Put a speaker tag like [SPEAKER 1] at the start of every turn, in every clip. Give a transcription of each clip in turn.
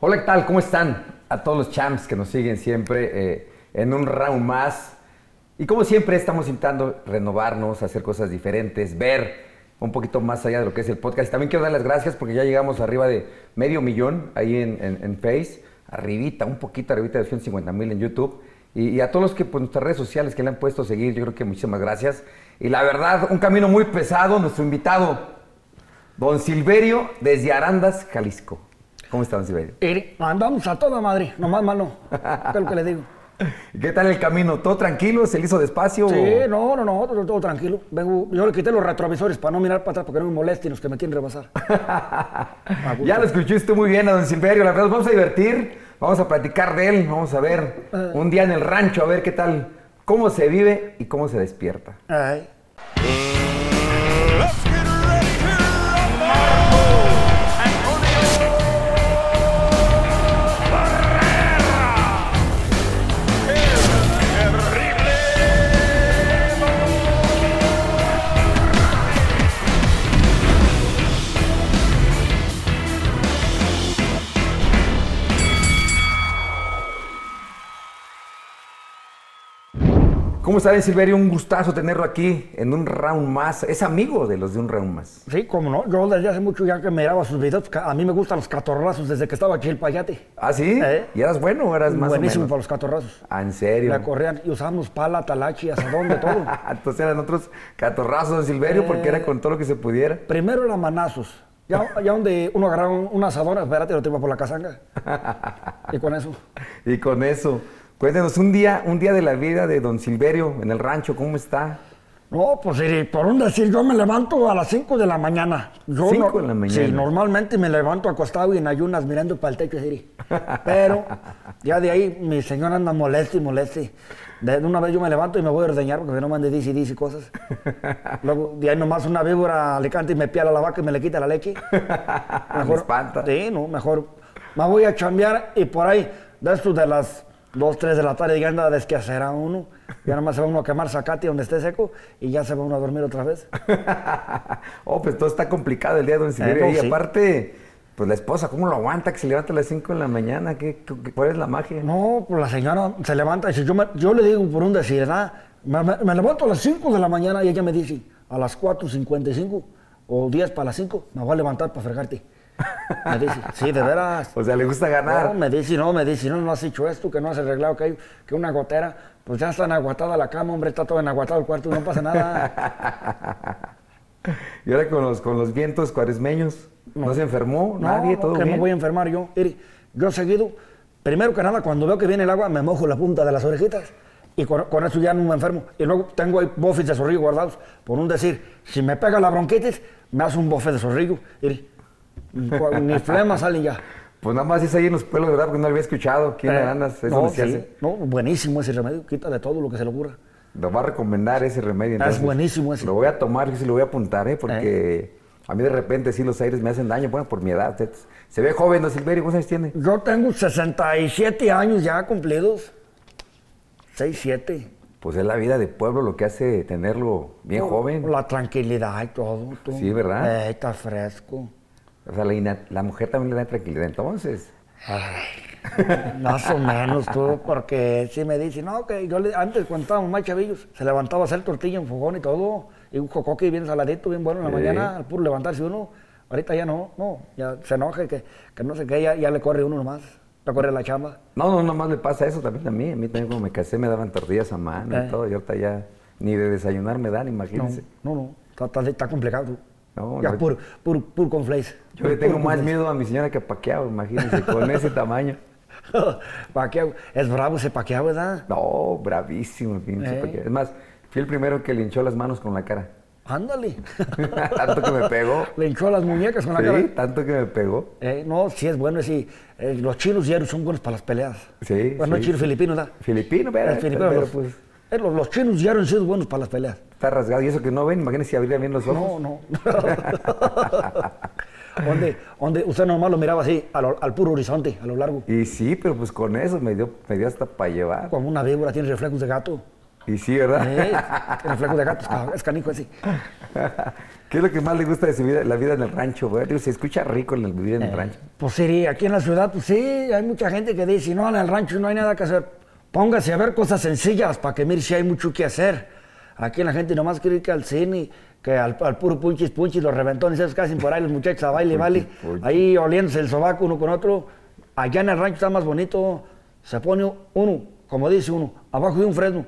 [SPEAKER 1] Hola, ¿qué tal? ¿Cómo están? A todos los champs que nos siguen siempre eh, en un round más. Y como siempre estamos intentando renovarnos, hacer cosas diferentes, ver un poquito más allá de lo que es el podcast. Y también quiero dar las gracias porque ya llegamos arriba de medio millón ahí en, en, en Face, arribita, un poquito arribita de 150 mil en YouTube. Y, y, a todos los que por nuestras redes sociales que le han puesto a seguir, yo creo que muchísimas gracias. Y la verdad, un camino muy pesado, nuestro invitado, don Silverio, desde Arandas, Jalisco. ¿Cómo está, don Silverio?
[SPEAKER 2] Y andamos a toda madre, nomás malo, es lo que le digo.
[SPEAKER 1] ¿Qué tal el camino? ¿Todo tranquilo? ¿Se le hizo despacio?
[SPEAKER 2] Sí, o... no, no, no, todo, todo tranquilo. Vengo, yo le quité los retrovisores para no mirar para atrás, porque no me molesten los que me quieren rebasar.
[SPEAKER 1] ya lo escuchaste muy bien a don Silverio. La verdad, nos vamos a divertir, vamos a platicar de él, vamos a ver eh.
[SPEAKER 2] Ah.
[SPEAKER 1] un día en el rancho, a ver qué tal, cómo se vive y cómo se despierta.
[SPEAKER 2] Ay.
[SPEAKER 1] ¿Cómo está, Silverio? Un gustazo tenerlo aquí en un round más. Es amigo de los de un round más.
[SPEAKER 2] Sí, como no. Yo desde hace mucho ya que miraba sus videos, a mí me gustan los catorrazos desde que estaba aquí el payate.
[SPEAKER 1] ¿Ah, sí? ¿Eh? ¿Y eras bueno o eras más
[SPEAKER 2] Buenísimo
[SPEAKER 1] o menos?
[SPEAKER 2] para los catorrazos.
[SPEAKER 1] ¿Ah, en serio?
[SPEAKER 2] La corrían y usábamos pala, talachi, asadón, de todo.
[SPEAKER 1] Entonces eran otros catorrazos de Silverio eh, porque era con todo lo que se pudiera.
[SPEAKER 2] Primero eran manazos. Ya, ya donde uno agarraba una asadora, espérate, lo tengo por la casanga. y con eso.
[SPEAKER 1] Y con eso. Cuéntenos un día, un día de la vida de don Silverio en el rancho, ¿cómo está?
[SPEAKER 2] No, pues por un decir, yo me levanto a las 5 de la mañana. Yo
[SPEAKER 1] ¿Cinco no, de la mañana?
[SPEAKER 2] Sí, normalmente me levanto acostado y en ayunas mirando para el techo, Siri. Pero ya de ahí mi señora anda molesta y molesta. De una vez yo me levanto y me voy a ordeñar porque no mande dice y dice cosas. Luego de ahí nomás una víbora le canta y me piala la vaca y me le quita la leche.
[SPEAKER 1] Mejor, me espanta.
[SPEAKER 2] Sí, no, mejor me voy a chambear y por ahí, de esto de las dos, tres de la tarde ya anda a desquehacer a uno. Ya nomás se va uno a quemar zacate donde esté seco y ya se va uno a dormir otra vez.
[SPEAKER 1] oh, pues todo está complicado el día de hoy. Eh, no, y sí. aparte, pues la esposa, ¿cómo lo aguanta que se levanta a las 5 de la mañana? ¿Qué, qué, cuál es la magia?
[SPEAKER 2] No, pues la señora se levanta y si yo, me, yo le digo por un decir, ¿verdad? Me, me, me, levanto a las 5 de la mañana y ella me dice, a las 4.55 o 10 para las 5, me voy a levantar para fregarte. Me dice, sí, de veras.
[SPEAKER 1] O sea, le gusta ganar.
[SPEAKER 2] No, me dice, no, me dice, no, no has hecho esto, que no has arreglado, que, hay, que una gotera. Pues ya está enaguatada la cama, hombre, está todo enaguatado el cuarto, y no pasa nada.
[SPEAKER 1] y ahora con los, con los vientos cuaresmeños, ¿no, ¿no se enfermó?
[SPEAKER 2] No,
[SPEAKER 1] Nadie, todo
[SPEAKER 2] que
[SPEAKER 1] bien?
[SPEAKER 2] me voy a enfermar yo. yo seguido, primero que nada, cuando veo que viene el agua, me mojo la punta de las orejitas. Y con, con eso ya no me enfermo. Y luego tengo ahí bofes de zorrillo guardados. Por un decir, si me pega la bronquitis, me hace un bofe de zorrillo. Iri, ni flema salen ya.
[SPEAKER 1] Pues nada más es ahí en los pueblos, ¿verdad? Porque no lo había escuchado. ¿Quién eh, andas?
[SPEAKER 2] Eso no, sí. hace. no, buenísimo ese remedio. Quita de todo lo que se le ocurra.
[SPEAKER 1] Lo va a recomendar ese remedio.
[SPEAKER 2] Entonces, es buenísimo ese.
[SPEAKER 1] Lo voy a tomar y sí lo voy a apuntar, ¿eh? Porque eh. a mí de repente sí los aires me hacen daño. Bueno, por mi edad. ¿eh? Se ve joven, don Silverio. ¿Cuántos años tiene?
[SPEAKER 2] Yo tengo 67 años ya cumplidos. 6, 7
[SPEAKER 1] pues es la vida de pueblo lo que hace tenerlo bien
[SPEAKER 2] no,
[SPEAKER 1] joven.
[SPEAKER 2] La tranquilidad y todo. todo.
[SPEAKER 1] Sí, ¿verdad?
[SPEAKER 2] Eh, está fresco.
[SPEAKER 1] O sea, la, la, mujer también le da tranquilidad, entonces.
[SPEAKER 2] Ay, más o menos tú, porque si me dice, no, que yo le, antes cuando estábamos más chavillos, se levantaba a hacer tortilla en fogón y todo, y un cocoque bien saladito, bien bueno en la sí. mañana, al puro levantarse uno, ahorita ya no, no, ya se enoja, que, que no sé qué, ya, ya le corre uno nomás, le corre la chamba.
[SPEAKER 1] No, no, nomás le pasa eso también a mí, a mí también cuando me casé me daban tortillas a mano eh. y todo, y ahorita ya ni de desayunar me dan, imagínense.
[SPEAKER 2] No, no, no está, está, está complicado tú.
[SPEAKER 1] No,
[SPEAKER 2] ya, no, puro, puro, puro con fleis.
[SPEAKER 1] Yo le tengo más miedo a mi señora que a Paqueado, imagínense, con ese tamaño.
[SPEAKER 2] Paqueado, es bravo ese Paqueado, ¿verdad?
[SPEAKER 1] No, bravísimo, pinche eh. Es más, fui el primero que le hinchó las manos con la cara.
[SPEAKER 2] Ándale.
[SPEAKER 1] tanto que me pegó.
[SPEAKER 2] Le hinchó las muñecas con la
[SPEAKER 1] sí,
[SPEAKER 2] cara.
[SPEAKER 1] Sí, tanto que me pegó.
[SPEAKER 2] Eh, no, sí es bueno, sí. Eh, los chinos ya son buenos para las peleas.
[SPEAKER 1] Sí.
[SPEAKER 2] Bueno,
[SPEAKER 1] sí.
[SPEAKER 2] chinos filipinos, ¿verdad?
[SPEAKER 1] Filipino, pero.
[SPEAKER 2] Filipino, pero, pues. Los, los, chinos ya han sido buenos para las peleas.
[SPEAKER 1] Está rasgado. Y eso que no ven, imagínense si abría bien los ojos.
[SPEAKER 2] No, no. donde, donde usted nomás lo miraba así, al, al, puro horizonte, a lo largo.
[SPEAKER 1] Y sí, pero pues con eso me dio, me dio hasta para llevar.
[SPEAKER 2] Como una víbora tiene reflejos de gato.
[SPEAKER 1] Y sí, ¿verdad?
[SPEAKER 2] Eh, el flaco de gatos, cabrón, es canico así.
[SPEAKER 1] ¿Qué es lo que más le gusta de su vida, la vida en el rancho, güey? Digo, se escucha rico la vida en el rancho.
[SPEAKER 2] Pues sí, aquí en la ciudad, pues sí, hay mucha gente que dice, no, en el rancho no hay nada que hacer. Póngase a ver cosas sencillas para que mire si hay mucho que hacer. Aquí la gente nomás quiere ir que al cine, que al, al puro punchis punchis, los reventones esos casi por ahí, los muchachos a baile, baile,
[SPEAKER 1] punchis.
[SPEAKER 2] ahí oliéndose el sobaco uno con otro. Allá en el rancho está más bonito, se pone uno, como dice uno, abajo de un fresno.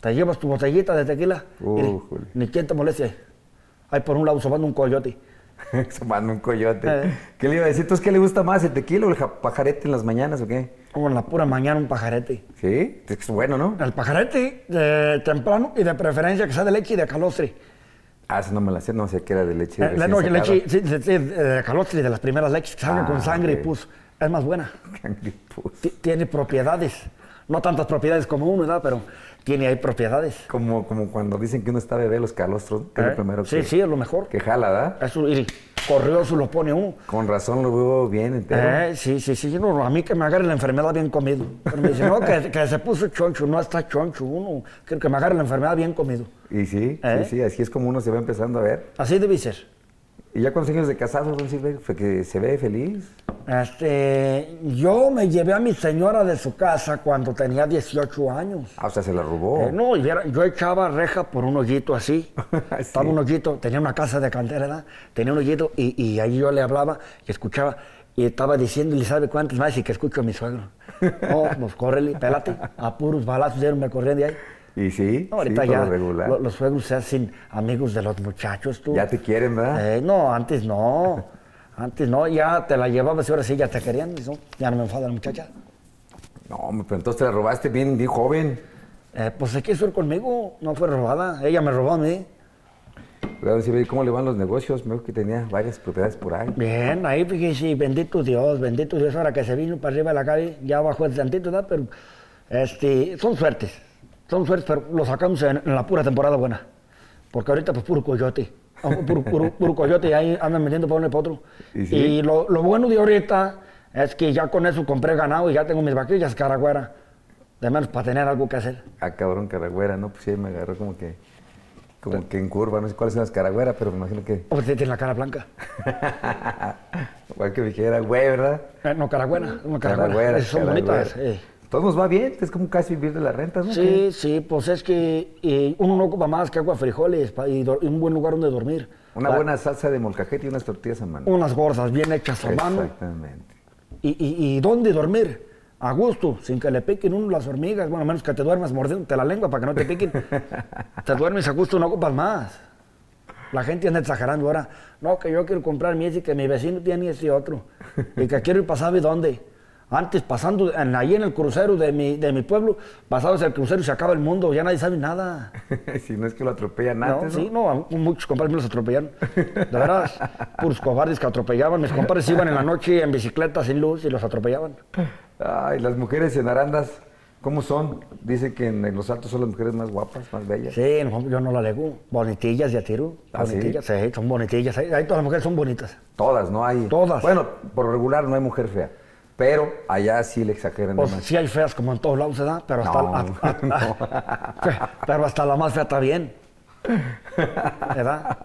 [SPEAKER 2] Te llevas tu botellita de tequila, y
[SPEAKER 1] Ujule.
[SPEAKER 2] ni quien te moleste. Ahí por un lado sobando un coyote.
[SPEAKER 1] Se manda un coyote.
[SPEAKER 2] Eh.
[SPEAKER 1] ¿Qué le iba a decir? ¿Tú qué le gusta más, el tequila o el ja- pajarete en las mañanas o qué?
[SPEAKER 2] O en la pura mañana un pajarete.
[SPEAKER 1] Sí, es que es bueno, ¿no?
[SPEAKER 2] El pajarete, de temprano y de preferencia que sea de leche y de calostre.
[SPEAKER 1] Ah, esa no me la sé, no sé qué era de leche.
[SPEAKER 2] Eh, la
[SPEAKER 1] recién
[SPEAKER 2] no,
[SPEAKER 1] sacada.
[SPEAKER 2] leche, sí, sí, sí, de calostre y de las primeras leches que salen
[SPEAKER 1] Ah,
[SPEAKER 2] con sangre
[SPEAKER 1] ok.
[SPEAKER 2] y pus. Es más buena.
[SPEAKER 1] Cangripus.
[SPEAKER 2] Ti- Tiene propiedades. No tantas propiedades como uno, ¿verdad? Pero tiene ahí propiedades.
[SPEAKER 1] Como, como cuando dicen que uno está bebé, los calostros, que es
[SPEAKER 2] ¿Eh?
[SPEAKER 1] lo primero
[SPEAKER 2] sí,
[SPEAKER 1] que,
[SPEAKER 2] sí, es lo mejor.
[SPEAKER 1] que jala, ¿da?
[SPEAKER 2] Eso, y corrioso lo pone uno.
[SPEAKER 1] Con razón lo veo bien entero.
[SPEAKER 2] Eh, sí, sí, sí. no, a mí que me agarre la enfermedad bien comido. Pero me dice, no, que, que se puso choncho. No está choncho uno. Quiero que me agarre la enfermedad bien comido.
[SPEAKER 1] Y sí,
[SPEAKER 2] ¿Eh?
[SPEAKER 1] sí, sí, así es como uno se va empezando a ver.
[SPEAKER 2] Así debe ser.
[SPEAKER 1] ¿Y ya cuántos años de casado, don Silverio? ¿Fue que se ve feliz?
[SPEAKER 2] Este, yo me llevé a mi señora de su casa cuando tenía 18 años.
[SPEAKER 1] Ah, o sea, se la robó.
[SPEAKER 2] Eh, no, y era- yo echaba reja por un hoyito así. Estaba
[SPEAKER 1] Sí.
[SPEAKER 2] un hoyito, tenía una casa de cantera, ¿verdad? Tenía un hoyito y, y ahí yo le hablaba y escuchaba y estaba diciéndole, ¿sabe cuántas más? Y que escucho a mi suegro. No, pues córrele, pélate. A puros balazos dieron, me corrían de ahí.
[SPEAKER 1] Y sí,
[SPEAKER 2] No, ahorita
[SPEAKER 1] sí, por
[SPEAKER 2] ya
[SPEAKER 1] lo regular.
[SPEAKER 2] lo- los suegros se hacen amigos de los muchachos, tú.
[SPEAKER 1] Ya te quieren, ¿verdad?
[SPEAKER 2] Eh, no, antes no. Antes no, ya te la llevabas y ahora sí ya te querían. ¿no? Ya no me enfada la muchacha.
[SPEAKER 1] No, hombre, pero entonces te la robaste bien, bien joven.
[SPEAKER 2] Eh, pues se quiso ir conmigo, no fue robada. Ella me robó a mí.
[SPEAKER 1] Oiga, don Silverio, ¿cómo le van los negocios? Me dijo que tenía varias propiedades por ahí.
[SPEAKER 2] Bien, ahí fíjese, bendito Dios, bendito Dios, ahora que se vino para arriba de la calle, ya bajó el tantito, ¿verdad? Pero este, son suertes, son suertes, pero lo sacamos en, en la pura temporada buena. Porque ahorita, pues, puro coyote, ah, puro, puro- puro coyote, y ahí andan metiendo para uno y para otro.
[SPEAKER 1] ¿Y sí?
[SPEAKER 2] Y lo, lo bueno de ahorita es que ya con eso compré ganado y ya tengo mis vaquillas, caragüera, de menos para tener algo que hacer.
[SPEAKER 1] Ah, cabrón, caragüera, ¿no? Pues sí, me agarró como que, como que en curva. No sé cuáles son las caragüeras, pero me imagino que...
[SPEAKER 2] O sea, Oh, pues, tiene la cara blanca.
[SPEAKER 1] Igual que dijera, güey, ¿verdad?
[SPEAKER 2] Eh, no, caragüera, no, caragüera,
[SPEAKER 1] Caragüera,
[SPEAKER 2] esas son
[SPEAKER 1] caragüera.
[SPEAKER 2] bonitas. eh.
[SPEAKER 1] Todo nos va bien, es como casi vivir de la renta, ¿no? ¿Qué?
[SPEAKER 2] Sí, sí, pues es que eh, uno no ocupa más que agua, frijoles pa- y, do- y un buen lugar donde dormir.
[SPEAKER 1] Una
[SPEAKER 2] Pa-
[SPEAKER 1] buena salsa de molcajete y unas tortillas a mano.
[SPEAKER 2] Unas gordas bien hechas a mano.
[SPEAKER 1] Exactamente.
[SPEAKER 2] Y, y, y dónde dormir? A gusto, sin que le piquen uno las hormigas. Bueno, a menos que te duermas mordiéndote la lengua para que no te piquen. te duermes a gusto, no ocupas más. La gente anda exagerando ahora. No, que yo quiero comprar mi ese, que mi vecino tiene ese otro. Y que quiero ir para sabe dónde. Antes, pasando en- ahí en el crucero de mi, de mi pueblo, pasados el crucero y se acaba el mundo, ya nadie sabe nada.
[SPEAKER 1] si no es que lo atropellan
[SPEAKER 2] No,
[SPEAKER 1] antes, ¿no?
[SPEAKER 2] sí, no, a- muchos compadres me los atropellaron. De veras, puros cobardes que atropellaban. Mis compadres iban en la noche en bicicleta sin luz y los atropellaban.
[SPEAKER 1] Ay, las mujeres en Arandas, ¿cómo son? Dicen que en Los Altos son las mujeres más guapas, más bellas.
[SPEAKER 2] Sí, no, yo no la lego. Bonitillas de a tiro.
[SPEAKER 1] ¿Ah, sí?
[SPEAKER 2] Bonitillas, sí? son bonitillas. Ahí ahí todas las mujeres son bonitas.
[SPEAKER 1] Todas, ¿no? hay
[SPEAKER 2] Todas.
[SPEAKER 1] Bueno, por lo regular no hay mujer fea. Pero allá sí le exageran de
[SPEAKER 2] Pues
[SPEAKER 1] más.
[SPEAKER 2] sí hay feas como en todos lados, ¿verdad? Pero hasta,
[SPEAKER 1] No,
[SPEAKER 2] a- a- a- pero hasta la más fea está bien. ¿Verdad?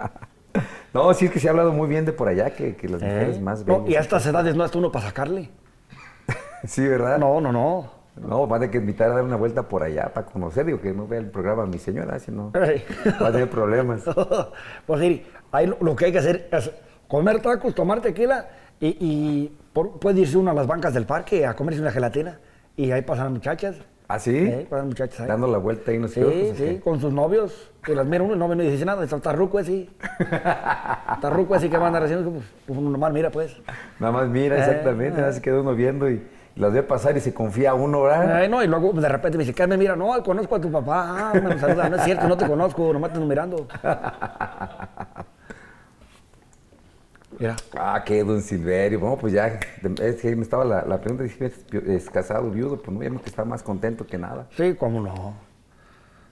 [SPEAKER 1] No, sí es que se ha hablado muy bien de por allá, que, que las mujeres
[SPEAKER 2] ¿Eh?
[SPEAKER 1] más
[SPEAKER 2] No,
[SPEAKER 1] bellas.
[SPEAKER 2] y a estas edades no hasta uno para sacarle.
[SPEAKER 1] Sí, ¿verdad?
[SPEAKER 2] No, no, no.
[SPEAKER 1] No, va a tener que invitar a dar una vuelta por allá para conocer. Digo, que no vea el programa mi señora, si no
[SPEAKER 2] Ey.
[SPEAKER 1] va a tener problemas.
[SPEAKER 2] pues sí, ahí lo, lo que hay que hacer es comer tacos, tomar tequila y, y por- puede irse uno a las bancas del parque a comerse una gelatina y ahí pasan las muchachas.
[SPEAKER 1] ¿Ah, sí?
[SPEAKER 2] Eh, pasan las muchachas ahí.
[SPEAKER 1] Dando la vuelta ahí, no sé. pues
[SPEAKER 2] Sí, sí, con sus novios, que las mira uno y no ven y dice nada, está tarruco así. Tarruco así que van a andar haciendo, pues, pues uno nomás mira pues.
[SPEAKER 1] Nada más mira,
[SPEAKER 2] Eh,
[SPEAKER 1] exactamente. Nada más se queda uno viendo y las ve pasar y se confía uno, ¿verdad?
[SPEAKER 2] Ay, no, y luego de repente me dice, Carmen, mira, no, conozco a tu papá, ah, me saluda, no es cierto, no te conozco, nomás te ando mirando. Mira.
[SPEAKER 1] Ah, qué don Silverio. Bueno, pues ya, de- es que ahí me estaba la, la pregunta, dije, es, pi- es casado, viudo, pues no, ya me que está más contento que nada.
[SPEAKER 2] Sí, cómo no.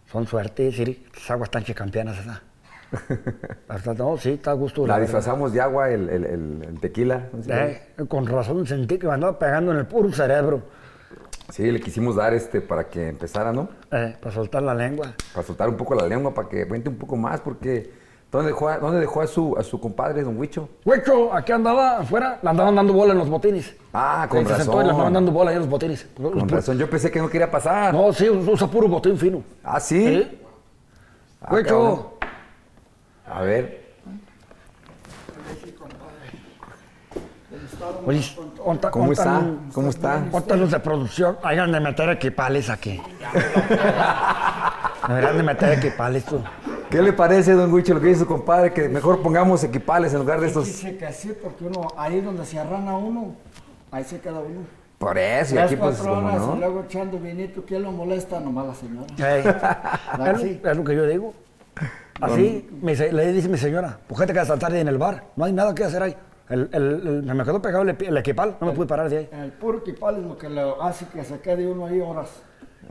[SPEAKER 2] Son suerte, sí. Estas aguas tan chicampianas, ¿verdad? Hasta- no, sí, está a gusto.
[SPEAKER 1] La
[SPEAKER 2] verdad.
[SPEAKER 1] disfrazamos de agua, el, el- el- el tequila. don Silverio.
[SPEAKER 2] Eh, con razón sentí que me andaba pegando en el puro cerebro.
[SPEAKER 1] Sí, le quisimos dar este para que empezara, ¿no?
[SPEAKER 2] Eh, para soltar la lengua.
[SPEAKER 1] Para soltar un poco la lengua, para que cuente un poco más, porque ¿dónde dejó a, dónde dejó a, su, a su compadre, don Huicho?
[SPEAKER 2] Hueco, aquí andaba afuera, le andaban dando bola en los botines.
[SPEAKER 1] Ah, con
[SPEAKER 2] Se sentó y
[SPEAKER 1] razón.
[SPEAKER 2] le andaban dando bola ahí en los botines.
[SPEAKER 1] Con razón, yo pensé que no quería pasar.
[SPEAKER 2] No, ¿Eh? sí, usa puro botín fino.
[SPEAKER 1] ¿Ah, sí?
[SPEAKER 2] ¿Sí?
[SPEAKER 1] Ah, cabrón.
[SPEAKER 2] Hueco,
[SPEAKER 1] A ver,
[SPEAKER 2] oye, onta-
[SPEAKER 1] ¿cómo está?
[SPEAKER 2] ontan-
[SPEAKER 1] ¿Cómo está?
[SPEAKER 2] Ponte los de producción, hagan de meter equipales aquí. Deberían de meter equipales tú.
[SPEAKER 1] ¿Qué le parece, don Huicho, lo que dice su compadre? Que mejor pongamos equipales en lugar de estos.
[SPEAKER 3] Dice que sí, porque uno, ahí donde se arrana uno, ahí se queda uno.
[SPEAKER 1] Por eso, y
[SPEAKER 3] Tres,
[SPEAKER 1] aquí pues
[SPEAKER 3] cuatro
[SPEAKER 1] como
[SPEAKER 3] horas y
[SPEAKER 1] no.
[SPEAKER 3] luego echando vinito, ¿quién lo molesta? Nomás la señora.
[SPEAKER 2] Ey, es,
[SPEAKER 3] sí.
[SPEAKER 2] lo- es lo que yo digo. Así mi se- le dice mi señora, pues gente que hasta tarde en el bar, no hay nada que hacer ahí. El- el- el- me quedó pegado el, epi- el equipal, no me pude parar de ahí.
[SPEAKER 3] El puro equipal es lo que le hace que se quede uno ahí horas.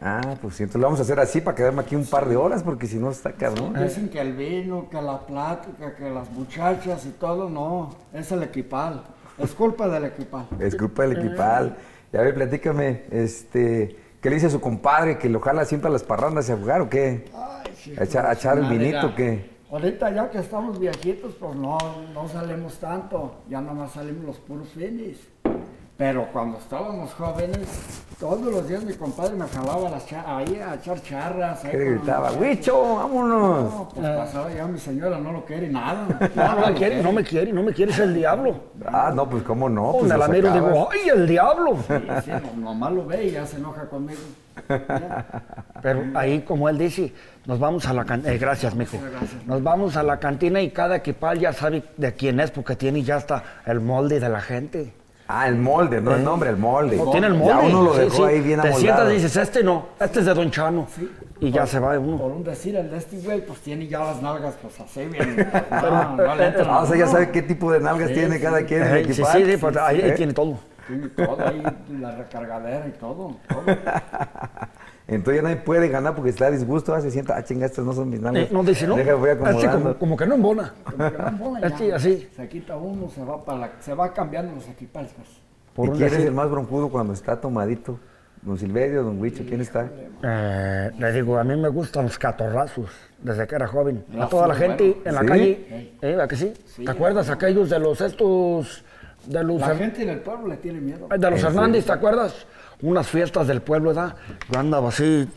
[SPEAKER 1] Ah, pues sí, entonces lo vamos a hacer así para quedarme aquí un par de horas, porque si no está cabrón.
[SPEAKER 3] Dicen que el vino, que la plática, que las muchachas y todo, no, es el equipal. Es culpa del equipal.
[SPEAKER 1] Es culpa del equipal. Y a ver, platícame, este, ¿qué le dice a su compadre? ¿Que lo jala siempre a las parrandas y a jugar o qué?
[SPEAKER 3] Ay, sí, pues,
[SPEAKER 1] ¿A echar, a echar el
[SPEAKER 3] madre,
[SPEAKER 1] vinito
[SPEAKER 3] ya.
[SPEAKER 1] o qué?
[SPEAKER 3] Ahorita ya que estamos viejitos, pues no, no salimos tanto. Ya nomás salimos los puros fines. Pero cuando estábamos jóvenes, todos los días mi compadre me jalaba las cha- ahí a echar charras. ahí
[SPEAKER 1] ¿Qué le
[SPEAKER 3] con-
[SPEAKER 1] gritaba? ¡Huicho, vámonos!
[SPEAKER 3] No, pues pasaba ya mi señora, no lo quiere nada.
[SPEAKER 2] No, no
[SPEAKER 3] lo
[SPEAKER 2] me quiere, no me quiere, no me quiere, es el diablo.
[SPEAKER 1] Ah, no, pues cómo no. Pues
[SPEAKER 2] Donde la
[SPEAKER 1] lo
[SPEAKER 2] miro
[SPEAKER 1] sacabas.
[SPEAKER 2] digo, ¡ay, el diablo!
[SPEAKER 3] Sí, sí, no- nomás lo ve y ya se enoja conmigo. Ya.
[SPEAKER 2] Pero ahí, como él dice, nos vamos a la cantina. gracias, mijo.
[SPEAKER 3] Gracias.
[SPEAKER 2] Nos vamos a la cantina y cada equipal ya sabe de quién es porque tiene ya hasta el molde de la gente.
[SPEAKER 1] Ah, el molde, no el nombre, el molde.
[SPEAKER 2] O Eh. tiene el molde.
[SPEAKER 1] Ya uno lo
[SPEAKER 2] Sí,
[SPEAKER 1] dejó
[SPEAKER 2] sí.
[SPEAKER 1] ahí bien
[SPEAKER 2] Te sientas
[SPEAKER 1] amoldado.
[SPEAKER 2] y dices, este no, este es de Don Chano. Y ya se va uno.
[SPEAKER 3] Por un decir, el de este güey, pues tiene ya las nalgas, pues así bien. pues, No, no le entra
[SPEAKER 1] Ah, o sea, ya
[SPEAKER 3] nada.
[SPEAKER 1] sabe qué tipo de nalgas tiene cada quien en el
[SPEAKER 2] Ey, este sí,
[SPEAKER 1] equipal.
[SPEAKER 2] sí, sí, pues, ahí, ahí
[SPEAKER 1] ¿Eh?
[SPEAKER 2] tiene todo.
[SPEAKER 3] Tiene todo ahí, la recargadera y todo. todo.
[SPEAKER 1] Entonces ya nadie puede ganar porque está a disgusto, ah, se sienta, ah, chinga, estas no son mis nalgas.
[SPEAKER 2] Eh, no dice, ¿no?
[SPEAKER 1] Deja, voy
[SPEAKER 2] Este
[SPEAKER 1] acomodando.
[SPEAKER 2] como, como que no embona.
[SPEAKER 3] Como que no embola
[SPEAKER 2] Así,
[SPEAKER 3] ya.
[SPEAKER 2] así.
[SPEAKER 3] Se quita uno, se va para la- se va cambiando los equipales. pues.
[SPEAKER 2] Por
[SPEAKER 1] ¿Y
[SPEAKER 2] un
[SPEAKER 1] quién es
[SPEAKER 2] decir-
[SPEAKER 1] el más broncudo cuando está tomadito? ¿Don Silverio, don Huicho? ¿Quién está?
[SPEAKER 2] Eh, le digo, a mí me gustan los catorrazos, desde que era joven. A
[SPEAKER 3] Ah,
[SPEAKER 2] toda
[SPEAKER 3] sí,
[SPEAKER 2] la gente
[SPEAKER 3] bueno.
[SPEAKER 2] en la
[SPEAKER 1] Sí.
[SPEAKER 2] calle. ¿Eh? ¿a que sí? ¿Te acuerdas aquellos de los estos, de los,
[SPEAKER 3] La
[SPEAKER 2] Her-
[SPEAKER 3] gente en el pueblo le tiene miedo.
[SPEAKER 2] de los
[SPEAKER 1] ¿En
[SPEAKER 2] Hernández, ¿te acuerdas? Unas fiestas del pueblo, ¿verdad? Yo andaba así,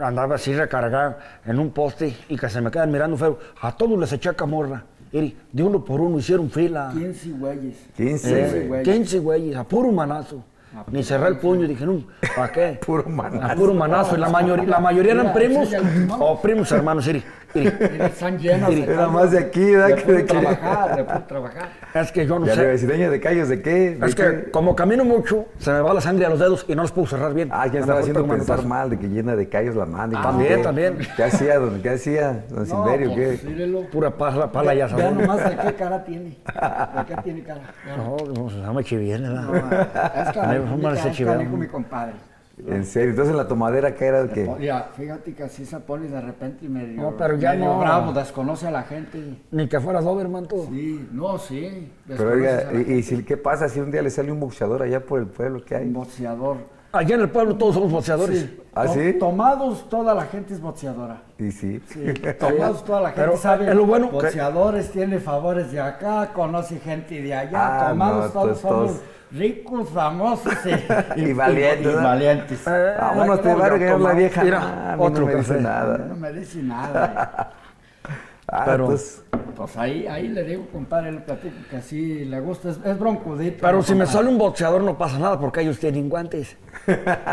[SPEAKER 2] andaba así recargado en un poste y que se me quedan mirando feo. A todos les eché camorra. Y de uno por uno hicieron fila.
[SPEAKER 3] 15 güeyes.
[SPEAKER 1] 15,
[SPEAKER 2] Eh,
[SPEAKER 1] güey.
[SPEAKER 3] güey.
[SPEAKER 2] 15 güeyes, a puro manazo. Ni cerré el puño, dije, no, ¿para qué?
[SPEAKER 1] pues, Puro manazo.
[SPEAKER 2] A puro manazo. Y la, mayoría- la mayoría eran
[SPEAKER 3] Mira,
[SPEAKER 2] primos
[SPEAKER 3] sí, ya lo firmamos.
[SPEAKER 2] o primos hermanos, Siri. Siri,
[SPEAKER 3] Están llenos de
[SPEAKER 1] Era
[SPEAKER 3] callos.
[SPEAKER 1] más de aquí, ¿verdad?
[SPEAKER 3] De
[SPEAKER 1] que
[SPEAKER 3] puro
[SPEAKER 1] de que-
[SPEAKER 3] trabajar, de puro trabajar.
[SPEAKER 2] Es que yo no
[SPEAKER 1] Ya le iba a
[SPEAKER 2] sé.
[SPEAKER 1] decir, "Doña de callos, ¿de qué? ¿De
[SPEAKER 2] Es
[SPEAKER 1] qué?
[SPEAKER 2] que como camino mucho, se me va la sangre a los dedos y no los puedo cerrar bien.
[SPEAKER 1] Ah, ya
[SPEAKER 2] Me
[SPEAKER 1] estaba
[SPEAKER 2] mejor
[SPEAKER 1] haciendo
[SPEAKER 2] pego
[SPEAKER 1] pensar
[SPEAKER 2] manotazo.
[SPEAKER 1] mal de que llena de callos la mano. y que
[SPEAKER 2] También,
[SPEAKER 1] qué.
[SPEAKER 2] también.
[SPEAKER 1] ¿Qué hacía, don, qué hacía, don Silverio?
[SPEAKER 3] No,
[SPEAKER 1] ¿Qué?
[SPEAKER 3] pues, mírelo.
[SPEAKER 2] Pura pala, pala ya
[SPEAKER 3] Vea
[SPEAKER 2] sabes.
[SPEAKER 3] nomás de qué cara tiene. De qué tiene cara. Vea.
[SPEAKER 2] No, no, se llama chiviene,
[SPEAKER 3] No,
[SPEAKER 2] ¿verdad?
[SPEAKER 3] es
[SPEAKER 2] A mí
[SPEAKER 3] canijo,
[SPEAKER 2] me parece
[SPEAKER 3] es
[SPEAKER 2] chivero.
[SPEAKER 3] canijo mi compadre.
[SPEAKER 1] En serio, entonces la tomadera, ¿qué era? ¿Qué?
[SPEAKER 3] Mira, fíjate que así se pone de repente y medio,
[SPEAKER 2] No, pero ya
[SPEAKER 3] medio
[SPEAKER 2] no.
[SPEAKER 3] bravo, desconoce a la gente.
[SPEAKER 2] Ni que fuera Doberman, tú.
[SPEAKER 3] Sí, no, sí.
[SPEAKER 1] Pero
[SPEAKER 3] desconoces
[SPEAKER 1] oiga,
[SPEAKER 3] a la-
[SPEAKER 1] y, y si, ¿qué pasa si un día le sale un boxeador allá por el pueblo? ¿Qué
[SPEAKER 3] un
[SPEAKER 1] hay?
[SPEAKER 3] boxeador.
[SPEAKER 2] Allá en el pueblo todos somos boxeadores.
[SPEAKER 1] ¿Ah,
[SPEAKER 3] To-
[SPEAKER 1] sí?
[SPEAKER 3] Tomados, toda la gente es boxeadora.
[SPEAKER 1] Y sí.
[SPEAKER 3] Tomados, toda la gente
[SPEAKER 2] Pero,
[SPEAKER 3] sabe.
[SPEAKER 2] es lo bueno que-
[SPEAKER 3] boxeadores tiene favores de acá, conoce gente de allá.
[SPEAKER 1] Ah,
[SPEAKER 3] tomados,
[SPEAKER 1] no,
[SPEAKER 3] todos
[SPEAKER 1] todos-
[SPEAKER 3] somos
[SPEAKER 1] todos.
[SPEAKER 3] ricos, famosos y,
[SPEAKER 1] Y valientes,
[SPEAKER 3] y
[SPEAKER 1] ¿no?
[SPEAKER 3] valientes.
[SPEAKER 2] Eh,
[SPEAKER 1] Vámonos, Ah, te va a
[SPEAKER 2] yo
[SPEAKER 1] regalar
[SPEAKER 2] tomo-
[SPEAKER 1] la vieja.
[SPEAKER 2] Mira,
[SPEAKER 1] Ah, a mí
[SPEAKER 2] otro
[SPEAKER 1] no me dice
[SPEAKER 2] café.
[SPEAKER 1] nada.
[SPEAKER 3] No me dice nada.
[SPEAKER 1] Ah,
[SPEAKER 2] Pero-
[SPEAKER 1] pues,
[SPEAKER 3] Pues ahí, ahí le digo, compadre, le platico que así le gusta, es, es broncudito.
[SPEAKER 2] Pero si me
[SPEAKER 3] compadre.
[SPEAKER 2] sale un boxeador no pasa nada porque ellos tienen guantes.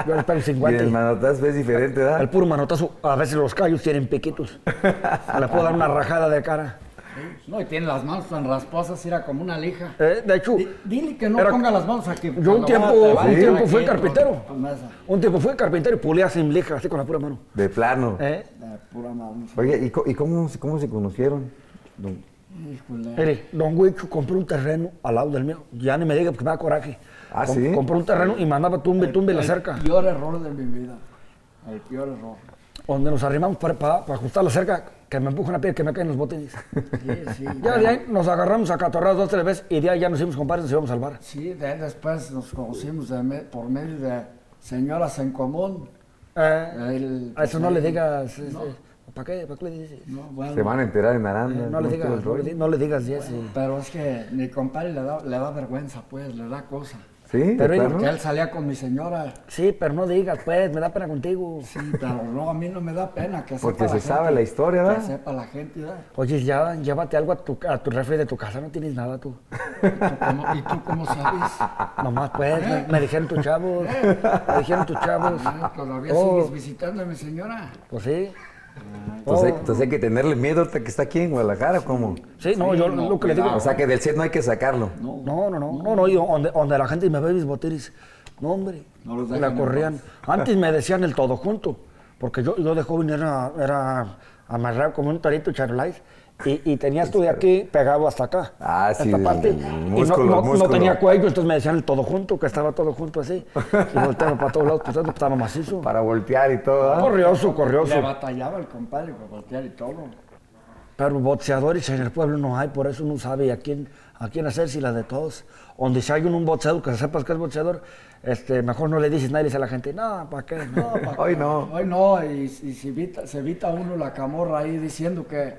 [SPEAKER 2] Yo les pego sin
[SPEAKER 1] y
[SPEAKER 2] guantes.
[SPEAKER 1] el manotazo es diferente, ¿verdad?
[SPEAKER 2] El puro manotazo, a veces los callos tienen piquitos. Le puedo dar una rajada de cara.
[SPEAKER 3] No, y tiene las manos tan rasposas, era como una lija.
[SPEAKER 2] Eh, de hecho,
[SPEAKER 3] Di- dile que no
[SPEAKER 2] Era-
[SPEAKER 3] ponga las manos aquí.
[SPEAKER 2] yo un tiempo, un tiempo fui carpintero.
[SPEAKER 3] De
[SPEAKER 2] Un tiempo fui carpintero y pulía sin lija, así con la pura mano.
[SPEAKER 1] De plano.
[SPEAKER 2] Eh,
[SPEAKER 3] pura mano.
[SPEAKER 1] Oye, ¿y, co- y cómo, se- cómo se conocieron? Don-
[SPEAKER 3] Híjole.
[SPEAKER 2] mire, don Huicho compró un terreno al lado del mío. Ya ni me diga porque me da coraje.
[SPEAKER 1] Ah,
[SPEAKER 2] Com-
[SPEAKER 1] ¿sí?
[SPEAKER 2] Compró un terreno y mandaba tumbe, tumbe la cerca.
[SPEAKER 3] El peor error de mi vida. El peor error.
[SPEAKER 2] Donde nos arrimamos para, para- para ajustar la cerca, que me empuja una piedra que me caen los botines.
[SPEAKER 3] Sí, sí.
[SPEAKER 2] Ya de ahí nos agarramos a catorrados dos, tres veces y de ahí ya nos hicimos compadres y nos íbamos al bar.
[SPEAKER 3] Sí, de ahí después nos conocimos de me- por medio de señoras en común.
[SPEAKER 2] Eh,
[SPEAKER 3] El-
[SPEAKER 2] a eso no le digas. eh,
[SPEAKER 3] No.
[SPEAKER 2] eh, ¿Para qué? ¿Para qué le dices?
[SPEAKER 3] No, bueno,
[SPEAKER 1] Se van a enterar en
[SPEAKER 2] Eh,
[SPEAKER 1] Aranda.
[SPEAKER 2] no, le
[SPEAKER 1] ¿cómo estuvo el
[SPEAKER 2] digas, no, le,
[SPEAKER 1] rollo?
[SPEAKER 2] di- no le digas yes. y-
[SPEAKER 3] Pero es que mi compadre le da, le da vergüenza, pues, le da cosa.
[SPEAKER 1] Sí, de
[SPEAKER 2] Pero ellos
[SPEAKER 1] plano?
[SPEAKER 3] Porque él salía con mi señora.
[SPEAKER 2] Sí, pero no digas, pues, me da pena contigo.
[SPEAKER 3] Sí, pero no, a mí no me da pena que sepa
[SPEAKER 1] Porque
[SPEAKER 3] la
[SPEAKER 1] se sabe
[SPEAKER 3] gente,
[SPEAKER 1] la historia,
[SPEAKER 3] Que
[SPEAKER 1] ¿verdad?
[SPEAKER 3] sepa la gente, ¿verdad?
[SPEAKER 2] Oye, ya llévate algo a tu, a tu refri de tu casa, no tienes nada tú.
[SPEAKER 3] ¿Tú cómo- ¿Y tú cómo sabes?
[SPEAKER 2] Nomás, pues, me, me dijeron tus chavos. Me dijeron tus chavos.
[SPEAKER 3] Ah, Todavía
[SPEAKER 2] Oh,
[SPEAKER 3] sigues Ah, visitando a mi señora.
[SPEAKER 2] Pues sí. Oh.
[SPEAKER 1] Entonces, Pues hay- entonces hay que tenerle miedo hasta que está aquí en Guadalajara, ¿cómo?
[SPEAKER 2] Sí, no, yo
[SPEAKER 3] no,
[SPEAKER 2] lo que le digo.
[SPEAKER 1] O sea que del set no hay que sacarlo.
[SPEAKER 3] No,
[SPEAKER 2] No, no, no, no, no, yo donde, donde la gente me ve mis botiris, no hombre,
[SPEAKER 3] No los
[SPEAKER 2] me
[SPEAKER 3] dejan
[SPEAKER 2] la
[SPEAKER 3] en
[SPEAKER 2] corrían. Antes me decían el todo junto, porque yo, yo de joven era, era amarrado como un torito charolais y, y tenías tú de aquí pegado hasta acá.
[SPEAKER 1] Ah, sí,
[SPEAKER 2] esta
[SPEAKER 1] el
[SPEAKER 2] parte, y no-
[SPEAKER 1] músculo,
[SPEAKER 2] no, no
[SPEAKER 1] músculo.
[SPEAKER 2] tenía cuello, entonces me decían el todo junto, que estaba todo junto así, y volteaba para todos lados, pues eso estaba macizo.
[SPEAKER 1] Para voltear y todo, ¿ah?
[SPEAKER 2] Corrioso,
[SPEAKER 3] le
[SPEAKER 2] corrioso.
[SPEAKER 3] batallaba el compadre para voltear y todo.
[SPEAKER 2] Pero boxeadores en el pueblo no hay, por eso no sabe a quién, a quién hacer si la de todos. Donde si hay un, un boxeador que sepas que es boxeador, este, mejor no le dices nada y dice a la gente, no, ¿para qué? No, pa'
[SPEAKER 1] Hoy no.
[SPEAKER 3] Hoy no, y, y se, evita, se evita uno la camorra ahí diciendo que,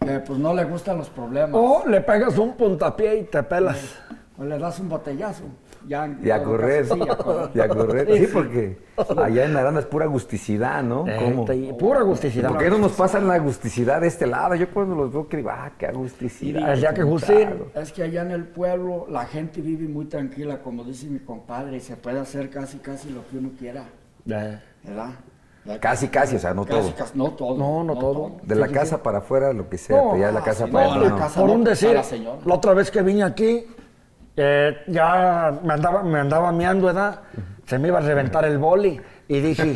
[SPEAKER 3] que, pues no le gustan los problemas.
[SPEAKER 1] Oh,
[SPEAKER 2] O le pegas un puntapié y te pelas.
[SPEAKER 3] O le das un botellazo. Ya, en
[SPEAKER 1] Y a
[SPEAKER 3] todo
[SPEAKER 1] correr.
[SPEAKER 3] caso, sí, a correr.
[SPEAKER 1] Y a correr. Sí, porque allá en Aranda es pura agusticidad, ¿no?
[SPEAKER 2] Eh,
[SPEAKER 1] ¿Cómo?
[SPEAKER 2] te- pura agusticidad.
[SPEAKER 1] ¿Por qué no nos pasan la agusticidad de este lado? Yo cuando los veo que digo, ah, qué
[SPEAKER 2] Y
[SPEAKER 1] agusticidad.
[SPEAKER 2] digo, el día que gusten.
[SPEAKER 3] Es que allá en el pueblo la gente vive muy tranquila, como dice mi compadre, y se puede hacer casi casi lo que uno quiera,
[SPEAKER 2] Eh,
[SPEAKER 3] ¿verdad?
[SPEAKER 1] Casi, casi, o sea, no
[SPEAKER 3] Casi,
[SPEAKER 1] todo.
[SPEAKER 3] casi, no todo.
[SPEAKER 2] No, no todo.
[SPEAKER 1] De la casa para afuera, lo que sea,
[SPEAKER 2] No,
[SPEAKER 1] pero ya de
[SPEAKER 3] ah,
[SPEAKER 1] la casa
[SPEAKER 3] sí,
[SPEAKER 1] para
[SPEAKER 3] no,
[SPEAKER 1] adentro,
[SPEAKER 3] la
[SPEAKER 1] no.
[SPEAKER 3] casa-
[SPEAKER 2] Por un
[SPEAKER 3] no,
[SPEAKER 2] decir,
[SPEAKER 3] la señora.
[SPEAKER 2] la otra vez que vine aquí, eh, ya me andaba, me andaba meando, ¿verdad? Se me iba a reventar el boli. Y dije,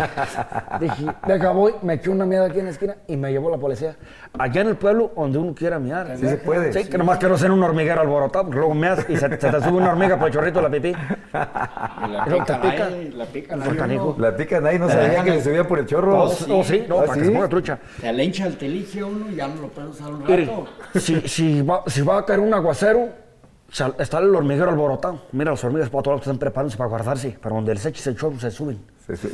[SPEAKER 2] dije, deja voy, me eché una miada aquí en la esquina y me llevó la policía. Allá en el pueblo, donde uno quiera miar.
[SPEAKER 1] Sí se puede.
[SPEAKER 2] Sí, que nomás que no ser un hormiguero alborotado, porque luego meas y se, se te sube una hormiga por el chorrito de la pipí.
[SPEAKER 3] Y la
[SPEAKER 2] Pero te
[SPEAKER 3] pican
[SPEAKER 2] pica.
[SPEAKER 3] ahí, la pican
[SPEAKER 2] Por
[SPEAKER 3] ahí
[SPEAKER 2] canijo.
[SPEAKER 3] uno.
[SPEAKER 1] La pican ahí, no sabía que le subía por el chorro.
[SPEAKER 2] Oh, sí, oh, sí, no,
[SPEAKER 1] ¿Ah,
[SPEAKER 2] para que
[SPEAKER 1] sí?
[SPEAKER 2] se ponga trucha.
[SPEAKER 3] Se le hincha el telige a uno y ya no lo puede usar un
[SPEAKER 2] Mire,
[SPEAKER 3] rato.
[SPEAKER 2] si, si, va, si va a caer un aguacero, sal- está el hormiguero alborotado. Mira, los hormigas para todos lados están preparándose para guardarse, pero donde les eches el chorro se suben.
[SPEAKER 1] Se su-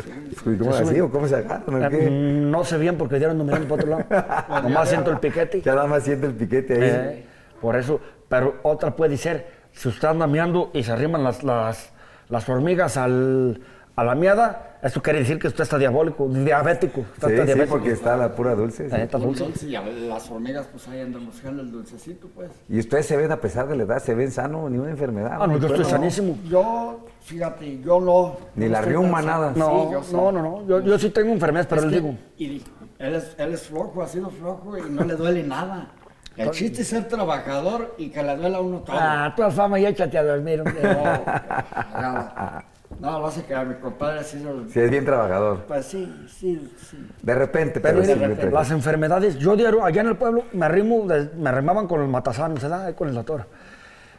[SPEAKER 1] ¿Cómo así? ¿O cómo se agarran? o
[SPEAKER 2] Eh,
[SPEAKER 1] qué?
[SPEAKER 2] No se veían porque dieron mirando para otro lado. Nomás siento el piquete.
[SPEAKER 1] Ya nada más siente el piquete ahí.
[SPEAKER 2] Eh, por eso, pero otra puede ser, si usted anda meando y se arriman las, las, las hormigas al, a la miada, eso quiere decir que usted está diabólico, diabético. Está,
[SPEAKER 1] Sí, sí,
[SPEAKER 2] está diabético.
[SPEAKER 1] porque está la pura dulce. sí.
[SPEAKER 2] Eh, está dulce.
[SPEAKER 3] Entonces, y a las hormigas pues ahí andan buscando el dulcecito, pues.
[SPEAKER 1] Y ustedes se ven, a pesar de la edad, se ven sano, ni una enfermedad.
[SPEAKER 2] Ah, no, yo estoy
[SPEAKER 1] Bueno,
[SPEAKER 2] sanísimo.
[SPEAKER 3] Yo, fíjate, yo no.
[SPEAKER 1] Ni
[SPEAKER 3] no
[SPEAKER 1] la
[SPEAKER 3] estoy
[SPEAKER 1] riuma,
[SPEAKER 3] tan-
[SPEAKER 1] nada.
[SPEAKER 2] No,
[SPEAKER 3] Sí, yo sí.
[SPEAKER 2] no, no, no, Yo, yo sí tengo enfermedades, pero
[SPEAKER 3] Es
[SPEAKER 2] les
[SPEAKER 3] que-
[SPEAKER 2] digo.
[SPEAKER 3] Y di- él es, él es flojo, ha sido flojo y no le duele nada. El chiste es ser trabajador y que le duela a uno todo.
[SPEAKER 2] Ah, tú has fama y échate a dormir. hombre.
[SPEAKER 3] No, nada. no, vas a quedar, mi compadre ha sido...
[SPEAKER 1] Sí, es bien trabajador.
[SPEAKER 3] Pues sí, sí, sí.
[SPEAKER 1] De repente,
[SPEAKER 2] Pero
[SPEAKER 1] pero sí.
[SPEAKER 2] mire,
[SPEAKER 1] mientras-
[SPEAKER 2] las enfermedades, yo diario, allá en el pueblo, me arrimo, de- me arrimaban con el matasanos, ¿verdad? Ahí con el doctor.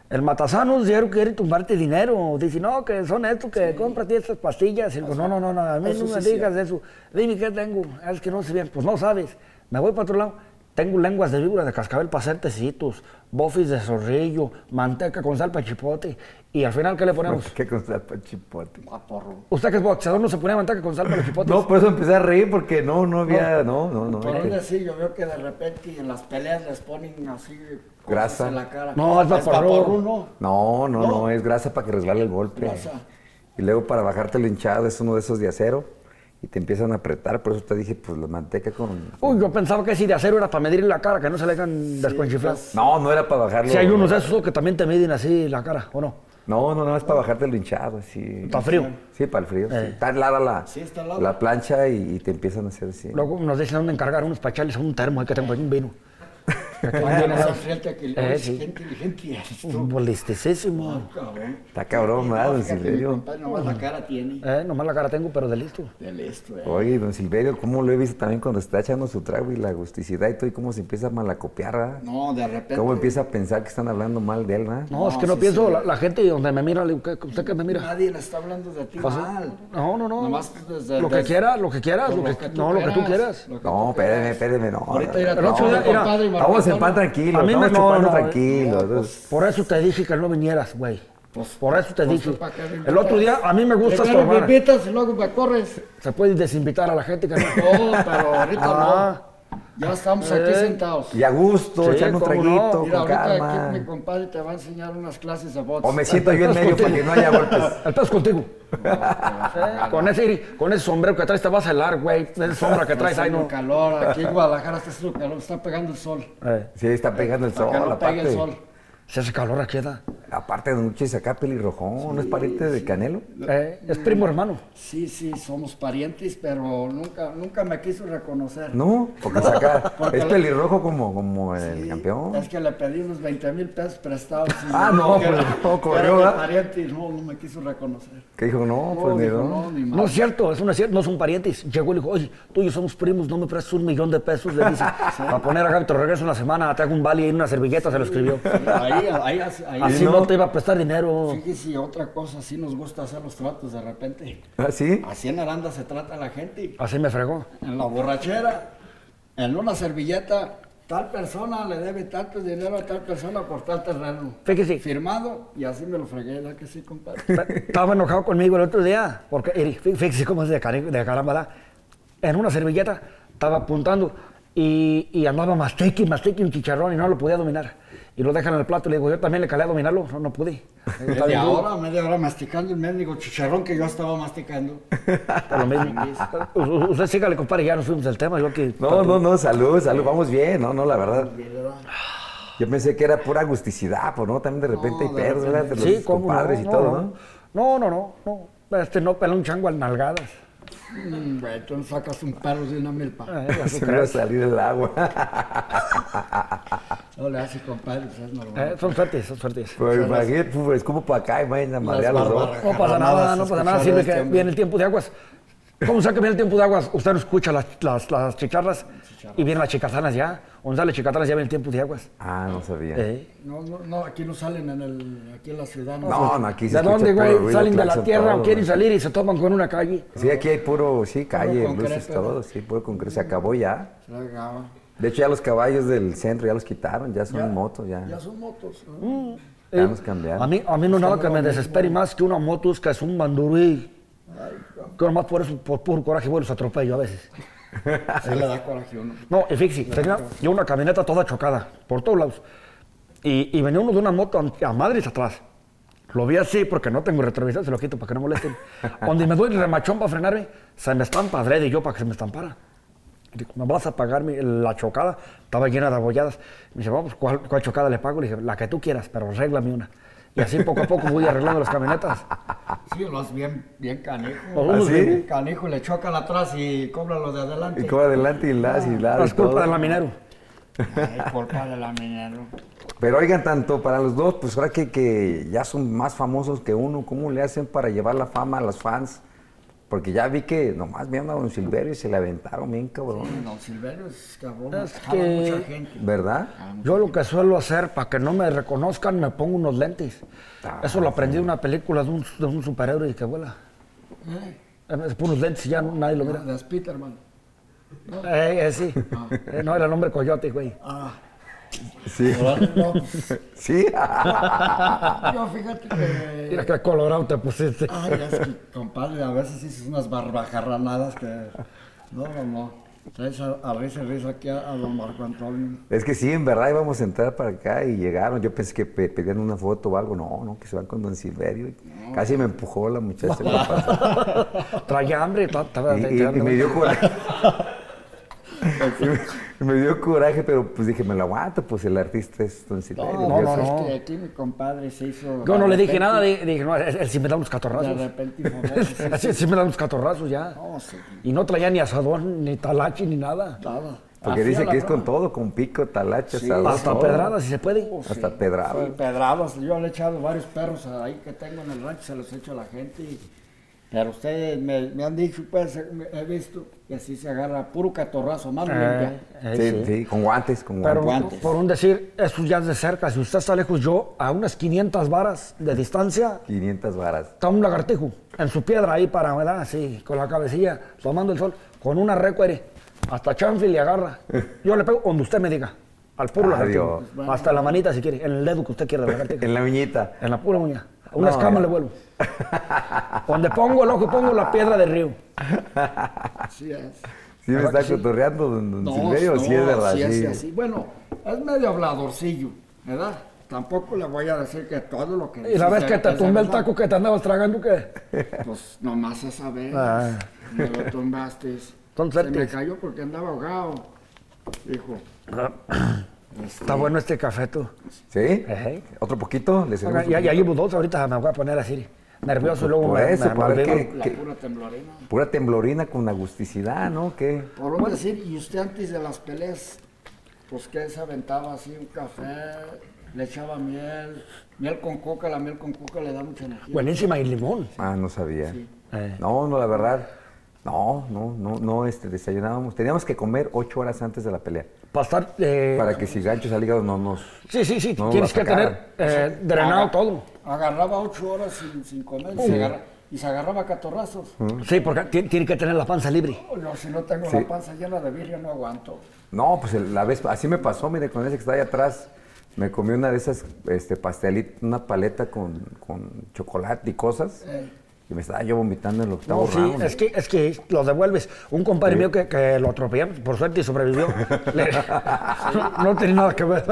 [SPEAKER 2] El matasanos diario quiere tumbarte dinero. Dice, no, que son estos, que cómprate estas pastillas. Y digo, no, no, no, no, a mí
[SPEAKER 3] eso
[SPEAKER 2] no me
[SPEAKER 3] sí es
[SPEAKER 2] digas eso. Dime qué tengo. Es que no sé bien. Pues no sabes. Me voy para otro lado. Tengo lenguas de víbora de cascabel para hacer tecitos, bofis de zorrillo, manteca con sal para chipote. Y al final, ¿qué le ponemos?
[SPEAKER 1] ¿Qué con salpa chipote?
[SPEAKER 3] A porro.
[SPEAKER 2] ¿Usted que es boxeador no se pone manteca con sal para los chipotes?
[SPEAKER 1] No, por eso empecé a reír porque no, no había, no, no, no.
[SPEAKER 3] Por
[SPEAKER 1] hay
[SPEAKER 3] un
[SPEAKER 1] que-
[SPEAKER 3] decir, yo veo que de repente en las peleas les ponen así cosas
[SPEAKER 1] Grasa.
[SPEAKER 3] en la cara.
[SPEAKER 2] No, es vaporru.
[SPEAKER 3] no.
[SPEAKER 1] No, no,
[SPEAKER 3] No.
[SPEAKER 1] no, es grasa para que resbale el golpe.
[SPEAKER 3] Grasa.
[SPEAKER 1] Y luego para bajarte el hinchado es uno de esos de acero y te empiezan a apretar, por eso te dije, pues la manteca con...
[SPEAKER 2] Uy, yo pensaba que si de acero era para medir la cara, que no se le hagan desconchiflar.
[SPEAKER 3] pues,
[SPEAKER 1] No, no era para bajarlo.
[SPEAKER 2] Si hay unos de esos que también te miden así la cara, ¿o no?
[SPEAKER 1] No, no, no, es para bajarte el hinchado, así.
[SPEAKER 2] Está frío.
[SPEAKER 1] Sí, para el frío. sí.
[SPEAKER 2] Eh.
[SPEAKER 1] Está helada la,
[SPEAKER 3] Sí, está helada.
[SPEAKER 1] la plancha y, y te empiezan a hacer así.
[SPEAKER 2] Luego nos dicen dónde encargar unos pachales, un termo, ahí que tengo ahí un vino.
[SPEAKER 3] Oye, no seas gente aquí,
[SPEAKER 2] Eh, sí.
[SPEAKER 3] qué inteligente eres tú.
[SPEAKER 2] Un listicísimo.
[SPEAKER 3] Cabrón.
[SPEAKER 1] Está cabrón, ¿verdad, don
[SPEAKER 3] Fíjate, mi
[SPEAKER 1] Silverio?
[SPEAKER 3] compadre, nomás la cara tiene.
[SPEAKER 2] Eh, nomás la cara tengo, pero de listo.
[SPEAKER 3] Del esto, eh.
[SPEAKER 1] Oye, don Silverio, ¿cómo lo he visto también cuando está echando su trago y la agusticidad y todo, y cómo se empieza a malacopiar, ¿verdad?
[SPEAKER 3] No, de repente.
[SPEAKER 1] ¿Cómo empieza a pensar que están hablando mal de él, ah? ¿verdad?
[SPEAKER 2] No,
[SPEAKER 3] No,
[SPEAKER 2] es que no
[SPEAKER 3] sí,
[SPEAKER 2] pienso,
[SPEAKER 3] sí.
[SPEAKER 2] la, la gente donde me mira, le digo, ¿qué- ¿usted que me mira?
[SPEAKER 3] Nadie le está hablando de ti
[SPEAKER 2] Pues,
[SPEAKER 3] mal.
[SPEAKER 2] No, no, no.
[SPEAKER 3] Nomás pues, desde-
[SPEAKER 2] lo que
[SPEAKER 3] desde-
[SPEAKER 2] quieras, lo que quieras,
[SPEAKER 3] Pues
[SPEAKER 2] lo
[SPEAKER 3] lo
[SPEAKER 2] que,
[SPEAKER 3] que tú
[SPEAKER 2] no, lo que tú
[SPEAKER 3] quieras.
[SPEAKER 2] quieras.
[SPEAKER 3] Lo que
[SPEAKER 1] No,
[SPEAKER 3] tú
[SPEAKER 1] espérame,
[SPEAKER 3] quieras.
[SPEAKER 1] espérame, no.
[SPEAKER 3] Ahorita
[SPEAKER 1] no,
[SPEAKER 3] ya
[SPEAKER 1] no,
[SPEAKER 2] el otro día,
[SPEAKER 1] no,
[SPEAKER 2] mira,
[SPEAKER 1] Estamos en pan
[SPEAKER 3] Marcatón.
[SPEAKER 1] tranquilo,
[SPEAKER 2] A mí me-
[SPEAKER 1] estamos
[SPEAKER 2] no,
[SPEAKER 1] chupando
[SPEAKER 2] no,
[SPEAKER 1] tranquilos. pues,
[SPEAKER 2] Por eso te dije que no vinieras, güey. Pues por eso te
[SPEAKER 3] pues,
[SPEAKER 2] dije.
[SPEAKER 3] ¿para qué me
[SPEAKER 2] El otro
[SPEAKER 3] invitas?
[SPEAKER 2] día a mí me gusta
[SPEAKER 3] Primero me
[SPEAKER 2] estorbar.
[SPEAKER 3] invitas y luego me corres.
[SPEAKER 2] Se puede desinvitar a la gente que
[SPEAKER 3] No, pero ahorita
[SPEAKER 2] Ah.
[SPEAKER 3] no. Ya estamos aquí
[SPEAKER 2] Eh.
[SPEAKER 3] sentados.
[SPEAKER 1] Y a gusto,
[SPEAKER 2] Sí,
[SPEAKER 1] echando un
[SPEAKER 2] cómo no.
[SPEAKER 1] traguito,
[SPEAKER 3] Mira,
[SPEAKER 1] con
[SPEAKER 3] ahorita
[SPEAKER 1] calma.
[SPEAKER 3] aquí mi compadre te va a enseñar unas clases de bots.
[SPEAKER 1] O me siento yo en medio para que no haya golpes.
[SPEAKER 2] El pedo es contigo. Eh, Con ese, con ese sombrero que traes te vas a helar, güey. Esa sombra que traes
[SPEAKER 3] Está
[SPEAKER 2] ahí no.
[SPEAKER 3] haciendo calor, aquí en Guadalajara está haciendo calor, está pegando el sol.
[SPEAKER 2] Eh,
[SPEAKER 1] Sí, está pegando el
[SPEAKER 3] Para
[SPEAKER 1] sol,
[SPEAKER 3] que no pegue
[SPEAKER 1] aparte.
[SPEAKER 3] el sol.
[SPEAKER 2] se hace calor aquí, ¿verdad?
[SPEAKER 1] Aparte de noche se acá pelirrojón, ¿no es pariente de Canelo?
[SPEAKER 2] Eh, es primo hermano.
[SPEAKER 3] Sí, sí, somos parientes, pero nunca, nunca me quiso reconocer.
[SPEAKER 1] No, porque se acá
[SPEAKER 3] Porque
[SPEAKER 1] es
[SPEAKER 3] la-
[SPEAKER 1] pelirrojo como, como el
[SPEAKER 3] Sí,
[SPEAKER 1] campeón.
[SPEAKER 3] Es que le pedí unos 20 mil pesos prestados. y
[SPEAKER 1] Ah, no,
[SPEAKER 3] que era-
[SPEAKER 1] pues, no,
[SPEAKER 3] que era
[SPEAKER 1] corrió,
[SPEAKER 3] mi
[SPEAKER 1] ¿verdad?
[SPEAKER 3] pariente y no, no me quiso reconocer.
[SPEAKER 1] Que dijo, no, pues ni
[SPEAKER 3] dijo,
[SPEAKER 1] no.
[SPEAKER 3] no, ni
[SPEAKER 2] No
[SPEAKER 3] madre.
[SPEAKER 2] es cierto, es una cierta, no son parientes. Llegó y le dijo, oye, tú y yo somos primos, no me prestas un millón de pesos. Le dice, para poner acá, te lo regreso una semana, te hago un vale y una servilleta, se lo escribió.
[SPEAKER 3] Ahí, ahí, ahí.
[SPEAKER 2] Así no te iba a prestar dinero.
[SPEAKER 3] Fíjese, otra cosa, sí nos gusta hacer los tratos de repente.
[SPEAKER 1] ¿Ah, sí?
[SPEAKER 3] Así en Aranda se trata la gente.
[SPEAKER 2] Así me fregó.
[SPEAKER 3] En la borrachera, en una servilleta, tal persona le debe tanto dinero a tal persona por tal terreno.
[SPEAKER 2] Fíjese.
[SPEAKER 3] Firmado, y así me lo fregué, ¿verdad que sí, compadre?
[SPEAKER 2] Estaba enojado conmigo el otro día, porque Eri, fí- fíjese cómo es de, cari- de caramba, ¿verdad? En una servilleta estaba apuntando y, y andaba mastique, mastique un chicharrón y no lo podía dominar. Y lo dejan en el plato y le digo, yo también le calé a dominarlo, no, no pude. Está
[SPEAKER 3] Media
[SPEAKER 2] bien duro.
[SPEAKER 3] hora, media hora masticando el mendigo chicharrón que yo estaba masticando.
[SPEAKER 2] Está lo mismo. U- u- Usted sígale, compadre, ya nos fuimos del tema, yo que...
[SPEAKER 1] No, no, no, salud, salud, vamos bien, no, no, la verdad.
[SPEAKER 3] ¿Verdad?
[SPEAKER 1] Yo pensé que era pura agusticidad, pues no, también de repente
[SPEAKER 3] No,
[SPEAKER 1] hay
[SPEAKER 3] de
[SPEAKER 1] perros, ¿verdad? De los
[SPEAKER 2] Sí, cómo no,
[SPEAKER 1] compadres
[SPEAKER 2] no,
[SPEAKER 1] y todo, ¿no?
[SPEAKER 2] no, no, no, no, no. Este no pela un chango al nalgadas.
[SPEAKER 3] Mm, güey, tú no sacas un perro de una milpa.
[SPEAKER 2] Eh, la
[SPEAKER 1] Se me iba a
[SPEAKER 2] azúcar.
[SPEAKER 1] salir el agua.
[SPEAKER 3] No le hace, compadre, pues es normal.
[SPEAKER 2] Eh, son suertes, son suertes.
[SPEAKER 1] Pues imagínate, pues es como para acá y vayan a marear los dos.
[SPEAKER 3] barbaras.
[SPEAKER 2] No pasa nada, no pasa nada,
[SPEAKER 3] Escuchar
[SPEAKER 2] sirve
[SPEAKER 3] este
[SPEAKER 2] que
[SPEAKER 3] hombre.
[SPEAKER 2] viene el tiempo de aguas. ¿Cómo sabe que viene el tiempo de aguas? Usted no escucha las, las, las chicharras y vienen las chicatanas ya. Donde sale chicatanas ya viene el tiempo de aguas.
[SPEAKER 1] Ah, no sabía.
[SPEAKER 2] Eh,
[SPEAKER 3] No, no, no, aquí no salen en el, aquí en la ciudad.
[SPEAKER 1] No, no, aquí se
[SPEAKER 2] ¿De
[SPEAKER 1] escucha
[SPEAKER 2] dónde,
[SPEAKER 1] todo el
[SPEAKER 2] güey?
[SPEAKER 1] ruido,
[SPEAKER 2] Salen de la
[SPEAKER 1] claxon,
[SPEAKER 2] tierra
[SPEAKER 1] todo,
[SPEAKER 2] o quieren
[SPEAKER 1] güey.
[SPEAKER 2] salir y se toman con una calle.
[SPEAKER 1] Sí, aquí hay puro, sí, calle,
[SPEAKER 3] concreto,
[SPEAKER 1] luces,
[SPEAKER 3] ¿no?
[SPEAKER 1] todo, sí, puro concreto. Se acabó ya.
[SPEAKER 3] Se acaba.
[SPEAKER 1] De hecho, ya los caballos del centro ya los quitaron, ya son
[SPEAKER 3] Ya,
[SPEAKER 1] motos, ya.
[SPEAKER 3] Ya son motos. ¿no?
[SPEAKER 1] Ya
[SPEAKER 2] Eh,
[SPEAKER 1] nos cambiaron.
[SPEAKER 2] A mí, a mí no nada que me desespere más que una moto es que es un mandurí. Que nomás por eso, por puro coraje, voy y los atropello a veces.
[SPEAKER 3] Se le da coraje a uno.
[SPEAKER 2] No, y fíjese, tenía yo una camioneta toda chocada, por todos lados. Y, y venía uno de una moto a, a madres atrás. Lo vi así porque no tengo retrovisor, se lo quito para que no molesten. Donde me doy el remachón para frenarme, se me estampa adrede yo para que se me estampara. Y Digo, ¿me vas a pagar mi- la chocada? Estaba llena de abolladas. Me dice, vamos, ¿cuál, cuál chocada le pago? Le dije, la que tú quieras, pero arréglame una. Y así poco a poco voy arreglando las camionetas.
[SPEAKER 3] Sí, lo hace bien, bien canijo.
[SPEAKER 2] ¿Ah,
[SPEAKER 1] sí?
[SPEAKER 3] Bien Canijo, le choca la atrás y cobra lo de adelante.
[SPEAKER 1] Y como adelante y las y las.
[SPEAKER 2] No es
[SPEAKER 1] Ah, y todo.
[SPEAKER 2] culpa del laminero.
[SPEAKER 3] Ay, culpa de la minero.
[SPEAKER 1] Pero oigan, tanto para los dos, pues ahora que, que ya son más famosos que uno, ¿cómo le hacen para llevar la fama a los fans? Porque ya vi que nomás vieron a Don Silverio y se le aventaron bien cabrón,
[SPEAKER 3] Don Silverio es cabrón,
[SPEAKER 2] Es
[SPEAKER 3] jala
[SPEAKER 2] que-
[SPEAKER 3] mucha gente.
[SPEAKER 1] ¿verdad?
[SPEAKER 2] Yo lo que suelo hacer para que no me reconozcan, me pongo unos lentes.
[SPEAKER 3] Ah,
[SPEAKER 2] Eso lo aprendí de una película de un, de un superhéroe que vuela.
[SPEAKER 3] ¿Eh?
[SPEAKER 2] Eh, Se pone unos lentes y ya no- nadie lo mira.
[SPEAKER 3] De Spiderman.
[SPEAKER 2] Eh, eh, sí. Eh, no, era el hombre coyote, güey.
[SPEAKER 3] Ah,
[SPEAKER 1] Sí.
[SPEAKER 2] Ah.
[SPEAKER 3] no, pues,
[SPEAKER 1] Sí.
[SPEAKER 3] yo fíjate que...
[SPEAKER 2] Mira qué colorado te pusiste.
[SPEAKER 3] Ay, es que, compadre, a veces dices unas barbajarranadas que... No, no, no. Traes a, a risa y risa aquí a, a don Marco Antonio.
[SPEAKER 1] Es que sí, en verdad íbamos a entrar para acá y llegaron. Yo pensé que pe- pedían una foto o algo. No, no, que se van con Don Silverio. Y Casi me empujó la muchacha. me la pasó.
[SPEAKER 2] Traía hambre. ta- ta-
[SPEAKER 1] Y,
[SPEAKER 2] ta-
[SPEAKER 1] y-
[SPEAKER 2] ta-
[SPEAKER 1] y me dio coraje. Y me, me dio coraje, pero pues dije, me lo aguanto, pues el artista es Don Silverio. yo
[SPEAKER 2] no, no,
[SPEAKER 1] sé.
[SPEAKER 3] pues,
[SPEAKER 2] no.
[SPEAKER 3] Es que aquí mi compadre se hizo...
[SPEAKER 2] Yo no
[SPEAKER 3] de
[SPEAKER 2] le dije
[SPEAKER 3] repente-
[SPEAKER 2] nada, di- dije, no, él, él sí me da unos
[SPEAKER 3] De
[SPEAKER 2] catorrazos.
[SPEAKER 3] repente, famoso.
[SPEAKER 2] Así sí me da unos catorrazos ya.
[SPEAKER 3] No, sí,
[SPEAKER 2] Y no traía ni asadón, ni talachi, ni nada.
[SPEAKER 3] nada.
[SPEAKER 1] Porque
[SPEAKER 3] Así a
[SPEAKER 1] dice
[SPEAKER 3] la
[SPEAKER 1] que es con
[SPEAKER 3] broma.
[SPEAKER 1] todo, con pico, talacha, asadón,
[SPEAKER 2] Hasta
[SPEAKER 1] todo.
[SPEAKER 2] pedradas, si se puede. Eh,
[SPEAKER 1] Hasta
[SPEAKER 3] Sí,
[SPEAKER 1] pedradas.
[SPEAKER 3] sí, pedradas. Yo le he echado varios perros ahí que tengo en el rancho, se los he hecho a la gente. y- pero ustedes me, me han dicho, pues, me- he visto que así se agarra puro catorrazo, mano
[SPEAKER 2] Eh,
[SPEAKER 3] limpia.
[SPEAKER 2] eh,
[SPEAKER 1] Sí, sí, con guantes, con
[SPEAKER 2] Pero
[SPEAKER 1] guantes.
[SPEAKER 3] guantes.
[SPEAKER 2] por un decir, eso ya es de cerca. Si usted está lejos, yo a unas 500 varas de distancia,
[SPEAKER 1] 500 varas.
[SPEAKER 2] está un lagartijo en su piedra ahí para, ¿verdad? Así, con la cabecilla, tomando el sol, con una recuere, hasta Chanfil le agarra. Yo le pego donde usted me diga, al puro
[SPEAKER 1] Ah,
[SPEAKER 2] lagartijo.
[SPEAKER 1] Dios.
[SPEAKER 2] Hasta la manita si quiere, en el dedo que usted quiera, del lagartijo.
[SPEAKER 1] En la uñita.
[SPEAKER 2] en la pura uña. Una
[SPEAKER 1] No,
[SPEAKER 2] escama
[SPEAKER 1] ya.
[SPEAKER 2] le vuelvo. Donde pongo el ojo, pongo la piedra del río.
[SPEAKER 3] Así es.
[SPEAKER 1] ¿Sí me
[SPEAKER 2] ¿Verdad
[SPEAKER 1] está
[SPEAKER 2] que sí?
[SPEAKER 1] cotorreando, don, don
[SPEAKER 3] No,
[SPEAKER 1] Silverio?
[SPEAKER 3] no,
[SPEAKER 1] sí, es verdad.
[SPEAKER 3] sí es
[SPEAKER 1] sí.
[SPEAKER 3] así. Bueno, es medio habladorcillo, ¿verdad? Tampoco le voy a decir que todo lo que...
[SPEAKER 2] Y la
[SPEAKER 3] dice
[SPEAKER 2] vez
[SPEAKER 3] sea-
[SPEAKER 2] que te
[SPEAKER 3] es
[SPEAKER 2] tumbé el
[SPEAKER 3] verdad.
[SPEAKER 2] taco que te andabas tragando, ¿qué?
[SPEAKER 3] Pues nomás esa vez.
[SPEAKER 2] Ah.
[SPEAKER 3] Me lo tumbaste.
[SPEAKER 2] Son
[SPEAKER 3] Se me
[SPEAKER 2] certis.
[SPEAKER 3] cayó porque andaba ahogado. Dijo. este,
[SPEAKER 2] Está bueno este café, tú.
[SPEAKER 1] ¿Sí?
[SPEAKER 2] Ejé.
[SPEAKER 1] ¿Otro poquito? ¿Le servimos
[SPEAKER 2] Oiga,
[SPEAKER 1] un
[SPEAKER 2] ya, ya
[SPEAKER 1] poquito?
[SPEAKER 2] llevo dos, ahorita me voy a poner así. Nervioso y luego
[SPEAKER 1] Por
[SPEAKER 2] me,
[SPEAKER 1] eso,
[SPEAKER 2] me
[SPEAKER 1] para ver
[SPEAKER 2] malvivo.
[SPEAKER 1] qué-
[SPEAKER 3] La
[SPEAKER 1] qué-
[SPEAKER 3] pura temblorina.
[SPEAKER 1] Pura temblorina con agusticidad, ¿no? ¿Qué?
[SPEAKER 3] Por decir, y usted antes de las peleas, pues que se aventaba así un café, le echaba miel, miel con coca, la miel con coca le da mucha energía.
[SPEAKER 2] Buenísima y limón.
[SPEAKER 1] Ah, no sabía.
[SPEAKER 2] Eh.
[SPEAKER 1] No, no, la verdad. No, no, no, no, este, desayunábamos. Teníamos que comer ocho horas antes de la pelea.
[SPEAKER 2] Para estar. eh,
[SPEAKER 1] Para que si ganchos al hígado no nos.
[SPEAKER 2] Sí, sí, sí.
[SPEAKER 1] No,
[SPEAKER 2] tienes que
[SPEAKER 1] para
[SPEAKER 2] tener eh, drenado
[SPEAKER 3] Agar-
[SPEAKER 2] todo.
[SPEAKER 3] Agarraba ocho horas sin, sin comer y, se agarra- y se agarraba a catorrazos.
[SPEAKER 2] Sí, porque ti- tiene que tener la panza libre.
[SPEAKER 3] Oh, Yo si no tengo
[SPEAKER 1] Mm. Sí.
[SPEAKER 3] la panza llena de birria no aguanto.
[SPEAKER 1] No, pues el- la vez, así me pasó, mire, con ese que está ahí atrás. Me comí una de esas este, pastelitas, una paleta con, con chocolate y cosas.
[SPEAKER 2] Eh.
[SPEAKER 1] Y me estaba yo vomitando en el octavo
[SPEAKER 2] No, sí,
[SPEAKER 1] round.
[SPEAKER 2] es que, es que lo devuelves. Un compadre mío que, que lo atropellamos, por suerte, y sobrevivió. Le- no, no tiene nada que ver.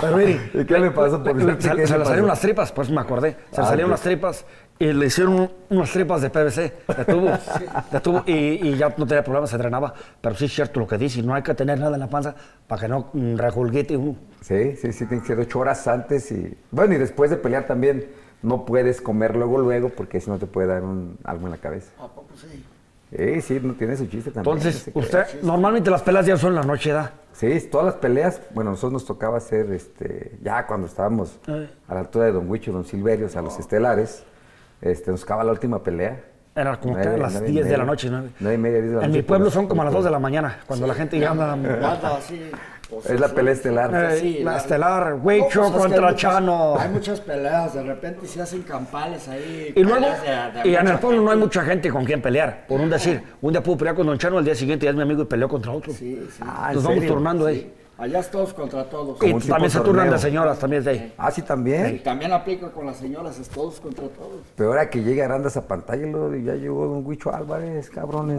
[SPEAKER 2] Pero mire,
[SPEAKER 1] ¿Y qué le pasó, por
[SPEAKER 2] le-
[SPEAKER 1] suerte,
[SPEAKER 2] se,
[SPEAKER 1] qué
[SPEAKER 2] se
[SPEAKER 1] le
[SPEAKER 2] le
[SPEAKER 1] pasó?
[SPEAKER 2] salieron las tripas, pues me acordé. Se
[SPEAKER 1] Ah,
[SPEAKER 2] le salieron
[SPEAKER 1] ok.
[SPEAKER 2] las tripas y le hicieron un- unas tripas de PVC, de tubo, de tubo, y, y ya no tenía problema, se drenaba. Pero sí es cierto lo que dice, no hay que tener nada en la panza para que no mm, rejulguite uno.
[SPEAKER 1] Sí, sí, sí, tiene que ser ocho horas antes y. Bueno, y después de pelear también no puedes comer luego, luego, porque si no te puede dar un- algo en la cabeza.
[SPEAKER 3] ¿A poco sí?
[SPEAKER 1] Sí, sí, no tiene su chiste también.
[SPEAKER 2] Entonces,
[SPEAKER 1] no se crea.
[SPEAKER 2] usted, normalmente las pelas ya son en la noche, ¿da?
[SPEAKER 1] Sí, todas las peleas, bueno, a nosotros nos tocaba hacer, este, ya cuando estábamos a la altura de Don Huicho, Don Silverio, o sea, los estelares, este, nos tocaba la última pelea.
[SPEAKER 2] Era como que
[SPEAKER 1] Nueve,
[SPEAKER 2] a las
[SPEAKER 1] nueve y
[SPEAKER 2] 10 de la
[SPEAKER 1] media.
[SPEAKER 2] noche, ¿no?
[SPEAKER 1] Nueve y media, diez de la
[SPEAKER 2] En
[SPEAKER 1] noche,
[SPEAKER 2] mi pueblo
[SPEAKER 1] pero-
[SPEAKER 2] son como a las 2 de la mañana, cuando la gente ya anda.
[SPEAKER 3] Nada, sí. Pues,
[SPEAKER 1] Es la
[SPEAKER 3] sí.
[SPEAKER 1] pelea estelar.
[SPEAKER 2] Eh,
[SPEAKER 3] Sí,
[SPEAKER 2] la
[SPEAKER 3] la-
[SPEAKER 2] estelar, Huicho
[SPEAKER 3] No, pues, es que hay
[SPEAKER 2] contra
[SPEAKER 3] muchas-
[SPEAKER 2] Chano.
[SPEAKER 3] Hay muchas peleas, de repente se hacen campales ahí.
[SPEAKER 2] Y luego,
[SPEAKER 3] peleas de- de
[SPEAKER 2] y en el
[SPEAKER 3] mucha
[SPEAKER 2] pueblo no hay
[SPEAKER 3] gente. Ah.
[SPEAKER 2] mucha gente con quien pelear. Por un decir, un día puedo pelear con Don Chano, al día siguiente ya es mi amigo y peleó contra otro.
[SPEAKER 3] Sí, sí.
[SPEAKER 1] Ah, ¿en
[SPEAKER 2] Nos vamos
[SPEAKER 1] serio?
[SPEAKER 2] turnando
[SPEAKER 3] Sí,
[SPEAKER 2] ahí.
[SPEAKER 3] Allá es todos contra todos.
[SPEAKER 1] Como
[SPEAKER 2] Y
[SPEAKER 1] un tipo
[SPEAKER 2] también se turnan
[SPEAKER 1] torneo.
[SPEAKER 2] las señoras, también es de ahí.
[SPEAKER 1] Ah, sí, también.
[SPEAKER 3] Y también aplica con las señoras, es todos contra todos.
[SPEAKER 1] Pero ahora que llega Arandas a pantalla, luego ya llegó Don Huicho Álvarez, cabrones.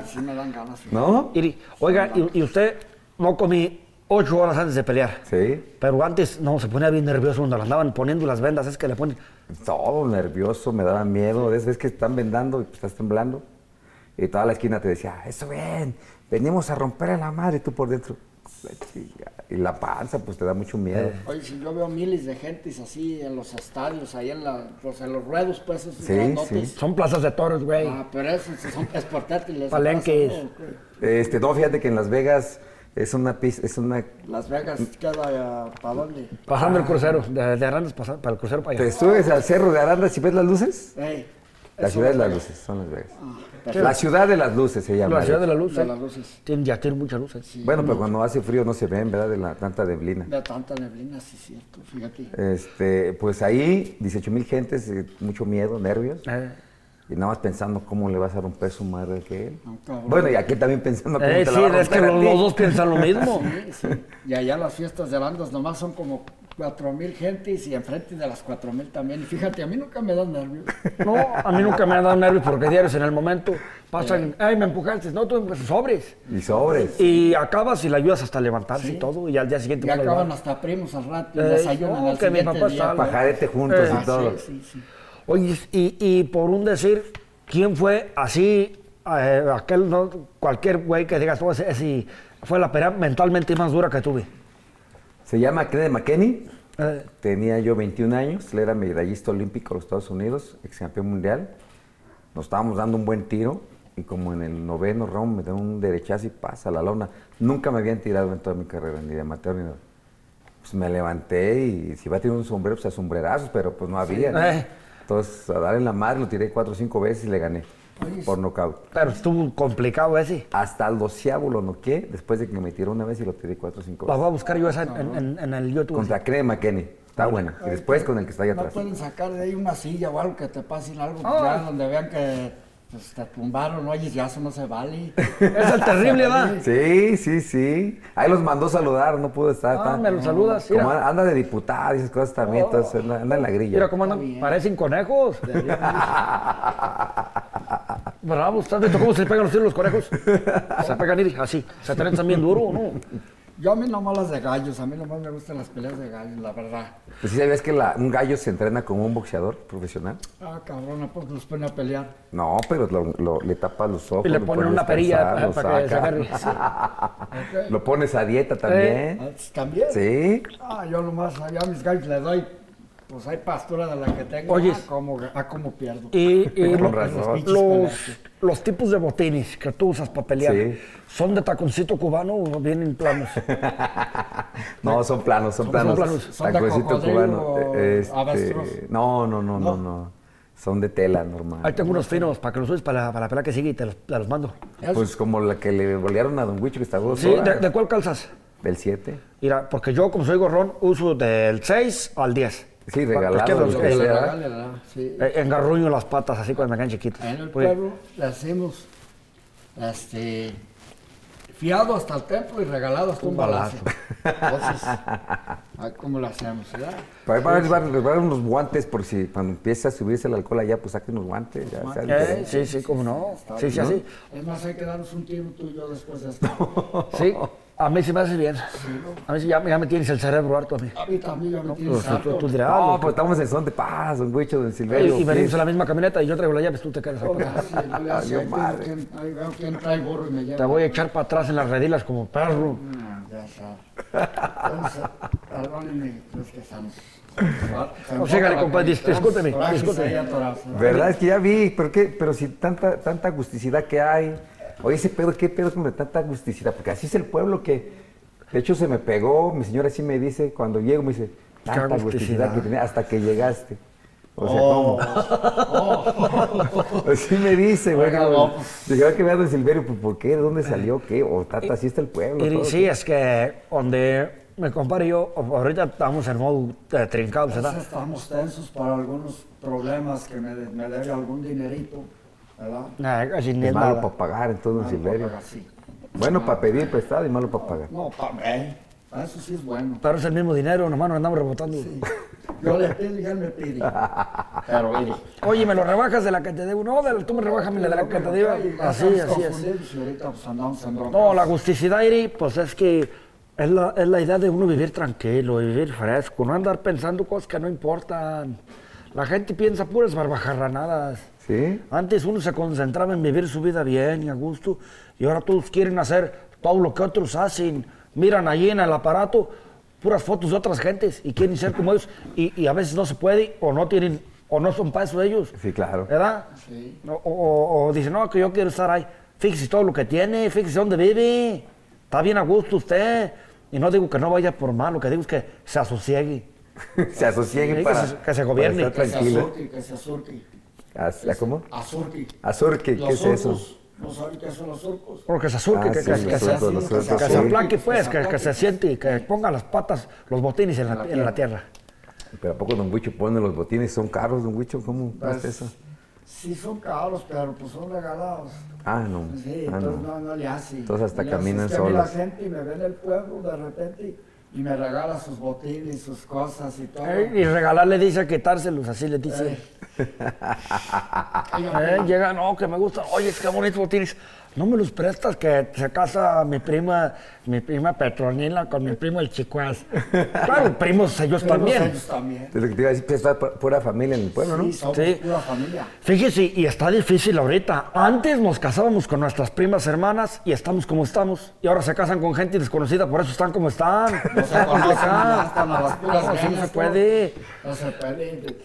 [SPEAKER 1] Ah,
[SPEAKER 3] sí, sí me dan ganas.
[SPEAKER 1] ¿No?
[SPEAKER 2] Ah, Iri, oiga, y, y usted no comí ocho horas antes de pelear.
[SPEAKER 1] Sí.
[SPEAKER 2] Pero antes, no, se ponía bien nervioso cuando le andaban poniendo las vendas, es que le ponen.
[SPEAKER 1] Todo nervioso, me daba miedo. Es, es que están vendando y pues, estás temblando. Y toda la esquina te decía, eso bien, venimos a romper a la madre, y tú por dentro. la chinga. Y la panza, pues te da mucho miedo.
[SPEAKER 3] Oye, si yo veo miles de gentes así en los estadios, ahí en, la, pues, en los ruedos, pues esos
[SPEAKER 1] Sí,
[SPEAKER 3] grandotes.
[SPEAKER 1] sí.
[SPEAKER 2] Son plazas de toros, güey.
[SPEAKER 3] Ah, pero esos son es portátiles.
[SPEAKER 2] Palenques.
[SPEAKER 3] ¿no? Ok.
[SPEAKER 2] Eh.
[SPEAKER 1] Este, no, fíjate que en Las Vegas es una pista, es una.
[SPEAKER 3] Las Vegas queda para dónde.
[SPEAKER 2] Pasando el crucero, de, de Arandas pasa- para el crucero para allá.
[SPEAKER 1] Te subes al cerro de Arandas y ves las luces.
[SPEAKER 3] Ey,
[SPEAKER 1] La
[SPEAKER 3] eso
[SPEAKER 1] ciudad de
[SPEAKER 3] es
[SPEAKER 1] las
[SPEAKER 3] Vegas.
[SPEAKER 1] luces, son Las Vegas.
[SPEAKER 3] perfecto.
[SPEAKER 1] La ciudad de las luces se llama.
[SPEAKER 2] Ah,
[SPEAKER 1] eh.
[SPEAKER 2] La ciudad de la luz,
[SPEAKER 3] De
[SPEAKER 2] ¿eh?
[SPEAKER 3] las luces.
[SPEAKER 2] Tiene- ya tiene muchas luces.
[SPEAKER 1] Bueno, pero cuando hace frío no se ven, ¿verdad? De la tanta neblina.
[SPEAKER 3] De tanta neblina, sí, cierto, fíjate.
[SPEAKER 1] Este, pues ahí, 18 mil gentes, eh, mucho miedo, nervios.
[SPEAKER 2] Eh,
[SPEAKER 1] Y nada más pensando cómo le vas a romper su madre que él.
[SPEAKER 3] Ah, cabrón.
[SPEAKER 1] Bueno, y aquí también pensando cómo
[SPEAKER 2] eh,
[SPEAKER 1] te
[SPEAKER 2] sí,
[SPEAKER 1] la va a
[SPEAKER 2] es que
[SPEAKER 1] romper a
[SPEAKER 2] los,
[SPEAKER 1] ti.
[SPEAKER 2] los dos piensan lo mismo.
[SPEAKER 3] Sí, sí. Y allá las fiestas de Arandas nomás son como cuatro mil gentes y enfrente de las cuatro mil también. Y fíjate, a mí nunca me dan nervios.
[SPEAKER 2] No, a mí nunca me han dado nervios porque diarios en el momento pasan, ay, me empujaste, no, tú empujas sobres.
[SPEAKER 1] Y sobres.
[SPEAKER 2] Y acabas y la ayudas hasta levantarse y todo, y al día siguiente
[SPEAKER 3] Ya
[SPEAKER 2] van a
[SPEAKER 3] acaban
[SPEAKER 2] llevar.
[SPEAKER 3] hasta primos al rato y
[SPEAKER 2] Eh,
[SPEAKER 3] desayunan
[SPEAKER 2] no,
[SPEAKER 3] al
[SPEAKER 2] que mi
[SPEAKER 3] siguiente
[SPEAKER 2] papá
[SPEAKER 3] día.
[SPEAKER 2] está-
[SPEAKER 1] Pajarete juntos
[SPEAKER 2] Eh.
[SPEAKER 1] y todo.
[SPEAKER 3] Ah, sí, sí, sí.
[SPEAKER 2] Oye, y, y por un decir, ¿quién fue así, eh, aquel, no, cualquier güey que digas, no, ese, ese fue la pelea mentalmente más dura que tuve?
[SPEAKER 1] Se llama Kenneth McKenney.
[SPEAKER 2] Eh,
[SPEAKER 1] Tenía yo 21 años. Él era medallista olímpico de los Estados Unidos, ex campeón mundial. Nos estábamos dando un buen tiro. Y como en el noveno round me da un derechazo y pasa la lona. Nunca me habían tirado en toda mi carrera, ni de amateur ni nada. Pues me levanté y si va a tirar un sombrero, pues a sombrerazos, pero pues no había. ¿no?
[SPEAKER 2] Eh.
[SPEAKER 1] Entonces, a dar en la madre, lo tiré cuatro o cinco veces y le gané por nocaut.
[SPEAKER 2] pero estuvo complicado ese.
[SPEAKER 1] Hasta el doceavo lo noqué después de que me tiró una vez y lo tiré cuatro o cinco
[SPEAKER 2] La
[SPEAKER 1] veces.
[SPEAKER 2] voy a buscar yo esa en, en- en- en el YouTube.
[SPEAKER 1] Contra Crema, Kenny. Está buena. Y después con el que está ahí
[SPEAKER 3] No
[SPEAKER 1] atrás.
[SPEAKER 3] pueden sacar de ahí una silla o algo que te pasen algo
[SPEAKER 2] Ah.
[SPEAKER 3] ya donde vean que Pues te tumbaron, oye, ya eso no se vale.
[SPEAKER 2] Es el terrible, ¿verdad?
[SPEAKER 1] Sí, sí, sí. Ahí los mandó saludar, no pudo estar.
[SPEAKER 2] Ah,
[SPEAKER 1] está-
[SPEAKER 2] me los saludas,
[SPEAKER 1] Como
[SPEAKER 2] mira.
[SPEAKER 1] anda, anda de diputada y esas cosas también, entonces, anda, anda en la grilla.
[SPEAKER 2] Mira cómo andan, parecen conejos. Bravo, ¿estás visto cómo se le pegan los tiros a los conejos? Se pegan y así, se trenzan bien duro, ¿no?
[SPEAKER 3] Yo a mí nomás las de gallos, a mí nomás me gustan las peleas de gallos, la verdad.
[SPEAKER 1] Pues sí, ¿sabías que la- un gallo se entrena como un boxeador profesional?
[SPEAKER 3] Ah, cabrón, ¿a poco los pone a pelear?
[SPEAKER 1] No, pero lo- lo- le tapas los ojos.
[SPEAKER 2] Y le
[SPEAKER 1] lo
[SPEAKER 2] ponen
[SPEAKER 1] pones
[SPEAKER 2] una
[SPEAKER 1] a
[SPEAKER 2] perilla
[SPEAKER 1] descansar,
[SPEAKER 2] para,
[SPEAKER 1] lo
[SPEAKER 2] para que se
[SPEAKER 1] sacas.
[SPEAKER 2] agarre.
[SPEAKER 3] ¿Ok?
[SPEAKER 1] Lo pones a dieta también.
[SPEAKER 2] Eh,
[SPEAKER 3] Ah, ¿También?
[SPEAKER 1] Sí.
[SPEAKER 3] Ah, yo nomás, yo a mis gallos les doy, pues hay pastura de la que tengo.
[SPEAKER 2] Oye.
[SPEAKER 3] Ah, cómo, ah, cómo pierdo.
[SPEAKER 2] Y, y
[SPEAKER 1] Con
[SPEAKER 2] lo-
[SPEAKER 1] razón.
[SPEAKER 2] los, los tipos de botines que tú usas para pelear,
[SPEAKER 1] Sí.
[SPEAKER 2] ¿son de taconcito cubano o vienen planos?
[SPEAKER 1] No, son planos, son,
[SPEAKER 2] eh, Son
[SPEAKER 1] planos.
[SPEAKER 2] planos.
[SPEAKER 1] Tan
[SPEAKER 3] Son de
[SPEAKER 1] gruesito
[SPEAKER 3] cocodrilo,
[SPEAKER 1] cubano.
[SPEAKER 3] avestruz.
[SPEAKER 1] eh, este, no, no, no, no,
[SPEAKER 3] No.
[SPEAKER 1] no. Son de tela normal.
[SPEAKER 2] Ahí tengo unos finos para que los uses para la, para la pelea que sigue y te los, te los mando.
[SPEAKER 1] Pues como la que le bolearon a Don Huicho que está dos
[SPEAKER 2] ¿Sí? ¿De,
[SPEAKER 1] horas.
[SPEAKER 2] de cuál calzas?
[SPEAKER 1] Del 7.
[SPEAKER 2] Mira, porque yo, como soy gorrón, uso del 6 al 10.
[SPEAKER 1] Sí,
[SPEAKER 2] Pa-
[SPEAKER 1] regalado,
[SPEAKER 2] cualquiera de los
[SPEAKER 1] lo pues,
[SPEAKER 3] Eso
[SPEAKER 1] que
[SPEAKER 2] que-
[SPEAKER 3] se
[SPEAKER 1] sea.
[SPEAKER 3] regala, ¿verdad? Sí.
[SPEAKER 2] eh, engarruño las patas así cuando me quedan chiquitos. Pues,
[SPEAKER 3] En el
[SPEAKER 2] Oye,
[SPEAKER 3] pueblo le hacemos este, fiado hasta el templo y regalado hasta un, balazo. Entonces, ay, ¿cómo lo hacemos? ¿verdad?
[SPEAKER 1] Pero ahí van a llevar- les van a dar unos guantes por si cuando empiece a subirse el alcohol allá, pues saquen los guantes. Ya, sea
[SPEAKER 2] eh,
[SPEAKER 1] diferente.
[SPEAKER 2] sí, sí, cómo no. Sí, sí, así.
[SPEAKER 3] Es más, hay que darnos un tiro tú y yo después de esto.
[SPEAKER 2] Sí, a mí se me hace bien. A mí sí, ya, ya me tienes el cerebro harto a mí.
[SPEAKER 3] A mí también ya me
[SPEAKER 2] Tú,
[SPEAKER 3] tienes
[SPEAKER 2] tú- tú
[SPEAKER 3] harto.
[SPEAKER 2] dirás,
[SPEAKER 1] no,
[SPEAKER 2] lo-
[SPEAKER 1] pues estamos en son de paz, Don Huicho, Don Silverio.
[SPEAKER 2] y, y venimos
[SPEAKER 1] please.
[SPEAKER 2] en la misma camioneta y yo traigo la llave, pues tú te quedas acá.
[SPEAKER 3] Ahora sí, yo le hace,
[SPEAKER 1] Valió
[SPEAKER 3] ahí tengo
[SPEAKER 1] madre.
[SPEAKER 3] quien- ahí veo quién trae gorro y me lleva.
[SPEAKER 2] Te voy a echar para atrás en las redilas como perro.
[SPEAKER 3] Ah, ya sabes. Entonces, perdónenme, es que estamos.
[SPEAKER 2] O sea, dale, Pues, compadre, dis- discúlpeme,
[SPEAKER 3] Estamos
[SPEAKER 2] discúlpeme.
[SPEAKER 3] ahí atorados, ¿verdad?
[SPEAKER 1] ¿Verdad? Es que ya vi, pero qué, pero si tanta, tanta agusticidad que hay. Oye, ese pedo, qué pedo con tanta agusticidad, porque así es el pueblo que, de hecho, se me pegó, mi señora sí me dice, cuando llego me dice, tanta
[SPEAKER 2] agusticidad".
[SPEAKER 1] agusticidad que tenía hasta que llegaste. O sea, ¿cómo? Así me dice, güey.
[SPEAKER 3] Oiga,
[SPEAKER 1] Oh. Bueno,
[SPEAKER 3] no, pues.
[SPEAKER 1] dije, "Ay, que vea don Silverio, pues, ¿por qué? ¿De dónde salió? ¿Qué? O tata, así está el pueblo.
[SPEAKER 2] Y
[SPEAKER 1] todo.
[SPEAKER 2] sí, es que donde me comparo yo, ahorita estamos en modo eh, trincados,
[SPEAKER 3] Entonces
[SPEAKER 2] ¿verdad?
[SPEAKER 3] estamos tensos para algunos problemas que me, de- me debe algún dinerito, ¿verdad?
[SPEAKER 2] Nah, casi ni
[SPEAKER 1] Y
[SPEAKER 2] es
[SPEAKER 1] malo
[SPEAKER 2] nada.
[SPEAKER 1] para pagar, entonces, don Silverio.
[SPEAKER 3] Sí.
[SPEAKER 1] Bueno para pedir prestado y malo para pagar.
[SPEAKER 3] No, para Eso sí es bueno.
[SPEAKER 2] Pero es el mismo dinero, nomás nos andamos rebotando.
[SPEAKER 3] Yo le pido y él me pide. Pero eh, mire.
[SPEAKER 2] Oye, ¿me lo rebajas de la que te debo? No, de la- tú me rebajas de la que te debo. Así, así es.
[SPEAKER 3] Y ahorita pues andamos en broncas.
[SPEAKER 2] No, la agusticidad, Iri, pues es que es la, es la idea de uno vivir tranquilo, vivir fresco, no andar pensando cosas que no importan. La gente piensa puras barbajarranadas.
[SPEAKER 1] ¿Sí?
[SPEAKER 2] Antes uno se concentraba en vivir su vida bien y a gusto, y ahora todos quieren hacer todo lo que otros hacen. Miran allí en el aparato puras fotos de otras gentes y quieren ser como ellos, y, y a veces no se puede, o no tienen, o no son para eso ellos.
[SPEAKER 1] Sí, claro.
[SPEAKER 2] ¿Verdad?
[SPEAKER 3] Sí.
[SPEAKER 2] O, o- o dice, no, que yo quiero estar ahí. Fíjese todo lo que tiene, fíjese dónde vive. Está bien a gusto usted. Y no digo que no vaya por mal, lo que digo es que se asosiegue.
[SPEAKER 1] se asocien
[SPEAKER 2] Sí,
[SPEAKER 1] para
[SPEAKER 2] que se- que se gobierne.
[SPEAKER 1] para
[SPEAKER 3] Que
[SPEAKER 1] estar
[SPEAKER 3] se
[SPEAKER 1] tranquilo.
[SPEAKER 3] azurque, que se azurque.
[SPEAKER 1] ¿A, a cómo?
[SPEAKER 3] Azurque.
[SPEAKER 1] Azurque, ¿qué
[SPEAKER 3] Los
[SPEAKER 1] es eso?
[SPEAKER 3] surcos. ¿No saben qué son los surcos?
[SPEAKER 2] Porque se azurque,
[SPEAKER 1] Ah,
[SPEAKER 2] que,
[SPEAKER 1] sí,
[SPEAKER 2] que-
[SPEAKER 1] los
[SPEAKER 2] que se,
[SPEAKER 1] surcos, los
[SPEAKER 2] que
[SPEAKER 1] surcos,
[SPEAKER 2] se
[SPEAKER 1] sí.
[SPEAKER 2] aplaque, pues,
[SPEAKER 3] Que se
[SPEAKER 2] que, que se
[SPEAKER 3] aplaque.
[SPEAKER 2] siente, que ponga las patas, los botines en la, en la tierra.
[SPEAKER 1] Pero ¿a poco Don Huicho pone los botines? ¿Son caros, Don Huicho? ¿Cómo
[SPEAKER 3] Pues,
[SPEAKER 1] es eso?
[SPEAKER 3] Sí son caros, pero pues son regalados.
[SPEAKER 1] Ah, no.
[SPEAKER 3] Sí,
[SPEAKER 1] Ah,
[SPEAKER 3] entonces
[SPEAKER 1] no.
[SPEAKER 3] no, no le hace.
[SPEAKER 1] Entonces hasta
[SPEAKER 3] Le hace,
[SPEAKER 1] caminan
[SPEAKER 3] es que a mí
[SPEAKER 1] solos.
[SPEAKER 3] la gente y me ve en el pueblo de repente y me regala sus botines, sus cosas y todo.
[SPEAKER 2] Eh, Y regalarle dice quitárselos, así le dice.
[SPEAKER 3] Eh. Oiga,
[SPEAKER 2] Eh, llega, no, que me gusta. Oye, qué bonitos botines. No me los prestas, que se casa mi prima, mi prima Petronila con mi primo el Chicuaz. Claro, primos ellos
[SPEAKER 3] pero
[SPEAKER 2] pues también.
[SPEAKER 3] ellos también.
[SPEAKER 1] Es lo que te iba a decir, pues, está pu- pura familia en el pueblo, ¿no?
[SPEAKER 3] Sí, somos
[SPEAKER 2] Sí.
[SPEAKER 3] pura familia.
[SPEAKER 2] Fíjese, y está difícil ahorita. Antes nos casábamos con nuestras primas hermanas y estamos como estamos. Y ahora se casan con gente desconocida, por eso están como están.
[SPEAKER 3] No se
[SPEAKER 2] Está
[SPEAKER 3] conocen,
[SPEAKER 2] complicado.
[SPEAKER 3] ya están a las puras
[SPEAKER 2] No, sí no
[SPEAKER 3] greñas,
[SPEAKER 2] se puede.
[SPEAKER 3] No se puede.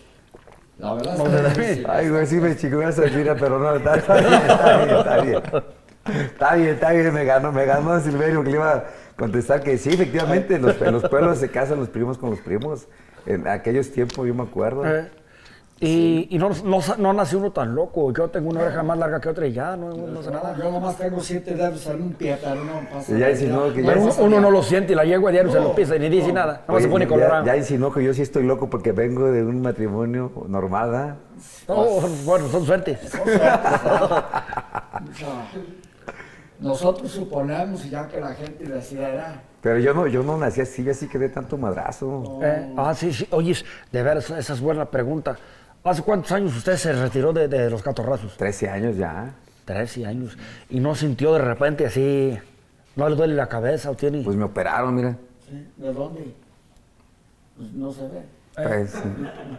[SPEAKER 3] La verdad
[SPEAKER 2] No se
[SPEAKER 3] es
[SPEAKER 2] debe.
[SPEAKER 3] que sí.
[SPEAKER 1] Ay, güey, sí me chingó una sardina, pero no, está, está bien, está bien, está bien. Está bien, está bien, me ganó, me ganó Silverio que le iba a contestar que sí, efectivamente, los, en los pueblos se casan los primos con los primos. En aquellos tiempos, yo me acuerdo.
[SPEAKER 2] Eh, Y, y no, no, sa- no nació uno tan loco. Yo tengo una oreja más larga que otra y ya, no, no sé nada.
[SPEAKER 3] Yo nomás tengo siete dedos en un pie, pero no pasa
[SPEAKER 1] Y ya dices, no, que ya
[SPEAKER 2] Pero uno,
[SPEAKER 1] es-
[SPEAKER 2] uno no lo siente y la yegua diario se lo pisa y ni dice nada. No
[SPEAKER 1] Oye,
[SPEAKER 2] se pone
[SPEAKER 1] ya-
[SPEAKER 2] colorado.
[SPEAKER 1] Ya insinuó que yo sí estoy loco porque vengo de un matrimonio normal, ¿ah? ¿verdad?
[SPEAKER 2] Oh, bueno, son suertes.
[SPEAKER 3] O sea, Nosotros suponemos y ya que la gente decidiera.
[SPEAKER 1] Pero yo no, yo no nací así, yo así quedé tanto madrazo.
[SPEAKER 2] Eh, ah, sí, sí. Oye, de veras, esa es buena pregunta. ¿Hace cuántos años usted se retiró de, de los catorrazos?
[SPEAKER 1] 13 años ya.
[SPEAKER 2] 13 años. ¿Y no sintió de repente así, no le duele la cabeza o tiene...?
[SPEAKER 1] Pues me operaron,
[SPEAKER 2] Eh.
[SPEAKER 1] mira.
[SPEAKER 3] ¿sí? ¿De dónde? Pues no se ve.
[SPEAKER 1] Pues, sí.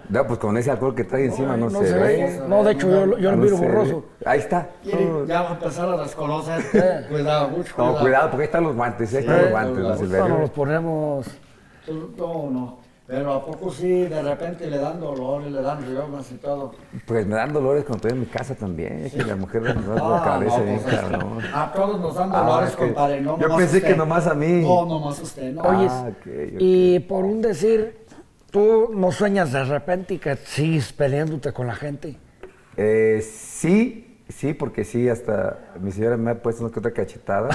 [SPEAKER 1] No, pues con ese alcohol que trae encima no, se, ve.
[SPEAKER 2] No, de hecho, yo, lo- yo lo
[SPEAKER 1] No ¿eh?
[SPEAKER 2] miro
[SPEAKER 1] se ve.
[SPEAKER 2] borroso.
[SPEAKER 1] Ahí está.
[SPEAKER 3] Miren,
[SPEAKER 1] No,
[SPEAKER 3] ya va a empezar a las colosas. Cuidado, mucho
[SPEAKER 1] no, Eh. cuidado, porque ahí están los guantes, ahí
[SPEAKER 2] Eh,
[SPEAKER 1] están
[SPEAKER 3] Sí.
[SPEAKER 1] los guantes, don
[SPEAKER 3] Ahorita
[SPEAKER 2] Ahorita nos
[SPEAKER 1] Silverio.
[SPEAKER 2] los ponemos...
[SPEAKER 3] Tú- No, no. Pero a poco sí, de repente le dan dolores, le dan riomas y todo.
[SPEAKER 1] Pues me dan dolores cuando estoy en mi casa también, que la mujer me da
[SPEAKER 3] Ah,
[SPEAKER 1] la cabeza
[SPEAKER 3] no,
[SPEAKER 1] bien
[SPEAKER 3] pues,
[SPEAKER 1] cabrón.
[SPEAKER 3] A todos nos dan
[SPEAKER 1] Ah,
[SPEAKER 3] dolores,
[SPEAKER 1] es que
[SPEAKER 3] compadre. No,
[SPEAKER 1] yo
[SPEAKER 3] nomás
[SPEAKER 1] pensé que
[SPEAKER 3] usted.
[SPEAKER 1] nomás a mí.
[SPEAKER 3] No, nomás usted, no.
[SPEAKER 1] Ah,
[SPEAKER 2] Oye,
[SPEAKER 1] ok, ok.
[SPEAKER 2] y por un decir, ¿tú no sueñas de repente y que sigues peleándote con la gente?
[SPEAKER 1] Eh, sí, sí, porque sí, hasta mi señora me ha puesto una que otra cachetada.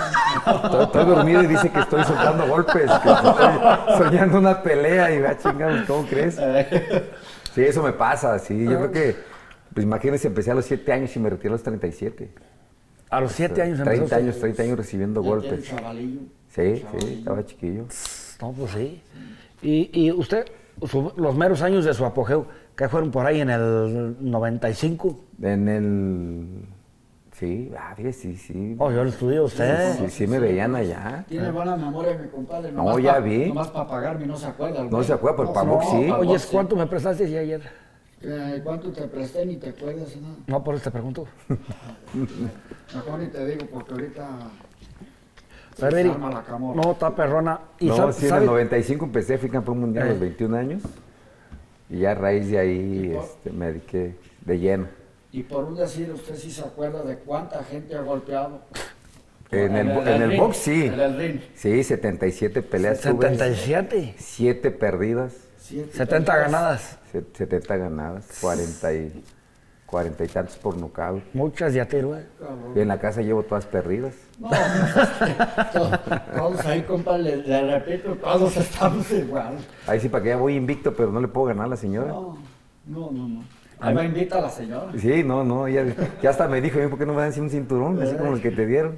[SPEAKER 1] estoy, estoy dormido y dice que estoy soltando golpes, que estoy soñando una pelea y va chingamos, ¿cómo crees? Sí, eso me pasa, sí. Yo creo que, pues imagínense, empecé a los 7 años y me retiré a los 37.
[SPEAKER 2] A los siete años empezó.
[SPEAKER 1] 30 años, 30 años recibiendo
[SPEAKER 3] Ya tiene
[SPEAKER 1] golpes.
[SPEAKER 3] chavalillo.
[SPEAKER 1] Sí, sí, estaba chiquillo.
[SPEAKER 2] No, pues sí. Y, y usted, su- los meros años de su apogeo, que fueron por ahí en el 95.
[SPEAKER 1] En el... Sí, ah, mire, sí, sí.
[SPEAKER 2] Oh, yo lo estudié a usted.
[SPEAKER 1] Sí, sí me veían allá.
[SPEAKER 3] Tiene buena memoria mi compadre.
[SPEAKER 1] Ah. No,
[SPEAKER 3] nomás
[SPEAKER 1] ya
[SPEAKER 3] pa-
[SPEAKER 1] vi.
[SPEAKER 3] Nomás para pagarme no se acuerda.
[SPEAKER 1] No se acuerda, pero pa' box sí.
[SPEAKER 2] Oye, ¿cuánto me prestaste sí, ayer?
[SPEAKER 3] Eh, ¿Cuánto te presté ni te acuerdas? No?
[SPEAKER 2] No, por eso te pregunto.
[SPEAKER 3] Mejor ni te digo porque ahorita se
[SPEAKER 2] Pero, Eric,
[SPEAKER 3] arma la camorra.
[SPEAKER 2] no, está perrona. ¿Y
[SPEAKER 1] No,
[SPEAKER 2] sab-
[SPEAKER 1] sí, en
[SPEAKER 2] sabe-
[SPEAKER 1] el 95 empecé, fui campeón mundial a
[SPEAKER 2] Eh.
[SPEAKER 1] los 21 años. Y ya a raíz de ahí
[SPEAKER 3] ¿Y por-
[SPEAKER 1] este, me dediqué de lleno.
[SPEAKER 3] Y por un decir, usted sí se acuerda de cuánta gente ha golpeado.
[SPEAKER 1] En el, bo-
[SPEAKER 3] del
[SPEAKER 1] en el
[SPEAKER 3] ring,
[SPEAKER 1] box sí.
[SPEAKER 3] En el ring.
[SPEAKER 1] Sí, 77 peleas tuve.
[SPEAKER 2] 77.
[SPEAKER 1] 7 perdidas,
[SPEAKER 3] Siete
[SPEAKER 2] 70
[SPEAKER 3] peleas.
[SPEAKER 2] ganadas.
[SPEAKER 1] se- 70 ganadas, 40 y, 40 y tantos por nocaut.
[SPEAKER 2] Muchas de a tiro, ¿eh?
[SPEAKER 3] Cabrón.
[SPEAKER 1] Y en la casa llevo todas perdidas.
[SPEAKER 3] No, no, todos, todos ahí, compadre, le, le repito, todos estamos igual.
[SPEAKER 1] Ahí sí, para que ya voy invicto, pero no le puedo ganar a la señora.
[SPEAKER 3] No, no, no. no. Ahí me invita a la señora.
[SPEAKER 1] Sí, no, no, ya, ya hasta me dijo, "Oye, ¿por qué no me dan así un cinturón? Así como el que te dieron.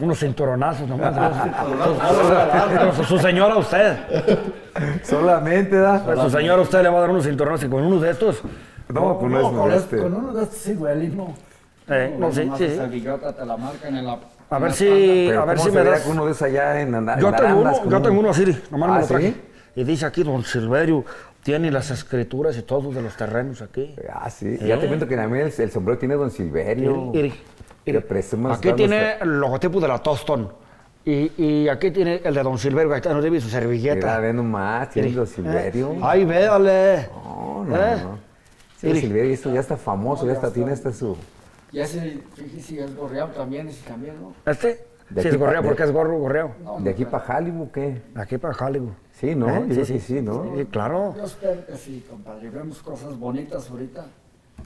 [SPEAKER 2] Unos cinturonazos nomás.
[SPEAKER 3] Ahora,
[SPEAKER 2] Pero su, su señora, usted.
[SPEAKER 1] Solamente, ¿da?
[SPEAKER 2] Su señora, usted le va a dar unos cinturonazos y con unos de estos.
[SPEAKER 1] No, pues no, es
[SPEAKER 3] con,
[SPEAKER 1] molesto.
[SPEAKER 3] este- con uno de estos sí duele, no.
[SPEAKER 2] Eh, no, sí,
[SPEAKER 3] Nomás
[SPEAKER 2] sí.
[SPEAKER 3] esa billota te la marcan en la.
[SPEAKER 2] A
[SPEAKER 3] en
[SPEAKER 2] ver
[SPEAKER 3] la
[SPEAKER 2] si,
[SPEAKER 1] Pero
[SPEAKER 2] a ver
[SPEAKER 1] ¿cómo se
[SPEAKER 2] si me
[SPEAKER 1] verá
[SPEAKER 2] das.
[SPEAKER 1] que uno de esos allá en, Ana-
[SPEAKER 2] Yo
[SPEAKER 1] en
[SPEAKER 2] tengo
[SPEAKER 1] Arandas,
[SPEAKER 2] uno, yo
[SPEAKER 1] con
[SPEAKER 2] tengo uno así, nomás me
[SPEAKER 1] Ah,
[SPEAKER 2] lo traje.
[SPEAKER 1] ¿sí?
[SPEAKER 2] Y dice aquí, don Silverio, tiene las escrituras y todos de los terrenos aquí.
[SPEAKER 1] Ah, sí. Ya te cuento que también el, el sombrero tiene Don Silverio.
[SPEAKER 2] Iri, iri, iri.
[SPEAKER 1] Que presumas
[SPEAKER 2] Aquí
[SPEAKER 1] dando
[SPEAKER 2] tiene el logotipo de la Tostón. Y, y aquí tiene el de don Silverio, ahí está, no debe su
[SPEAKER 1] Mira,
[SPEAKER 2] servilleta.
[SPEAKER 1] ve nomás, tiene
[SPEAKER 2] Iri.
[SPEAKER 1] Don Silverio.
[SPEAKER 2] Eh, Ay, véale.
[SPEAKER 1] No, no,
[SPEAKER 2] Eh.
[SPEAKER 1] no. Sí, don
[SPEAKER 2] Iri.
[SPEAKER 1] Silverio, eso ya está famoso, ya está, tiene hasta su...
[SPEAKER 3] Y ese, fíjese, es gorreado también, ese también, ¿no?
[SPEAKER 2] Este,
[SPEAKER 1] De aquí
[SPEAKER 2] sí, es gorreo,
[SPEAKER 1] pa-
[SPEAKER 2] porque es gorro, gorreo.
[SPEAKER 3] No,
[SPEAKER 1] ¿De aquí para Hollywood qué?
[SPEAKER 2] Aquí para Hollywood.
[SPEAKER 1] Sí, ¿no?
[SPEAKER 2] Eh,
[SPEAKER 1] Yo creo que sí, ¿no?
[SPEAKER 2] Sí, claro.
[SPEAKER 3] Yo espero que sí, compadre. Vemos cosas bonitas ahorita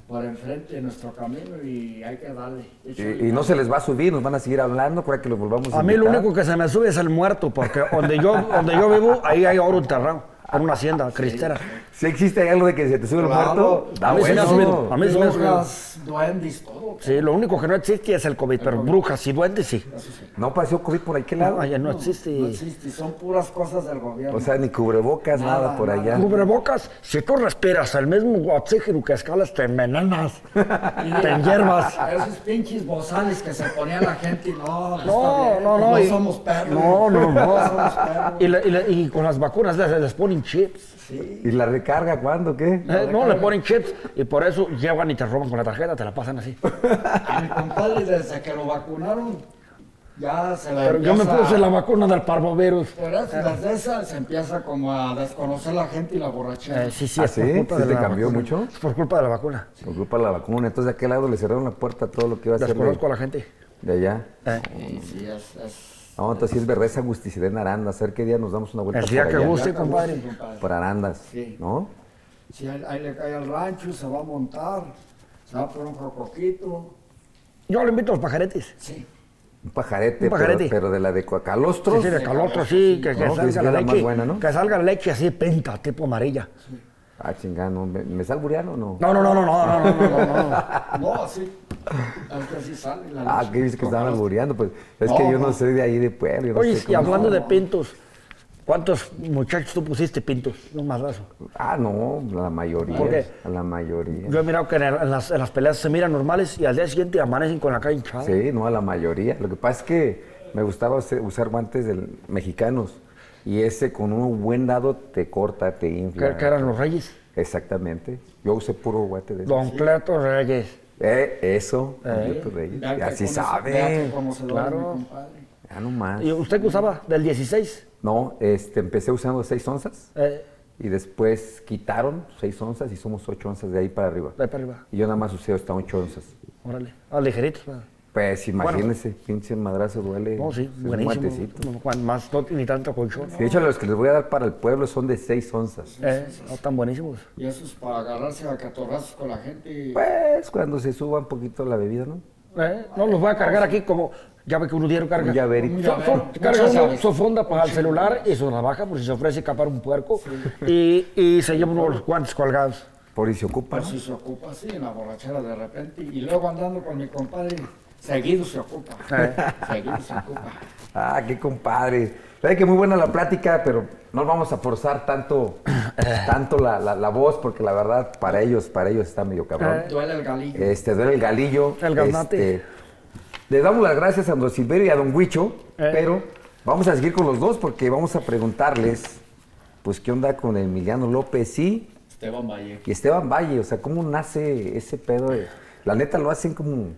[SPEAKER 3] por enfrente de nuestro camino y hay que darle.
[SPEAKER 1] Y, y no se les va a subir, nos van a seguir hablando para que los volvamos a
[SPEAKER 2] A mí lo
[SPEAKER 1] invitar.
[SPEAKER 2] único que se me sube es el muerto, porque donde yo, donde yo vivo, ahí hay oro enterrado, en una hacienda cristera.
[SPEAKER 1] Si existe algo de que se te sube el
[SPEAKER 3] Claro.
[SPEAKER 1] muerto, da
[SPEAKER 2] A mí se me ha
[SPEAKER 1] bueno.
[SPEAKER 2] subido. a mí se me hace-
[SPEAKER 3] Brujas, duendes, todo.
[SPEAKER 2] Sí, lo único que no existe es el COVID, pero brujas y duendes sí.
[SPEAKER 1] ¿No pasó COVID por aquel
[SPEAKER 2] No,
[SPEAKER 1] lado?
[SPEAKER 2] allá no existe.
[SPEAKER 3] No existe, son puras cosas del gobierno.
[SPEAKER 1] O sea, ni cubrebocas, nada,
[SPEAKER 3] Nada,
[SPEAKER 1] por
[SPEAKER 3] nada.
[SPEAKER 1] allá.
[SPEAKER 2] Cubrebocas, si tú respiras el mismo oxígeno que escalas, te envenenas, te hierbas.
[SPEAKER 3] Esos pinches bozales que se ponía la gente y no, está
[SPEAKER 2] No,
[SPEAKER 3] bien,
[SPEAKER 2] no, no.
[SPEAKER 3] No
[SPEAKER 2] y-
[SPEAKER 3] somos perros.
[SPEAKER 2] No, no,
[SPEAKER 3] somos
[SPEAKER 2] no.
[SPEAKER 3] perros.
[SPEAKER 2] Y, le- y le- y con las vacunas les, les ponen chips.
[SPEAKER 1] ¿Y la recarga cuándo, qué?
[SPEAKER 2] Eh, no, le ponen chips y por eso llevan y te roban con la tarjeta, te la pasan así.
[SPEAKER 3] A mi compadre, desde que lo vacunaron, ya se la
[SPEAKER 2] Pero yo me
[SPEAKER 3] empieza-
[SPEAKER 2] puse la vacuna del parvovirus.
[SPEAKER 3] Pero es- desde esa se empieza como a desconocer la gente y la borrachera.
[SPEAKER 2] Eh, sí, sí,
[SPEAKER 1] ¿Ah,
[SPEAKER 2] es por
[SPEAKER 1] sí?
[SPEAKER 2] culpa
[SPEAKER 1] ¿Sí
[SPEAKER 2] de
[SPEAKER 1] te
[SPEAKER 2] la
[SPEAKER 1] cambió
[SPEAKER 2] vacuna.
[SPEAKER 1] mucho?
[SPEAKER 2] Es por culpa de la vacuna.
[SPEAKER 1] Por culpa de la vacuna. Entonces, ¿de aquel lado le cerraron la puerta a todo lo que iba a ser
[SPEAKER 2] Desconozco a
[SPEAKER 1] de,
[SPEAKER 2] la gente.
[SPEAKER 1] de allá?
[SPEAKER 2] Eh,
[SPEAKER 3] Sí, sí, es, es-
[SPEAKER 1] No, entonces sí es verdad esa agusticidad en Arandas. A ver qué día nos damos una vuelta
[SPEAKER 2] El día
[SPEAKER 1] por
[SPEAKER 2] que
[SPEAKER 1] allá.
[SPEAKER 2] guste, compadre.
[SPEAKER 3] compadre.
[SPEAKER 1] Por Arandas,
[SPEAKER 3] Sí.
[SPEAKER 1] ¿no?
[SPEAKER 4] Si ahí, ahí le cae al rancho, se va a montar, se va por un cocoquito.
[SPEAKER 3] Yo le invito a los pajaretes.
[SPEAKER 4] Sí.
[SPEAKER 1] Un pajarete,
[SPEAKER 3] Un pajarete.
[SPEAKER 1] Pero, pero de la de Coacalostros.
[SPEAKER 3] Sí, sí, de calostro, sí, que, que
[SPEAKER 1] No, pues,
[SPEAKER 3] salga la
[SPEAKER 1] queda
[SPEAKER 3] leche.
[SPEAKER 1] más buena, ¿no?
[SPEAKER 3] Que salga la leche así, penta, tipo amarilla.
[SPEAKER 1] Ah, chingano. ¿Me, me está albureando o no?
[SPEAKER 3] No, no, no, no, no, no, no, no, no, no.
[SPEAKER 4] No, sí. Es que así sale la
[SPEAKER 1] Ah,
[SPEAKER 4] leche.
[SPEAKER 1] que dice que estaban albureando. Pues es que
[SPEAKER 4] No,
[SPEAKER 1] yo no
[SPEAKER 4] no.
[SPEAKER 1] soy de ahí de Puebla. yo no
[SPEAKER 3] Oye,
[SPEAKER 1] sé
[SPEAKER 3] y
[SPEAKER 1] cómo-
[SPEAKER 3] hablando de pintos, ¿cuántos muchachos tú pusiste pintos? Un madrazo.
[SPEAKER 1] Ah, no, la mayoría.
[SPEAKER 3] ¿Por qué?
[SPEAKER 1] a La mayoría.
[SPEAKER 3] Yo he mirado que en, el- en las, en las peleas se miran normales y al día siguiente amanecen con la cara hinchada.
[SPEAKER 1] Sí, no, a la mayoría. Lo que pasa es que me gustaba use- usar guantes del, mexicanos. Y ese con un buen dado te corta, te infla.
[SPEAKER 3] Que, que eran los reyes.
[SPEAKER 1] Exactamente. Yo usé puro guante de
[SPEAKER 3] Don Cleto Reyes.
[SPEAKER 1] Eh, eso, Alberto Reyes.
[SPEAKER 4] Vean que
[SPEAKER 1] Así
[SPEAKER 4] conoce-
[SPEAKER 1] sabe.
[SPEAKER 4] vean que conocedor es
[SPEAKER 3] Claro.
[SPEAKER 4] mi compadre.
[SPEAKER 1] Ya nomás.
[SPEAKER 3] ¿Y usted qué usaba? ¿Del 16?
[SPEAKER 1] No, este, empecé usando 6 onzas
[SPEAKER 3] Eh,
[SPEAKER 1] y después quitaron 6 onzas y somos 8 onzas de ahí para arriba.
[SPEAKER 3] de ahí para arriba.
[SPEAKER 1] Y yo nada más usé hasta 8 onzas.
[SPEAKER 3] Órale. Ah, ligeritos. ¿verdad?
[SPEAKER 1] Pues imagínense, pinche madrazo duele.
[SPEAKER 3] No, sí,
[SPEAKER 1] es un
[SPEAKER 3] buenísimo.
[SPEAKER 1] guantecito.
[SPEAKER 3] No, Juan, más, no, ni tanto colchón.
[SPEAKER 1] De hecho, los que les voy a dar para el pueblo son de 6 onzas.
[SPEAKER 3] Eh, no tan buenísimos.
[SPEAKER 4] Y eso es para agarrarse a catorrazos con la gente. y-
[SPEAKER 1] Pues cuando se suba un poquito la bebida, ¿no?
[SPEAKER 3] Eh, no los voy a cargar aquí como. Ya ve que uno diario carga.
[SPEAKER 1] Un llaverito.
[SPEAKER 4] Un
[SPEAKER 3] So- so-
[SPEAKER 4] llavero.
[SPEAKER 3] carga
[SPEAKER 4] Muchas
[SPEAKER 3] uno
[SPEAKER 4] llaves.
[SPEAKER 3] su fonda para el celular y su navaja por si se ofrece capar un puerco y, y se lleva uno los guantes colgados.
[SPEAKER 1] Por si se ocupa.
[SPEAKER 4] Pues
[SPEAKER 1] ¿no?
[SPEAKER 4] si se ocupa, sí, en la borrachera de repente. Y luego andando con mi compadre, seguido se ocupa. Seguido se ocupa.
[SPEAKER 1] Ah, qué compadre. Sabe que muy buena la plática, pero no vamos a forzar tanto, tanto la, la- la voz, porque la verdad, para ellos, para ellos está medio cabrón.
[SPEAKER 4] Duele el galillo.
[SPEAKER 1] Este, duele el galillo.
[SPEAKER 3] El gaznate.
[SPEAKER 1] este, le damos las gracias a don Silverio y a don Huicho,
[SPEAKER 3] Eh.
[SPEAKER 1] pero vamos a seguir con los dos porque vamos a preguntarles, pues, ¿qué onda con Emiliano López y,
[SPEAKER 4] Esteban Valle.
[SPEAKER 1] y Esteban Valle? O sea, ¿cómo nace ese pedo? de- la neta lo hacen como,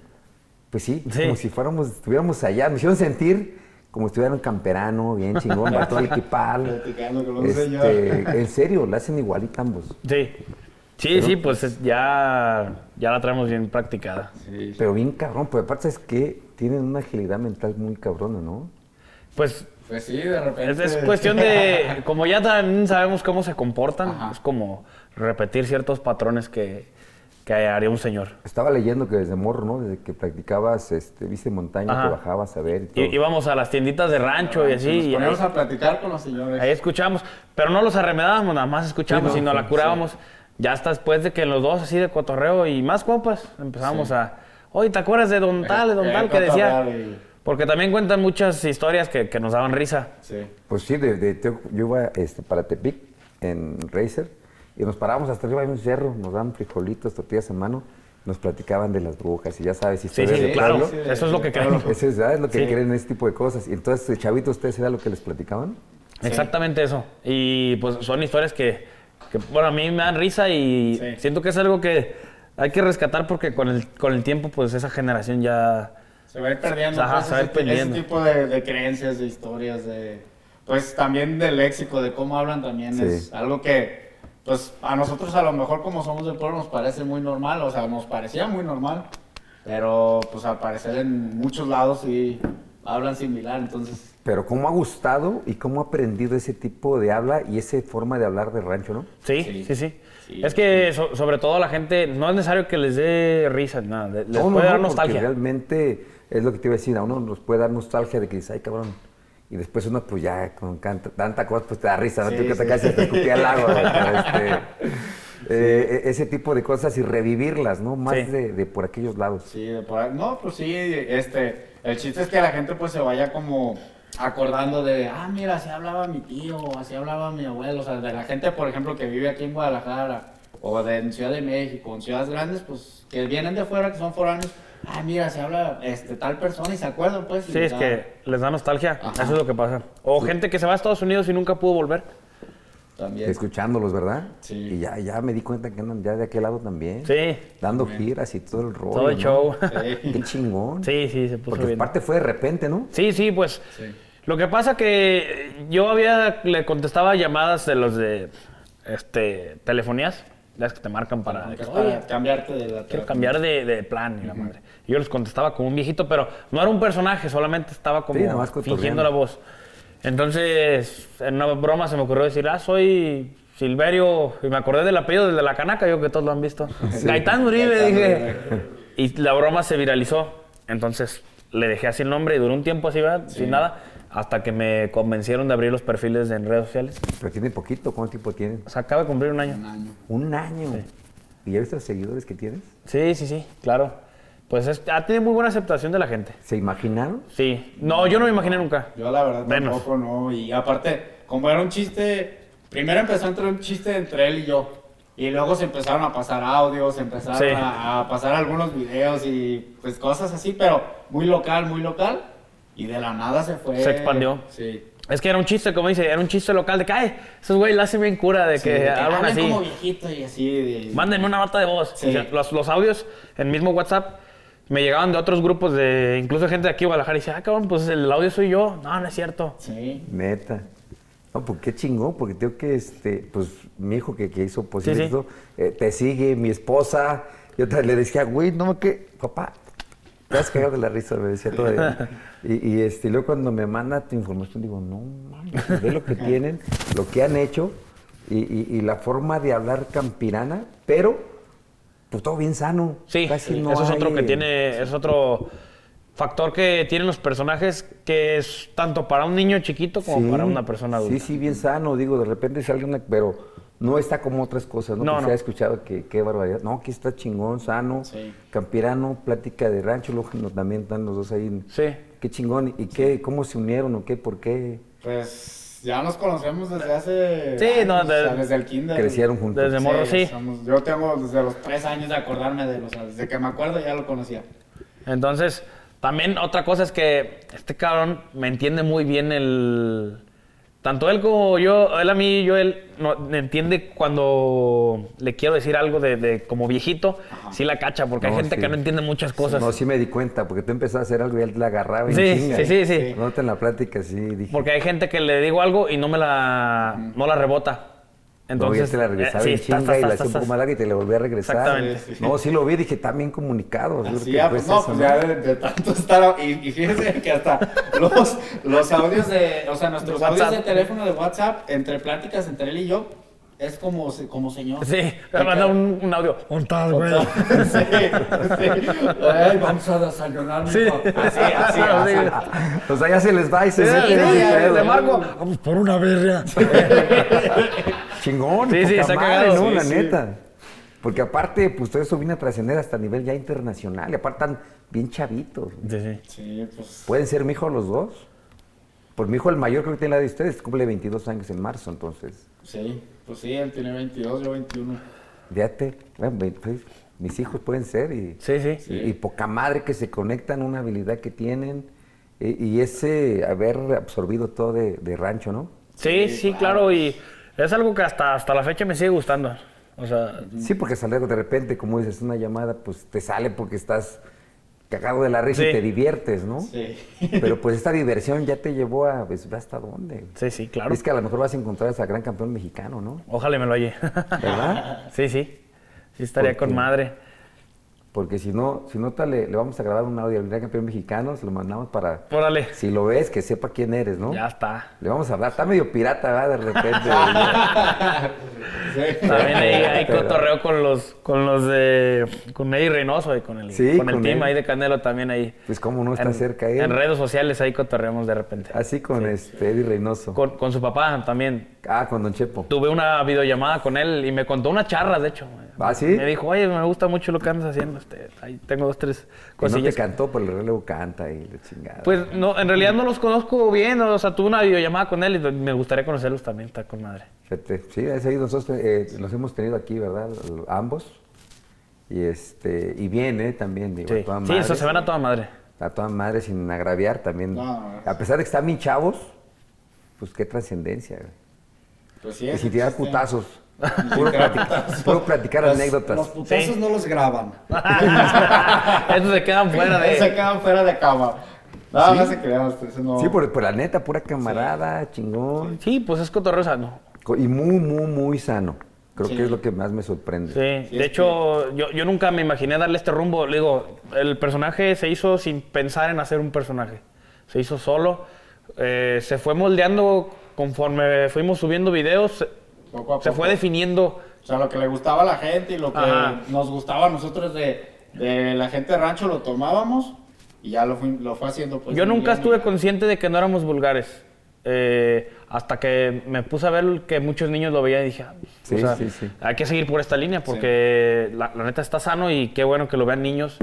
[SPEAKER 1] pues sí,
[SPEAKER 3] Sí.
[SPEAKER 1] como si fuéramos, estuviéramos allá. Me hicieron sentir como si estuviera en Camperano, bien chingón, va todo el equipal.
[SPEAKER 4] Platicando con un señor.
[SPEAKER 1] Este, en serio, la hacen igualita ambos.
[SPEAKER 2] Sí. Sí, sí, pues es- ya, ya la traemos bien practicada.
[SPEAKER 1] Pero bien cabrón, pues aparte es que tienen una agilidad mental muy cabrona, ¿no?
[SPEAKER 2] Pues
[SPEAKER 4] Pues sí, de repente.
[SPEAKER 2] es, es cuestión de, como ya también sabemos cómo se comportan, es como repetir ciertos patrones que, que haría un señor.
[SPEAKER 1] Estaba leyendo que desde morro, ¿no? Desde que practicabas, este, viste montaña,
[SPEAKER 2] Ajá.
[SPEAKER 1] que bajabas a ver y todo.
[SPEAKER 2] I- íbamos a las tienditas de rancho y así,
[SPEAKER 4] Nos
[SPEAKER 1] ¿eh?
[SPEAKER 2] y ahí,
[SPEAKER 4] ponemos a platicar con los
[SPEAKER 3] pues.
[SPEAKER 4] señores.
[SPEAKER 2] ahí escuchamos, pero no los arremedábamos, nada más escuchábamos
[SPEAKER 1] Sí, no,
[SPEAKER 2] y nos la curábamos. Ya hasta después de que los dos así de cotorreo y más compas, empezamos a, oye, ¿te acuerdas de Don Tal, de Don
[SPEAKER 4] eh,
[SPEAKER 2] Tal que decía?
[SPEAKER 4] cotorrear y-
[SPEAKER 2] Porque también cuentan muchas historias que, que nos daban risa.
[SPEAKER 4] Sí.
[SPEAKER 1] Pues sí, de, de- yo yo iba este, para Tepic en Racer y nos parábamos hasta arriba de un cerro, nos daban frijolitos, tortillas en mano, nos platicaban de las brujas y ya sabes,
[SPEAKER 2] Sí,
[SPEAKER 1] historias
[SPEAKER 2] sí,
[SPEAKER 1] de
[SPEAKER 2] claro,
[SPEAKER 1] pueblo.
[SPEAKER 2] eso es lo que
[SPEAKER 4] claro.
[SPEAKER 2] creemos.
[SPEAKER 1] Eso es, ¿verdad? Es lo que
[SPEAKER 2] Sí.
[SPEAKER 1] creen ese tipo de cosas. Y entonces, chavitos, ¿ustedes era lo que les platicaban?
[SPEAKER 2] Exactamente eso. Y pues son historias que, que, bueno, a mí me dan risa y
[SPEAKER 4] Sí.
[SPEAKER 2] siento que es algo que hay que rescatar porque con el, con el tiempo, pues esa generación ya...
[SPEAKER 4] Se va a ir perdiendo
[SPEAKER 2] Ajá,
[SPEAKER 4] pues,
[SPEAKER 2] se va a ir
[SPEAKER 4] ese, ti-
[SPEAKER 2] perdiendo.
[SPEAKER 4] ese tipo de, de creencias, de historias, de pues también del léxico, de cómo hablan también
[SPEAKER 1] Sí.
[SPEAKER 4] es algo que pues a nosotros a lo mejor como somos del pueblo nos parece muy normal, o sea, nos parecía muy normal, pero pues al parecer en muchos lados sí hablan similar, entonces
[SPEAKER 1] Pero cómo ha gustado y cómo ha aprendido ese tipo de habla y esa forma de hablar de rancho, ¿no?
[SPEAKER 2] Sí, sí,
[SPEAKER 4] Sí.
[SPEAKER 2] sí.
[SPEAKER 4] Sí.
[SPEAKER 2] es que so- sobre todo la gente, no es necesario que les dé risa, ni nada, le- les
[SPEAKER 1] No, no,
[SPEAKER 2] puede
[SPEAKER 1] no,
[SPEAKER 2] dar
[SPEAKER 1] porque
[SPEAKER 2] nostalgia.
[SPEAKER 1] Realmente es lo que te iba a decir, a uno nos puede dar nostalgia de que dices, ay cabrón. Y después uno, pues ya con canta- tanta cosa, pues te da risa, ¿no?
[SPEAKER 4] Sí,
[SPEAKER 1] Tú que te
[SPEAKER 4] sí.
[SPEAKER 1] casi te escupía el agua. güey, pero, este, eh, e- ese tipo de cosas y revivirlas, ¿no? Más
[SPEAKER 2] Sí.
[SPEAKER 1] de, de por aquellos lados.
[SPEAKER 4] sí, de por ahí- no, pues sí, este, el chiste es que la gente pues se vaya como acordando de, ah, mira, así hablaba mi tío, así hablaba mi abuelo, o sea, de la gente, por ejemplo, que vive aquí en Guadalajara, o de, en Ciudad de México, en ciudades grandes, pues, que vienen de fuera, que son foráneos, ah, mira, se habla, este, tal persona, y se acuerdan, pues. y
[SPEAKER 2] Sí, es
[SPEAKER 4] ya.
[SPEAKER 2] que les da nostalgia,
[SPEAKER 4] Ajá.
[SPEAKER 2] eso es lo que pasa. O gente que se va a Estados Unidos y nunca pudo volver.
[SPEAKER 4] También.
[SPEAKER 1] Escuchándolos, ¿verdad?
[SPEAKER 4] Sí.
[SPEAKER 1] Y ya, ya me di cuenta que andan ya de aquel lado también.
[SPEAKER 2] Sí,
[SPEAKER 1] Dando giras y todo el rollo.
[SPEAKER 2] todo el
[SPEAKER 1] ¿no?
[SPEAKER 2] show.
[SPEAKER 1] Qué chingón.
[SPEAKER 2] Sí, sí, se puso
[SPEAKER 1] Porque
[SPEAKER 2] bien.
[SPEAKER 1] parte fue de repente, ¿no?
[SPEAKER 2] Sí, sí, pues. Lo que pasa que eh, yo había le contestaba llamadas de los de este telefonías, las que te marcan para,
[SPEAKER 4] Ah, Para,
[SPEAKER 2] de que, "Oye,
[SPEAKER 4] para cambiarte de la
[SPEAKER 2] quiero cambiar de, de plan y la madre. Y yo les contestaba como un viejito, pero no era un personaje, solamente estaba como
[SPEAKER 1] Sí, nada más cotorreando.
[SPEAKER 2] fingiendo la voz. Entonces, en una broma se me ocurrió decir, "Ah, soy Silverio, y me acordé del apellido del de la canaca, yo que todos lo han visto. Gaitán Uribe, dije. Y la broma se viralizó. Entonces le dejé así el nombre y duró un tiempo así, ¿verdad? sin nada, hasta que me convencieron de abrir los perfiles en redes sociales.
[SPEAKER 1] Pero tienen poquito, ¿cuánto tiempo tienen?
[SPEAKER 2] O sea, acaba de cumplir un año.
[SPEAKER 1] Un año. ¿Y ya viste los seguidores que tienes?
[SPEAKER 2] Sí, sí, sí, claro. Pues es- ha tenido muy buena aceptación de la gente.
[SPEAKER 1] ¿Se imaginaron?
[SPEAKER 2] Sí. No, yo no me imaginé nunca.
[SPEAKER 4] Yo la verdad
[SPEAKER 2] Menos.
[SPEAKER 4] tampoco no. Y aparte, como era un chiste, primero empezó entre un chiste entre él y yo. Y luego se empezaron a pasar audios, se empezaron
[SPEAKER 2] Sí.
[SPEAKER 4] a, a pasar algunos videos y pues cosas así, pero muy local, muy local. Y de la nada se fue.
[SPEAKER 2] Se expandió.
[SPEAKER 4] Sí.
[SPEAKER 2] Es que era un chiste, como dice, era un chiste local de que, ay, esos güey la hacen bien cura, de
[SPEAKER 4] Sí, de
[SPEAKER 2] que hablan
[SPEAKER 4] hablan
[SPEAKER 2] así.
[SPEAKER 4] como viejito y así. de-
[SPEAKER 2] Mándenme una nota de voz.
[SPEAKER 4] Sí.
[SPEAKER 2] O sea, Los, los audios en mismo WhatsApp me llegaban de otros grupos, de incluso gente de aquí de Guadalajara, y dice, ah, cabrón, pues el audio soy yo. No, no es cierto.
[SPEAKER 4] Sí.
[SPEAKER 1] Neta. No, pues qué chingón, porque tengo que, este, pues, mi hijo que, que hizo posible
[SPEAKER 2] Sí, sí.
[SPEAKER 1] esto, eh, te sigue, mi esposa. Yo ta- le decía, güey, no me que, papá, te has cagado de la risa, me decía todavía. Y, y, este, y luego cuando me manda tu información, digo, no mames, pues, ve lo que tienen, lo que han hecho y, y- y la forma de hablar campirana, pero, pues todo bien sano.
[SPEAKER 2] Sí, eh,
[SPEAKER 1] Casi Pues no
[SPEAKER 2] eso es otro
[SPEAKER 1] hay-
[SPEAKER 2] que tiene, es otro factor que tienen los personajes que es tanto para un niño chiquito como
[SPEAKER 1] Sí.
[SPEAKER 2] para una persona adulta.
[SPEAKER 1] Sí, sí, bien sano, digo, de repente sale una, pero no está como otras cosas, ¿no?
[SPEAKER 2] No,
[SPEAKER 1] que
[SPEAKER 2] no.
[SPEAKER 1] se ha escuchado que qué barbaridad. No, que está chingón, sano,
[SPEAKER 4] Sí.
[SPEAKER 1] campirano, plática de rancho, luego no, también están los dos ahí. en-
[SPEAKER 2] Sí.
[SPEAKER 1] Qué chingón, y qué, cómo se unieron o qué, por qué
[SPEAKER 4] Pues ya nos conocemos desde hace.
[SPEAKER 2] Sí, no,
[SPEAKER 4] años,
[SPEAKER 2] de-
[SPEAKER 4] o sea, desde el kinder.
[SPEAKER 1] crecieron juntos.
[SPEAKER 2] Desde morro, sí.
[SPEAKER 4] somos- yo tengo desde los tres años de acordarme de él, o sea, desde que me acuerdo ya lo conocía.
[SPEAKER 2] Entonces, también otra cosa es que este cabrón me entiende muy bien el... Tanto él como yo, él a mí, yo él, no, me entiende cuando le quiero decir algo de, de como viejito, sí la cacha, porque hay
[SPEAKER 1] No,
[SPEAKER 2] gente
[SPEAKER 1] sí.
[SPEAKER 2] que no entiende muchas cosas.
[SPEAKER 1] No, sí me di cuenta, porque tú empezabas a hacer algo y él la agarraba y
[SPEAKER 2] Sí, sí, sí, sí.
[SPEAKER 1] Nota en la plática, sí, dije.
[SPEAKER 2] Porque hay gente que le digo algo y no me la, no la rebota.
[SPEAKER 1] Entonces,
[SPEAKER 2] Entonces,
[SPEAKER 1] te la
[SPEAKER 2] eh,
[SPEAKER 1] regresaba
[SPEAKER 2] sí,
[SPEAKER 1] en
[SPEAKER 2] tas,
[SPEAKER 1] chinga
[SPEAKER 2] tas,
[SPEAKER 1] y la
[SPEAKER 2] tas,
[SPEAKER 1] hacía un
[SPEAKER 2] tas,
[SPEAKER 1] poco más larga y te la volvía a regresar.
[SPEAKER 2] Exactamente.
[SPEAKER 1] No, sí lo vi, dije, tan bien comunicado. yo creo
[SPEAKER 4] Así
[SPEAKER 1] que
[SPEAKER 4] ya,
[SPEAKER 1] fue
[SPEAKER 4] pues no,
[SPEAKER 1] eso,
[SPEAKER 4] pues
[SPEAKER 1] ¿no?
[SPEAKER 4] ya de, de tanto estar. Y, y fíjense que hasta los, los audios de. O sea, nuestros
[SPEAKER 2] De
[SPEAKER 4] audios de
[SPEAKER 2] WhatsApp.
[SPEAKER 4] teléfono de WhatsApp, entre pláticas entre él y yo, es como, se- como señor.
[SPEAKER 2] Sí, me manda un, un audio. Un tal, güey.
[SPEAKER 4] Sí, sí.
[SPEAKER 3] Ay, vamos a desayunar,
[SPEAKER 2] Sí,
[SPEAKER 3] mijo.
[SPEAKER 4] Así, así, así.
[SPEAKER 1] O sea, ya se les va y se
[SPEAKER 2] Sí,
[SPEAKER 1] sienten así,
[SPEAKER 2] sí, sí,
[SPEAKER 1] pedo.
[SPEAKER 2] le marco.
[SPEAKER 5] Vamos por una birria.
[SPEAKER 1] Chingón,
[SPEAKER 2] Sí, sí,
[SPEAKER 1] poca
[SPEAKER 2] está
[SPEAKER 1] madre,
[SPEAKER 2] cagado.
[SPEAKER 1] ¿no?
[SPEAKER 2] Sí,
[SPEAKER 1] la
[SPEAKER 2] sí.
[SPEAKER 1] neta. Porque aparte, pues todo eso viene a trascender hasta nivel ya internacional. Y aparte están bien chavitos.
[SPEAKER 2] Sí, sí.
[SPEAKER 4] Sí, pues.
[SPEAKER 1] ¿Pueden ser mi hijo los dos? Pues mi hijo el mayor creo que tiene la edad de ustedes, cumple 22 años en marzo, entonces.
[SPEAKER 4] Sí, pues sí, él tiene 22, yo 21.
[SPEAKER 1] Fíjate, bueno, ve- pues, mis hijos pueden ser y,
[SPEAKER 2] Sí, sí.
[SPEAKER 1] y- y poca madre que se conectan, una habilidad que tienen y, y ese haber absorbido todo de, de rancho, ¿no?
[SPEAKER 2] Sí, sí, claro. Y es algo que hasta, hasta la fecha me sigue gustando. O sea,
[SPEAKER 1] Sí, porque salir de repente, como dices, una llamada, pues te sale porque estás cagado de la risa y
[SPEAKER 2] Sí.
[SPEAKER 1] te diviertes, ¿no?
[SPEAKER 4] Sí.
[SPEAKER 1] Pero pues esta diversión ya te llevó a, pues, ve hasta dónde.
[SPEAKER 2] sí, sí, claro.
[SPEAKER 1] Es que a lo mejor vas a encontrar a ese gran campeón mexicano, ¿no?
[SPEAKER 2] Ojalá y me lo hallé.
[SPEAKER 1] ¿Verdad?
[SPEAKER 2] Sí, sí. Sí, estaría
[SPEAKER 1] ¿Por qué?
[SPEAKER 2] con madre.
[SPEAKER 1] Porque si no, si no te le, le vamos a grabar un audio al gran campeón mexicano, se lo mandamos para,
[SPEAKER 2] Órale.
[SPEAKER 1] si lo ves, que sepa quién eres, ¿no?
[SPEAKER 2] Ya está.
[SPEAKER 1] Le vamos a hablar, está medio pirata, ¿verdad? De repente.
[SPEAKER 4] Sí.
[SPEAKER 2] También hay, hay
[SPEAKER 1] Pero-
[SPEAKER 2] cotorreo con los, con los de. Con Eddie Reynoso y con el,
[SPEAKER 1] Sí,
[SPEAKER 2] con el
[SPEAKER 1] con
[SPEAKER 2] team
[SPEAKER 1] él.
[SPEAKER 2] ahí de Canelo también ahí.
[SPEAKER 1] pues cómo no está
[SPEAKER 2] en,
[SPEAKER 1] cerca él.
[SPEAKER 2] En redes sociales ahí cotorreamos de repente.
[SPEAKER 1] Así con este Eddie Reynoso.
[SPEAKER 2] Con, con su papá también.
[SPEAKER 1] Ah, con Don Chepo.
[SPEAKER 2] Tuve una videollamada con él y me contó una charra, de hecho.
[SPEAKER 1] ¿Ah, sí?
[SPEAKER 2] Me dijo, oye, me gusta mucho lo que andas haciendo. este, ahí tengo dos, tres
[SPEAKER 1] Que no te
[SPEAKER 2] cosillas.
[SPEAKER 1] cantó, pero el relevo canta y la chingada.
[SPEAKER 2] pues no, en realidad no los conozco bien, o sea, tuve una videollamada con él y me gustaría conocerlos también, está con madre.
[SPEAKER 1] Fíjate, Sí, es ahí nosotros eh, los hemos tenido aquí, ¿verdad? Lo- Ambos. Y este, y bien, ¿eh? También, digo,
[SPEAKER 2] Sí,
[SPEAKER 1] a toda
[SPEAKER 2] sí,
[SPEAKER 1] madre.
[SPEAKER 2] eso se van a toda madre.
[SPEAKER 1] A toda madre sin agraviar también.
[SPEAKER 4] No.
[SPEAKER 1] A pesar de que están bien chavos, pues qué trascendencia, güey.
[SPEAKER 4] Pues sí,
[SPEAKER 1] Y
[SPEAKER 4] ese
[SPEAKER 1] sin tirar
[SPEAKER 4] chiste.
[SPEAKER 1] putazos. Puro, platicar- puro platicar
[SPEAKER 4] Los-
[SPEAKER 1] anécdotas.
[SPEAKER 4] Los putazos
[SPEAKER 2] Sí.
[SPEAKER 4] no los graban.
[SPEAKER 2] Estos se quedan fuera
[SPEAKER 4] Se
[SPEAKER 2] de...
[SPEAKER 4] quedan fuera de cama. No, no se crean, ustedes no.
[SPEAKER 1] Sí, por, por la neta, pura camarada, chingón.
[SPEAKER 2] Sí, pues es cotorreo sano.
[SPEAKER 1] Co- Y muy, muy, muy sano. Creo
[SPEAKER 4] Sí.
[SPEAKER 1] que es lo que más me sorprende.
[SPEAKER 2] Sí, de hecho, yo, yo nunca me imaginé darle este rumbo. Le digo, el personaje se hizo sin pensar en hacer un personaje. Se hizo solo. Eh, se fue moldeando conforme fuimos subiendo videos.
[SPEAKER 4] Poco a
[SPEAKER 2] Se
[SPEAKER 4] poco.
[SPEAKER 2] fue definiendo.
[SPEAKER 4] O sea, lo que le gustaba a la gente y lo que
[SPEAKER 2] Ajá.
[SPEAKER 4] nos gustaba a nosotros de, de la gente de rancho lo tomábamos y ya lo, fui- lo fue haciendo. Pues,
[SPEAKER 2] Yo nunca
[SPEAKER 4] bien.
[SPEAKER 2] estuve consciente de que no éramos vulgares. eh, hasta que me puse a ver que muchos niños lo veían y dije, ah,
[SPEAKER 1] Sí,
[SPEAKER 2] o sea,
[SPEAKER 1] sí, sí.
[SPEAKER 2] hay que seguir por esta línea porque la, la neta está sano y qué bueno que lo vean niños.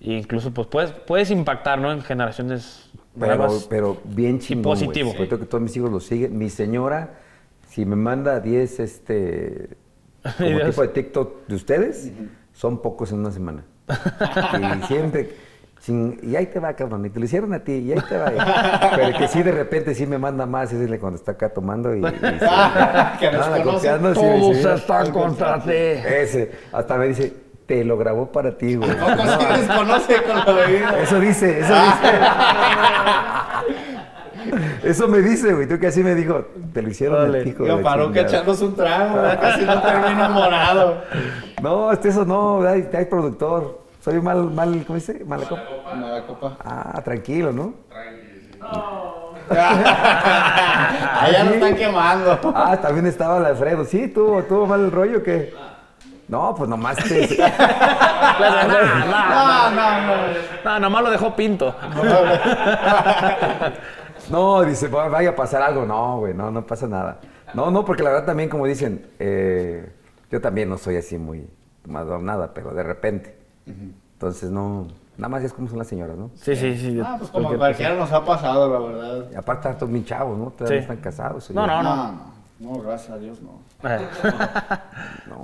[SPEAKER 2] E incluso pues puedes, puedes impactar ¿no? en generaciones
[SPEAKER 1] Pero,
[SPEAKER 2] nuevas.
[SPEAKER 1] pero bien chingón. güey.
[SPEAKER 2] positivo.
[SPEAKER 1] Sobre todo que todos mis hijos lo siguen. Mi señora, si me manda 10 este como
[SPEAKER 2] Videos.
[SPEAKER 1] tipo de TikTok de ustedes, son pocos en una semana. y siempre. sin- y ahí te va, cabrón. Y te lo hicieron a ti, y ahí te va. Pero que sí, de repente sí me manda más. Ese es el cuando está acá tomando. Y, y sí.
[SPEAKER 6] Ah,
[SPEAKER 4] Ah, que
[SPEAKER 1] No, la
[SPEAKER 4] desconoce.
[SPEAKER 1] confianza, sí,
[SPEAKER 6] Todos
[SPEAKER 1] sí.
[SPEAKER 6] están contra ti.
[SPEAKER 1] Ese. Hasta me dice, te lo grabó para ti, güey.
[SPEAKER 4] Poco sí desconoce con la bebida.
[SPEAKER 1] Eso dice, eso dice. eso me dice, güey. Tú que así me dijo, te lo hicieron
[SPEAKER 2] Órale.
[SPEAKER 1] el hijo de
[SPEAKER 4] Yo
[SPEAKER 1] la
[SPEAKER 4] paró que
[SPEAKER 1] chingada.
[SPEAKER 4] echándose un trago, casi no termino morado.
[SPEAKER 1] No, este eso no, hay, hay productor. Soy mal, mal, ¿cómo dice? Mala copa.
[SPEAKER 4] Nada, copa.
[SPEAKER 1] Ah, tranquilo, ¿no?
[SPEAKER 4] Allá lo están quemando.
[SPEAKER 1] Ah, también estaba el Alfredo. Sí, tuvo, tuvo mal el rollo que. No, pues nomás te.
[SPEAKER 2] Claro, no, no,
[SPEAKER 4] No, no, Ah, no.
[SPEAKER 2] no, nomás lo dejó pinto.
[SPEAKER 1] No, dice, "Va- vaya a pasar algo. No, güey, no, no pasa nada. No, no, porque la verdad también, como dicen, eh, yo también no soy así muy maduro nada, pero de repente. Entonces, no, nada más es como son las señoras, ¿no?
[SPEAKER 2] Sí, sí, sí.
[SPEAKER 4] Ah, pues como a cualquiera nos ha pasado, la verdad.
[SPEAKER 1] Y aparte, están todos bien chavos, ¿no? Todavía
[SPEAKER 2] Sí.
[SPEAKER 1] no están casados.
[SPEAKER 2] No,
[SPEAKER 1] oye.
[SPEAKER 2] no, no.
[SPEAKER 4] no. No, gracias a Dios, no.
[SPEAKER 2] Eh.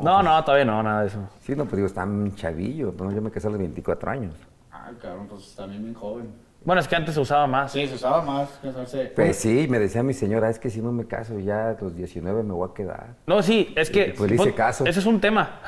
[SPEAKER 2] No, no, todavía no, nada de eso.
[SPEAKER 1] Sí, no, pues digo, están chavillos. ¿no? Yo me casé a los 24 años.
[SPEAKER 4] Ay, cabrón, pues también bien joven.
[SPEAKER 2] Bueno, es que antes se usaba más.
[SPEAKER 4] Sí, se usaba más casarse.
[SPEAKER 1] Pues sí, me decía mi señora, es que si no me caso, ya a los 19 me voy a quedar.
[SPEAKER 2] No, sí, es que.
[SPEAKER 1] Pues le hice caso.
[SPEAKER 2] Ese es un tema.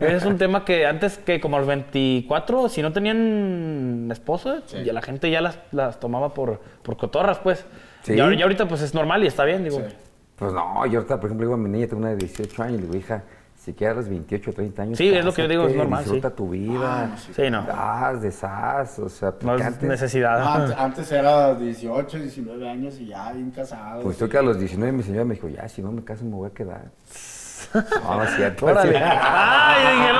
[SPEAKER 2] ese es un tema que antes que como a los 24, si no tenían esposa,
[SPEAKER 4] Sí.
[SPEAKER 2] ya la gente ya las, las tomaba por, por cotorras, pues.
[SPEAKER 1] Sí.
[SPEAKER 2] Y, ahor- y ahorita pues es normal y está bien, digo.
[SPEAKER 4] Sí.
[SPEAKER 1] Pues no, yo ahorita, por ejemplo, digo a mi niña, tengo una de 18 años, le digo, hija, si quieres a los 28 o 30 años.
[SPEAKER 2] Sí, es lo que yo digo, es
[SPEAKER 1] cásate,
[SPEAKER 2] normal, sí.
[SPEAKER 1] Disfruta tu vida.
[SPEAKER 2] Sí, Ah, no.
[SPEAKER 1] Haz, deshaz, o sea,
[SPEAKER 2] No
[SPEAKER 1] porque
[SPEAKER 2] es
[SPEAKER 1] antes,
[SPEAKER 2] necesidad.
[SPEAKER 4] Antes, antes era 18, 19 años y ya bien casado.
[SPEAKER 1] Pues
[SPEAKER 4] sí.
[SPEAKER 1] yo que a los 19 mi señora me dijo, ya, si no me caso me voy a quedar. No, no es cierto.
[SPEAKER 2] Órale. Ay, dije,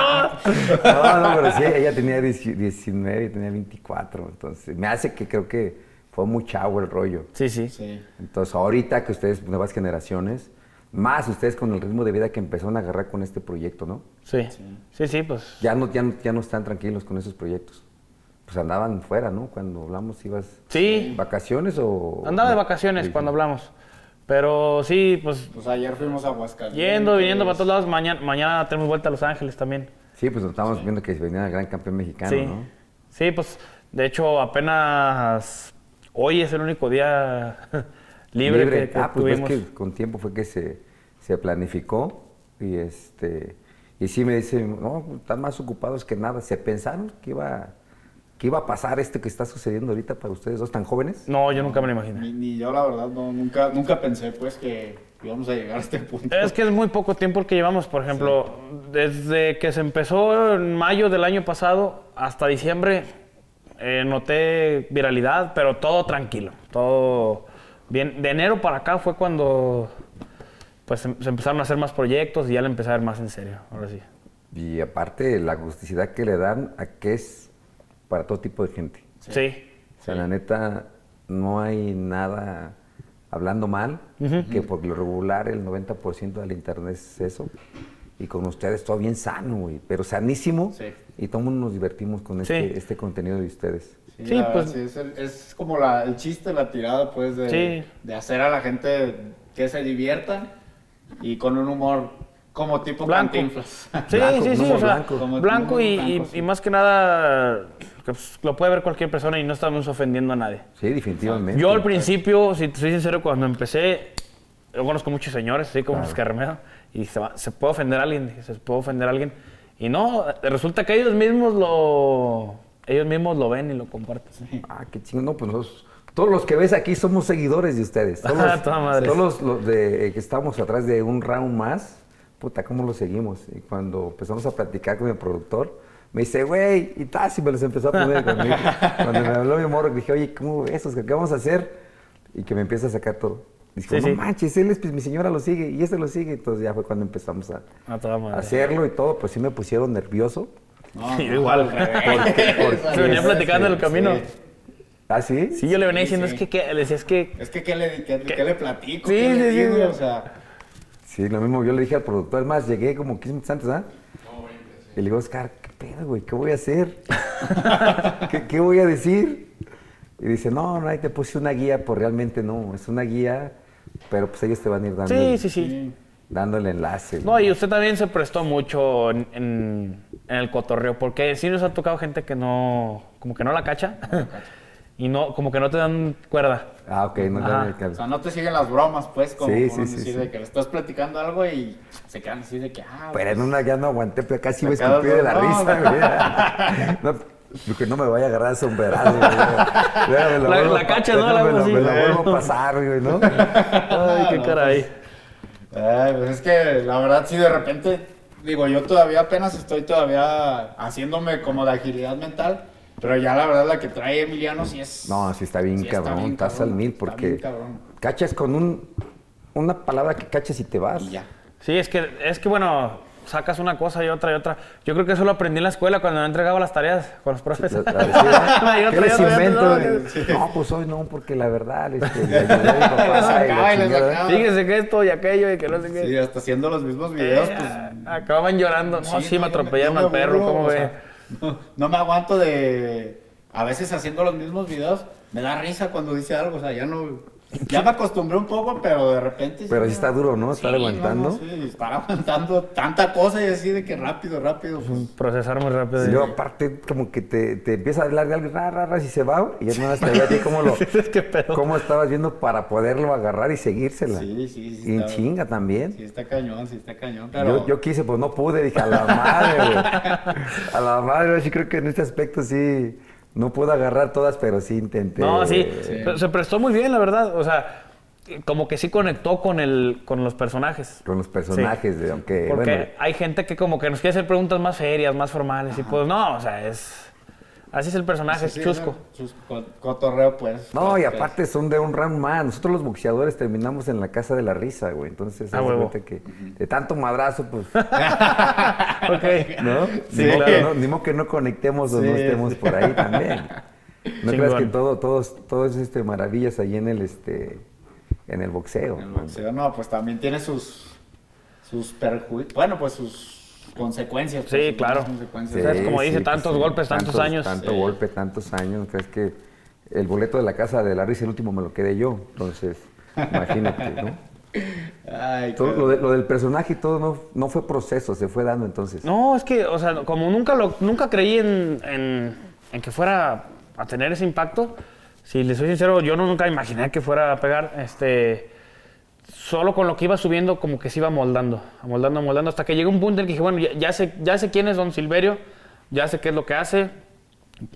[SPEAKER 2] no.
[SPEAKER 1] No, no, pero sí, ella tenía 10 19 y tenía 24, entonces me hace que creo que fue muy chavo el rollo.
[SPEAKER 2] Sí, sí.
[SPEAKER 4] Sí.
[SPEAKER 1] Entonces, ahorita que ustedes, nuevas generaciones, más ustedes con el ritmo de vida que empezaron a agarrar con este proyecto, ¿no?
[SPEAKER 2] Sí. Sí, sí, pues.
[SPEAKER 1] Ya no, ya no, ya no están tranquilos con esos proyectos. Pues andaban fuera, ¿no? Cuando hablamos, ibas.
[SPEAKER 2] Sí.
[SPEAKER 1] ¿Vacaciones o.?
[SPEAKER 2] Andaba de vacaciones cuando hablamos. Pero sí, pues
[SPEAKER 4] Pues ayer fuimos a Aguascalientes.
[SPEAKER 2] yendo, viniendo para todos lados. Mañana, mañana tenemos vuelta a Los Ángeles también.
[SPEAKER 1] Sí, pues nos estábamos viendo que venía el gran campeón mexicano,
[SPEAKER 2] Sí.
[SPEAKER 1] ¿no?
[SPEAKER 2] Sí, pues de hecho apenas hoy es el único día libre, que, que
[SPEAKER 1] ah, pues ves
[SPEAKER 2] tuvimos.
[SPEAKER 1] que con tiempo fue que se, se planificó y este. Y sí me dice, no, están más ocupados que nada. ¿Se pensaron que iba, que iba a pasar esto que está sucediendo ahorita para ustedes dos tan jóvenes?
[SPEAKER 2] No, yo nunca me lo imaginé.
[SPEAKER 4] Ni, ni yo, la verdad, no, nunca, nunca pensé pues que íbamos a llegar a este punto.
[SPEAKER 2] Es que es muy poco tiempo el que llevamos, por ejemplo, desde que se empezó en mayo del año pasado hasta diciembre eh, noté viralidad, pero todo tranquilo, todo bien. De enero para acá fue cuando pues se, se empezaron a hacer más proyectos y ya le empecé a ver más en serio, ahora sí.
[SPEAKER 1] Y aparte, la agusticidad que le dan a que es para todo tipo de gente.
[SPEAKER 2] Sí.
[SPEAKER 1] O sea, la neta, no hay nada hablando mal, que por lo regular el 90% del internet es eso. Y con ustedes todo bien sano, güey, pero sanísimo.
[SPEAKER 4] Sí.
[SPEAKER 1] Y todo mundo nos divertimos con este,
[SPEAKER 2] Sí.
[SPEAKER 1] este contenido de ustedes.
[SPEAKER 4] Sí,
[SPEAKER 2] Sí,
[SPEAKER 4] la verdad,
[SPEAKER 2] pues-
[SPEAKER 4] sí, es, el- es como la- el chiste, la tirada, pues, de,
[SPEAKER 2] Sí.
[SPEAKER 4] de hacer a la gente que se diviertan y con un humor como tipo
[SPEAKER 2] Blanco.
[SPEAKER 4] cantinflas.
[SPEAKER 2] Sí,
[SPEAKER 1] Blanco,
[SPEAKER 2] sí,
[SPEAKER 1] un
[SPEAKER 2] sí,
[SPEAKER 1] humor
[SPEAKER 2] o
[SPEAKER 1] blanco.
[SPEAKER 2] sea, blanco,
[SPEAKER 4] Como
[SPEAKER 2] blanco y, y-
[SPEAKER 4] blanco, sí.
[SPEAKER 2] y más que nada que, pues, lo puede ver cualquier persona y no estamos ofendiendo a nadie.
[SPEAKER 1] Sí, definitivamente.
[SPEAKER 2] Yo al principio, si te soy sincero, cuando empecé, yo conozco muchos señores, así como los que remedan, y se, va- se puede ofender a alguien, dije, se puede ofender a alguien. Y no, resulta que ellos mismos lo, ellos mismos lo ven y lo comparten.
[SPEAKER 1] Ah, qué chingo. No, pues nosotros- todos los que ves aquí somos seguidores de ustedes. Todos,
[SPEAKER 2] Ah, toda madre.
[SPEAKER 1] todos los, los de, eh, que estamos atrás de un round más, puta, ¿cómo los seguimos? Y cuando empezamos a platicar con el productor, me dice, güey, y tal, y me los empezó a poner conmigo. Cuando me habló mi morro, dije, oye, ¿cómo esos? ¿Qué vamos a hacer? Y que me empieza a sacar todo. Dijo,
[SPEAKER 2] Sí,
[SPEAKER 1] no
[SPEAKER 2] sí.
[SPEAKER 1] manches, él es, pues, mi señora lo sigue y este lo sigue. Entonces ya fue cuando empezamos a
[SPEAKER 2] A toda madre.
[SPEAKER 1] hacerlo y todo, pues sí me pusieron nervioso.
[SPEAKER 4] No,
[SPEAKER 2] Sí,
[SPEAKER 4] no,
[SPEAKER 2] igual.
[SPEAKER 4] al revés.
[SPEAKER 2] Se venía platicando en el camino.
[SPEAKER 4] Sí.
[SPEAKER 1] este, ¿Ah, sí?
[SPEAKER 2] Sí, yo le venía
[SPEAKER 4] Sí,
[SPEAKER 2] diciendo,
[SPEAKER 4] sí.
[SPEAKER 2] es que, ¿qué? le decía, es que,
[SPEAKER 4] Es que, ¿qué le, qué-
[SPEAKER 2] ¿Qué?
[SPEAKER 4] qué le platico?
[SPEAKER 2] Sí,
[SPEAKER 4] ¿Qué
[SPEAKER 2] sí,
[SPEAKER 4] le
[SPEAKER 2] sí,
[SPEAKER 4] digo?
[SPEAKER 2] sí.
[SPEAKER 4] O sea,
[SPEAKER 1] Sí, lo mismo yo le dije al productor, es más, llegué como 15 minutos antes, ¿ah? Y le digo, Oscar, ¿qué pedo, güey? ¿Qué voy a hacer? ¿Qué, qué voy a decir? Y dice, no, no, ahí te puse una guía, pues realmente no, es una guía, pero pues ellos te van a ir dando,
[SPEAKER 2] sí,
[SPEAKER 1] el,
[SPEAKER 2] sí, sí.
[SPEAKER 1] dando el enlace.
[SPEAKER 2] No, y usted también se prestó mucho en, en- en el cotorreo, porque sí nos ha tocado gente que no, como que no la cacha, y no, como que no te dan cuerda.
[SPEAKER 1] Ah, ok, no,
[SPEAKER 2] Ajá.
[SPEAKER 1] no,
[SPEAKER 4] o
[SPEAKER 1] no,
[SPEAKER 4] sea, no te siguen las bromas, pues, como
[SPEAKER 1] Sí, sí,
[SPEAKER 4] sí,
[SPEAKER 1] sí,
[SPEAKER 4] decir
[SPEAKER 1] sí.
[SPEAKER 4] de que le estás platicando algo y se quedan así de que, ah,
[SPEAKER 1] Pero en una ya no aguanté, pero casi iba a
[SPEAKER 4] Me acabas
[SPEAKER 1] escupir de la
[SPEAKER 4] de- no,
[SPEAKER 1] risa, güey. No, porque no me vaya a agarrar sombrerado, güey. Déjame
[SPEAKER 2] La-
[SPEAKER 1] vuelvo
[SPEAKER 2] la
[SPEAKER 1] a-
[SPEAKER 2] cacha, ¿no? La
[SPEAKER 1] déjame
[SPEAKER 2] hago
[SPEAKER 1] lo-
[SPEAKER 2] así.
[SPEAKER 1] Me la vuelvo a pasar, güey, ¿no?
[SPEAKER 2] Ay, qué caray.
[SPEAKER 4] Ay, pues es que la verdad sí de repente, digo, yo todavía apenas estoy todavía haciéndome como de agilidad mental, pero ya la verdad la que trae Emiliano sí es...
[SPEAKER 1] No, sí está bien
[SPEAKER 4] sí
[SPEAKER 1] cabrón, estás
[SPEAKER 4] cabrón,
[SPEAKER 1] al mil
[SPEAKER 4] está
[SPEAKER 1] porque
[SPEAKER 4] bien cabrón.
[SPEAKER 1] cachas con un, una palabra que cachas y te vas.
[SPEAKER 4] Y ya.
[SPEAKER 2] Sí, es que, es que bueno, sacas una cosa y otra y otra. Yo creo que eso lo aprendí en la escuela cuando no entregaba las tareas con los profes.
[SPEAKER 1] La- la- la-
[SPEAKER 2] Y otra,
[SPEAKER 1] ¿Qué
[SPEAKER 2] y
[SPEAKER 1] les
[SPEAKER 2] otra, y otra,
[SPEAKER 1] invento?
[SPEAKER 2] no,
[SPEAKER 1] No, pues hoy no, porque la verdad, este, le ayudé a mi papá y la
[SPEAKER 4] sacaba y le
[SPEAKER 1] chingada.
[SPEAKER 4] sacaba.
[SPEAKER 2] Fíjese que esto y aquello y que no sé qué.
[SPEAKER 4] Sí, hasta haciendo los
[SPEAKER 2] Eh,
[SPEAKER 4] mismos videos, pues...
[SPEAKER 2] Acaban llorando. No, sí, me
[SPEAKER 4] yo
[SPEAKER 2] atropellaron
[SPEAKER 4] yo
[SPEAKER 2] al perro,
[SPEAKER 4] aburro,
[SPEAKER 2] ¿cómo
[SPEAKER 4] o
[SPEAKER 2] ve?
[SPEAKER 4] sea, no, no me aguanto de... A veces haciendo los mismos videos, me da risa cuando dice algo, o sea, ya no... Ya me acostumbré un poco, pero de repente...
[SPEAKER 1] Pero
[SPEAKER 4] me-
[SPEAKER 1] sí está duro, ¿no? Estar
[SPEAKER 4] Sí,
[SPEAKER 1] aguantando.
[SPEAKER 4] no, no, sí, estar aguantando tanta cosa y así de que rápido, rápido. pues.
[SPEAKER 2] Procesar muy rápido.
[SPEAKER 1] Y luego aparte como que te, te empieza a hablar de algo ra, ra, ra, y se va y ya no te veo a ti cómo lo
[SPEAKER 2] ¿Qué pedo?
[SPEAKER 1] cómo estabas viendo para poderlo agarrar y seguírsela.
[SPEAKER 4] Sí, sí, sí.
[SPEAKER 1] y en
[SPEAKER 4] está-
[SPEAKER 1] chinga también.
[SPEAKER 4] Sí, está cañón, sí, está cañón. Pero
[SPEAKER 1] Yo, yo quise, pues no pude, dije, a la madre, güey. A la madre, güey, sí creo que en este aspecto sí, no pude agarrar todas, pero sí intenté. eh,
[SPEAKER 2] No, sí.
[SPEAKER 4] Sí.
[SPEAKER 2] pero Se prestó muy bien, la verdad. O sea, como que sí conectó con, el, con los personajes.
[SPEAKER 1] Con los personajes, de- aunque,
[SPEAKER 2] Porque
[SPEAKER 1] bueno,
[SPEAKER 2] hay gente que como que nos quiere hacer preguntas más serias, más formales. Y pues no, o sea, es... Así es el personaje,
[SPEAKER 4] sí,
[SPEAKER 2] es chusco.
[SPEAKER 4] ¿no? Chusco, cotorreo, pues.
[SPEAKER 1] no, y
[SPEAKER 4] pues,
[SPEAKER 1] aparte son de un round más. Nosotros los boxeadores terminamos en la casa de la risa, güey. Entonces,
[SPEAKER 2] Ah,
[SPEAKER 1] haz de
[SPEAKER 2] huevo.
[SPEAKER 1] cuenta que de tanto madrazo, pues,
[SPEAKER 2] Ok.
[SPEAKER 1] ¿no?
[SPEAKER 4] Sí.
[SPEAKER 1] Ni, modo que no, ni modo que no conectemos o no
[SPEAKER 4] Sí,
[SPEAKER 1] estemos
[SPEAKER 4] sí.
[SPEAKER 1] por ahí también. No creas
[SPEAKER 2] Chingón.
[SPEAKER 1] que todo, todos, todos este maravillas ahí en el este en el boxeo.
[SPEAKER 4] El boxeo, no, pues también tiene sus, sus perjuicios. Bueno, pues sus consecuencias. pues,
[SPEAKER 2] Sí,
[SPEAKER 4] sus
[SPEAKER 2] claro.
[SPEAKER 4] consecuencias.
[SPEAKER 2] O sea, es como dice,
[SPEAKER 1] pues
[SPEAKER 2] tantos golpes, tantos años. Eh.
[SPEAKER 1] Tanto
[SPEAKER 4] Sí.
[SPEAKER 1] golpe, tantos años. Crees que el boleto de la casa de la risa, el último me lo quedé yo. Entonces, imagínate, ¿no?
[SPEAKER 4] Ay,
[SPEAKER 1] Todo,
[SPEAKER 4] qué-
[SPEAKER 1] lo, de- lo del personaje y todo no, no fue proceso, se fue dando entonces.
[SPEAKER 2] No, es que, o sea, como nunca lo, nunca creí en, en- en que fuera a tener ese impacto, si les soy sincero, yo no, nunca imaginé que fuera a pegar, este, solo con lo que iba subiendo, como que se iba moldando, moldando, moldando, hasta que llegó un punto en el que dije, bueno, ya, ya sé, ya sé quién es Don Silverio, ya sé qué es lo que hace,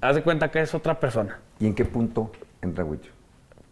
[SPEAKER 2] haz de cuenta que es otra persona.
[SPEAKER 1] ¿Y en qué punto entra Huicho?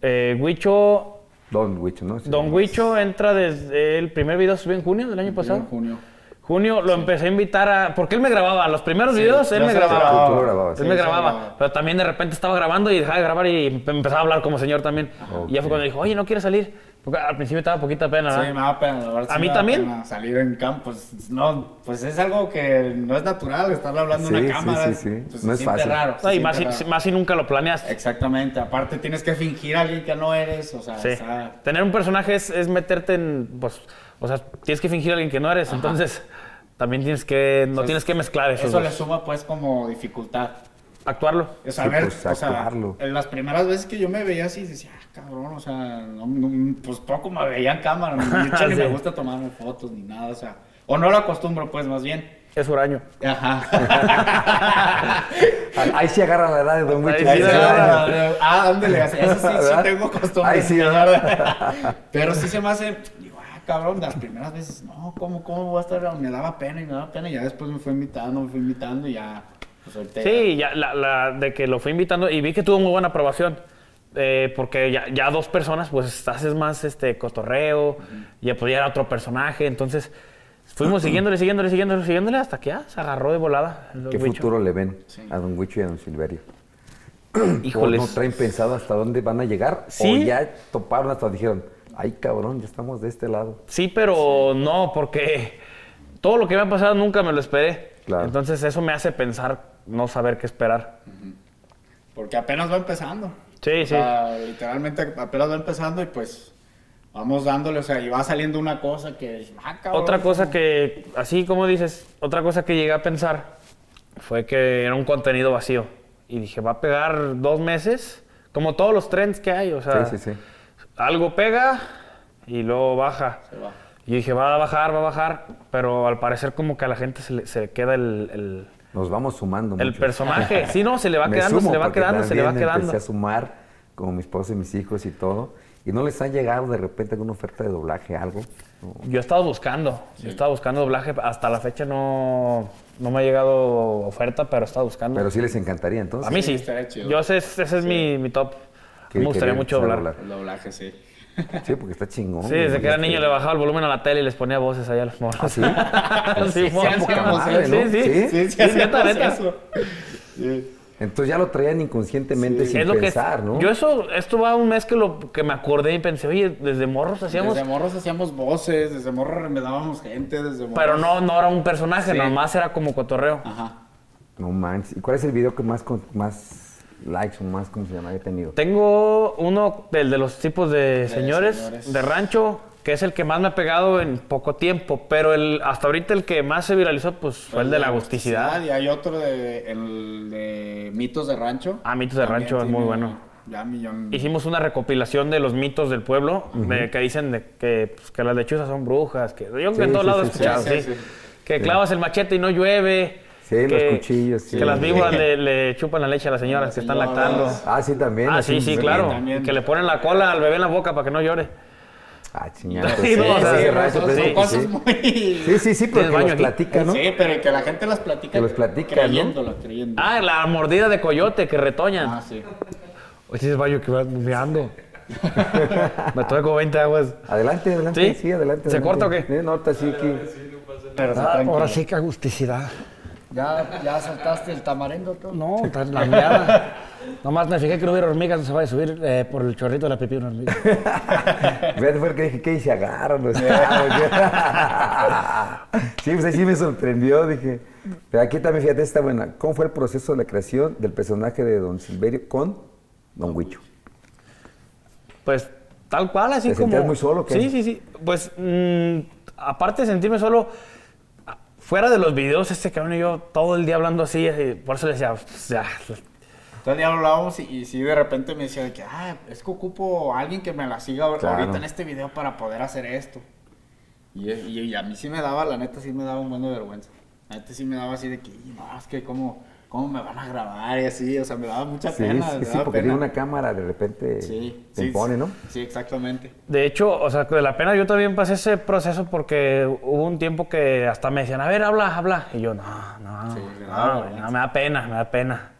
[SPEAKER 2] Eh, Huicho,
[SPEAKER 1] Don Huicho, ¿no? Sí.
[SPEAKER 2] Don Huicho entra desde el primer video, subió en junio del año pasado.
[SPEAKER 4] En junio.
[SPEAKER 2] Junio lo empecé a invitar a. Porque él me grababa. Los primeros videos él
[SPEAKER 4] ya
[SPEAKER 2] me
[SPEAKER 4] se
[SPEAKER 2] grababa.
[SPEAKER 4] grababa.
[SPEAKER 1] Tú lo grababas.
[SPEAKER 2] Él
[SPEAKER 1] Sí,
[SPEAKER 2] Pues me
[SPEAKER 4] se
[SPEAKER 2] grababa. Pero también de repente estaba grabando y dejaba de grabar y empe- empezaba a hablar como señor también. Y ya fue cuando dijo, oye, no quiero salir. Porque al principio estaba poquita pena,
[SPEAKER 4] Sí,
[SPEAKER 2] ¿verdad?
[SPEAKER 4] me da pena, la verdad,
[SPEAKER 2] ¿A
[SPEAKER 4] sí
[SPEAKER 2] mí
[SPEAKER 4] me da
[SPEAKER 2] también?
[SPEAKER 4] pena Salir en campo, pues, no, pues es algo que no es natural, estarle hablando a
[SPEAKER 1] Sí,
[SPEAKER 4] una
[SPEAKER 1] sí,
[SPEAKER 4] cámara.
[SPEAKER 1] sí, sí.
[SPEAKER 4] pues,
[SPEAKER 1] No
[SPEAKER 4] se
[SPEAKER 1] es
[SPEAKER 4] siente
[SPEAKER 1] fácil.
[SPEAKER 4] Raro, se
[SPEAKER 2] No, y
[SPEAKER 4] siente
[SPEAKER 2] más si,
[SPEAKER 4] raro.
[SPEAKER 2] más si nunca lo planeaste.
[SPEAKER 4] Exactamente, aparte tienes que fingir a alguien que no eres, o sea,
[SPEAKER 2] Sí.
[SPEAKER 4] está-
[SPEAKER 2] Tener un personaje es, es meterte en. Pues, o sea, tienes que fingir a alguien que no eres. Entonces, también tienes que. No
[SPEAKER 4] Entonces,
[SPEAKER 2] tienes que mezclar eso.
[SPEAKER 4] eso le suma pues como dificultad.
[SPEAKER 2] Actuarlo.
[SPEAKER 4] Es a
[SPEAKER 1] Sí,
[SPEAKER 4] ver,
[SPEAKER 1] pues,
[SPEAKER 4] o sea,
[SPEAKER 1] actuarlo.
[SPEAKER 4] en las primeras veces que yo me veía así, decía, ah, cabrón, o sea, no- no- pues poco me veía en cámara, ni, de hecho, ni
[SPEAKER 2] Sí.
[SPEAKER 4] me gusta tomarme fotos ni nada, o sea, o no lo acostumbro pues más bien.
[SPEAKER 2] Es huraño.
[SPEAKER 4] Ajá.
[SPEAKER 1] Ah, Ahí sí agarra la edad de Don Huicho.
[SPEAKER 2] Ahí sí
[SPEAKER 4] Ahí se
[SPEAKER 1] dice,
[SPEAKER 2] agarra
[SPEAKER 1] "Ay,
[SPEAKER 4] va, Ah, ándale, así- eso sí, sí
[SPEAKER 1] ¿Verdad?
[SPEAKER 4] tengo costumbre.
[SPEAKER 1] Ay, sí,
[SPEAKER 4] la
[SPEAKER 1] ¿verdad?
[SPEAKER 4] verdad. Pero sí se me hace, digo, ah, cabrón, las primeras veces, no, ¿cómo, cómo voy a estar? Me daba pena y me daba pena, y ya después me fue invitando, me fue invitando y ya, pues ahorita.
[SPEAKER 2] Sí, ya la, la de que lo fui invitando y vi que tuvo muy buena aprobación. eh, porque ya, ya dos personas, pues haces más este cotorreo, ya pues ya era otro personaje. Entonces fuimos siguiéndole, siguiéndole, siguiéndole, siguiéndole hasta que ya se agarró de volada. el
[SPEAKER 1] ¿Qué
[SPEAKER 2] bicho.
[SPEAKER 1] futuro le ven a Don Huicho y a Don Silverio? ¿O
[SPEAKER 2] Híjoles.
[SPEAKER 1] ¿No traen pensado hasta dónde van a llegar? ¿O
[SPEAKER 2] Sí.
[SPEAKER 1] ya toparon hasta dijeron, Ay, cabrón, ya estamos de este lado.
[SPEAKER 2] Sí, pero no, porque todo lo que me ha pasado nunca me lo esperé.
[SPEAKER 1] Claro.
[SPEAKER 2] Entonces eso me hace pensar, no saber qué esperar.
[SPEAKER 4] Porque apenas va empezando.
[SPEAKER 2] Sí,
[SPEAKER 4] O sea, literalmente apenas va empezando y pues vamos dándole, o sea, y va saliendo una cosa que... ah, cabrón.
[SPEAKER 2] Otra cosa que, así como dices, otra cosa que llegué a pensar fue que era un contenido vacío. Y dije, va a pegar dos meses, como todos los trends que hay. O sea,
[SPEAKER 1] sí, sí, sí.
[SPEAKER 2] algo pega y luego baja.
[SPEAKER 4] Se va.
[SPEAKER 2] Y dije, va a bajar, va a bajar, pero al parecer como que a la gente se le, se le queda el, el-
[SPEAKER 1] Nos vamos sumando.
[SPEAKER 2] el
[SPEAKER 1] mucho.
[SPEAKER 2] personaje. Sí, no, se le va
[SPEAKER 1] Me
[SPEAKER 2] quedando, se
[SPEAKER 1] sumo
[SPEAKER 2] le va
[SPEAKER 1] porque
[SPEAKER 2] quedando, se le va
[SPEAKER 1] también
[SPEAKER 2] quedando.
[SPEAKER 1] Empecé a sumar con mi esposa y mis hijos y todo. Y no les ha llegado de repente alguna oferta de doblaje, algo. No.
[SPEAKER 2] Yo he estado buscando, yo he estado buscando doblaje, hasta la fecha no, no me ha llegado oferta, pero he estado buscando.
[SPEAKER 1] Pero sí les encantaría entonces.
[SPEAKER 2] a mí sí.
[SPEAKER 4] estaría chido.
[SPEAKER 2] Yo sé, ese es mi, mi top.
[SPEAKER 1] que
[SPEAKER 2] Me gustaría
[SPEAKER 1] querían
[SPEAKER 2] mucho
[SPEAKER 1] empezar a
[SPEAKER 2] doblar.
[SPEAKER 4] El doblaje, sí.
[SPEAKER 1] Sí, porque está chingón.
[SPEAKER 2] Sí,
[SPEAKER 1] güey,
[SPEAKER 2] desde que era
[SPEAKER 1] este, ¿Ah,
[SPEAKER 2] niño le bajaba el volumen a la tele y les ponía voces ahí a los morros.
[SPEAKER 1] sí?
[SPEAKER 2] sí,
[SPEAKER 4] sí,
[SPEAKER 2] mo-
[SPEAKER 4] poca
[SPEAKER 1] madre,
[SPEAKER 2] sí,
[SPEAKER 1] ¿no?
[SPEAKER 2] sí,
[SPEAKER 1] Sí,
[SPEAKER 4] Sí, sí,
[SPEAKER 2] Sí, neta,
[SPEAKER 4] hacíamos
[SPEAKER 2] neta.
[SPEAKER 4] eso. Sí.
[SPEAKER 1] Entonces ya lo traían inconscientemente sin
[SPEAKER 2] es lo que
[SPEAKER 1] pensar, ¿no?
[SPEAKER 2] Yo eso, esto va un mes que lo que me acordé y pensé, oye, desde morros hacíamos,
[SPEAKER 4] Desde morros hacíamos voces, desde morros remedábamos gente, desde morros...
[SPEAKER 2] pero no, no era un personaje,
[SPEAKER 4] Sí. Ah.
[SPEAKER 2] nomás era como cotorreo.
[SPEAKER 4] Ajá.
[SPEAKER 1] No manches. ¿Y cuál es el video que más, con- más likes o más, cómo se llama, he tenido?
[SPEAKER 2] Tengo uno del de los tipos de, señores,
[SPEAKER 4] señores.
[SPEAKER 2] de rancho, que es el que más me ha pegado en poco tiempo, pero el, hasta ahorita el que más se viralizó pues fue el de la agusticidad.
[SPEAKER 4] Y hay otro de, el de mitos de rancho.
[SPEAKER 2] Ah, Mitos de Rancho es muy bueno.
[SPEAKER 4] Ya millón.
[SPEAKER 2] Hicimos una recopilación de los mitos del pueblo, de que dicen de que, pues, que las lechuzas son brujas, que yo creo que en
[SPEAKER 1] Sí,
[SPEAKER 2] todos
[SPEAKER 1] sí,
[SPEAKER 2] lados he
[SPEAKER 1] sí,
[SPEAKER 2] escuchado,
[SPEAKER 4] sí,
[SPEAKER 2] sí,
[SPEAKER 4] sí, sí.
[SPEAKER 2] Que clavas el machete y no llueve.
[SPEAKER 1] Sí, los
[SPEAKER 2] que-
[SPEAKER 1] cuchillos, sí.
[SPEAKER 2] Que las víboras le, le chupan la leche a las señoras
[SPEAKER 4] Las
[SPEAKER 2] que están
[SPEAKER 4] señoras.
[SPEAKER 2] lactando.
[SPEAKER 1] Ah, sí, también.
[SPEAKER 2] Ah,
[SPEAKER 1] así
[SPEAKER 2] sí, sí,
[SPEAKER 1] un-
[SPEAKER 2] claro.
[SPEAKER 4] también.
[SPEAKER 2] Que le ponen la cola al bebé en la boca para que no llore.
[SPEAKER 1] Ah, chingada.
[SPEAKER 2] Sí, no, o sea, sí,
[SPEAKER 1] rayo,
[SPEAKER 4] son,
[SPEAKER 1] pues,
[SPEAKER 4] son
[SPEAKER 1] sí,
[SPEAKER 4] cosas
[SPEAKER 1] sí.
[SPEAKER 4] muy.
[SPEAKER 1] Sí, sí, sí, pero que
[SPEAKER 2] Tienes baño
[SPEAKER 1] los
[SPEAKER 2] aquí.
[SPEAKER 1] platica, ¿no?
[SPEAKER 4] Sí, pero que la gente las platica.
[SPEAKER 1] Que los platica, ¿no?
[SPEAKER 4] Creyéndolo, creyendo.
[SPEAKER 2] Ah, la mordida de coyote que retoñan.
[SPEAKER 4] Ah, sí.
[SPEAKER 3] Oye, ese baño que va meando.
[SPEAKER 2] Me tomé como 20 aguas.
[SPEAKER 1] Adelante, adelante.
[SPEAKER 2] ¿Sí?
[SPEAKER 1] Sí, adelante.
[SPEAKER 2] ¿Se
[SPEAKER 1] adelante.
[SPEAKER 2] corta o qué?
[SPEAKER 1] Eh, No, está así aquí.
[SPEAKER 4] Pero está
[SPEAKER 3] Ah,
[SPEAKER 4] tranquilo.
[SPEAKER 3] ahora sí que agusticidad.
[SPEAKER 7] Ya, ya saltaste el tamarindo tú.
[SPEAKER 3] No, está en la meada. Nomás me fijé que no hubiera hormigas, no se vaya a subir eh, por el chorrito de la pipí una hormiga.
[SPEAKER 1] Fíjate, fue el que dije, ¿qué? Y se agarran los cabos. Sí, pues ahí sí me sorprendió, dije. Pero aquí también, fíjate, está buena. ¿Cómo fue el proceso de la creación del personaje de Don Silverio con Don Huicho?
[SPEAKER 2] Pues tal cual, así
[SPEAKER 1] ¿Te
[SPEAKER 2] como.
[SPEAKER 1] sentías muy solo o qué?
[SPEAKER 2] Sí, sí, sí. Pues mm, aparte de sentirme solo, a- fuera de los videos, este cabrón y yo todo el día hablando así, así, por eso le decía, "Pues, ya,
[SPEAKER 4] Entonces ya hablábamos y, y sí, de repente me decía de que, ah, es que ocupo a alguien que me la siga ahor-
[SPEAKER 1] Claro.
[SPEAKER 4] ahorita en este video para poder hacer esto. Y, es- y- y a mí sí me daba, la neta sí me daba un buen de vergüenza. La neta sí me daba así de que, "Y no, es que cómo, cómo me van a grabar y así, o sea, me daba mucha
[SPEAKER 1] Sí,
[SPEAKER 4] pena.
[SPEAKER 1] sí,
[SPEAKER 4] me
[SPEAKER 1] sí,
[SPEAKER 4] daba
[SPEAKER 1] porque tiene
[SPEAKER 4] pena.
[SPEAKER 1] una cámara, de repente
[SPEAKER 4] Sí,
[SPEAKER 1] se
[SPEAKER 4] sí,
[SPEAKER 1] impone, ¿no?
[SPEAKER 4] Sí, exactamente.
[SPEAKER 2] De hecho, o sea, de la pena yo también pasé ese proceso porque hubo un tiempo que hasta me decían, a ver, habla, habla. Y yo, no, no,
[SPEAKER 4] Sí,
[SPEAKER 2] no,
[SPEAKER 4] claro,
[SPEAKER 2] güey,
[SPEAKER 4] ¿no?
[SPEAKER 2] no, me da pena, me da pena.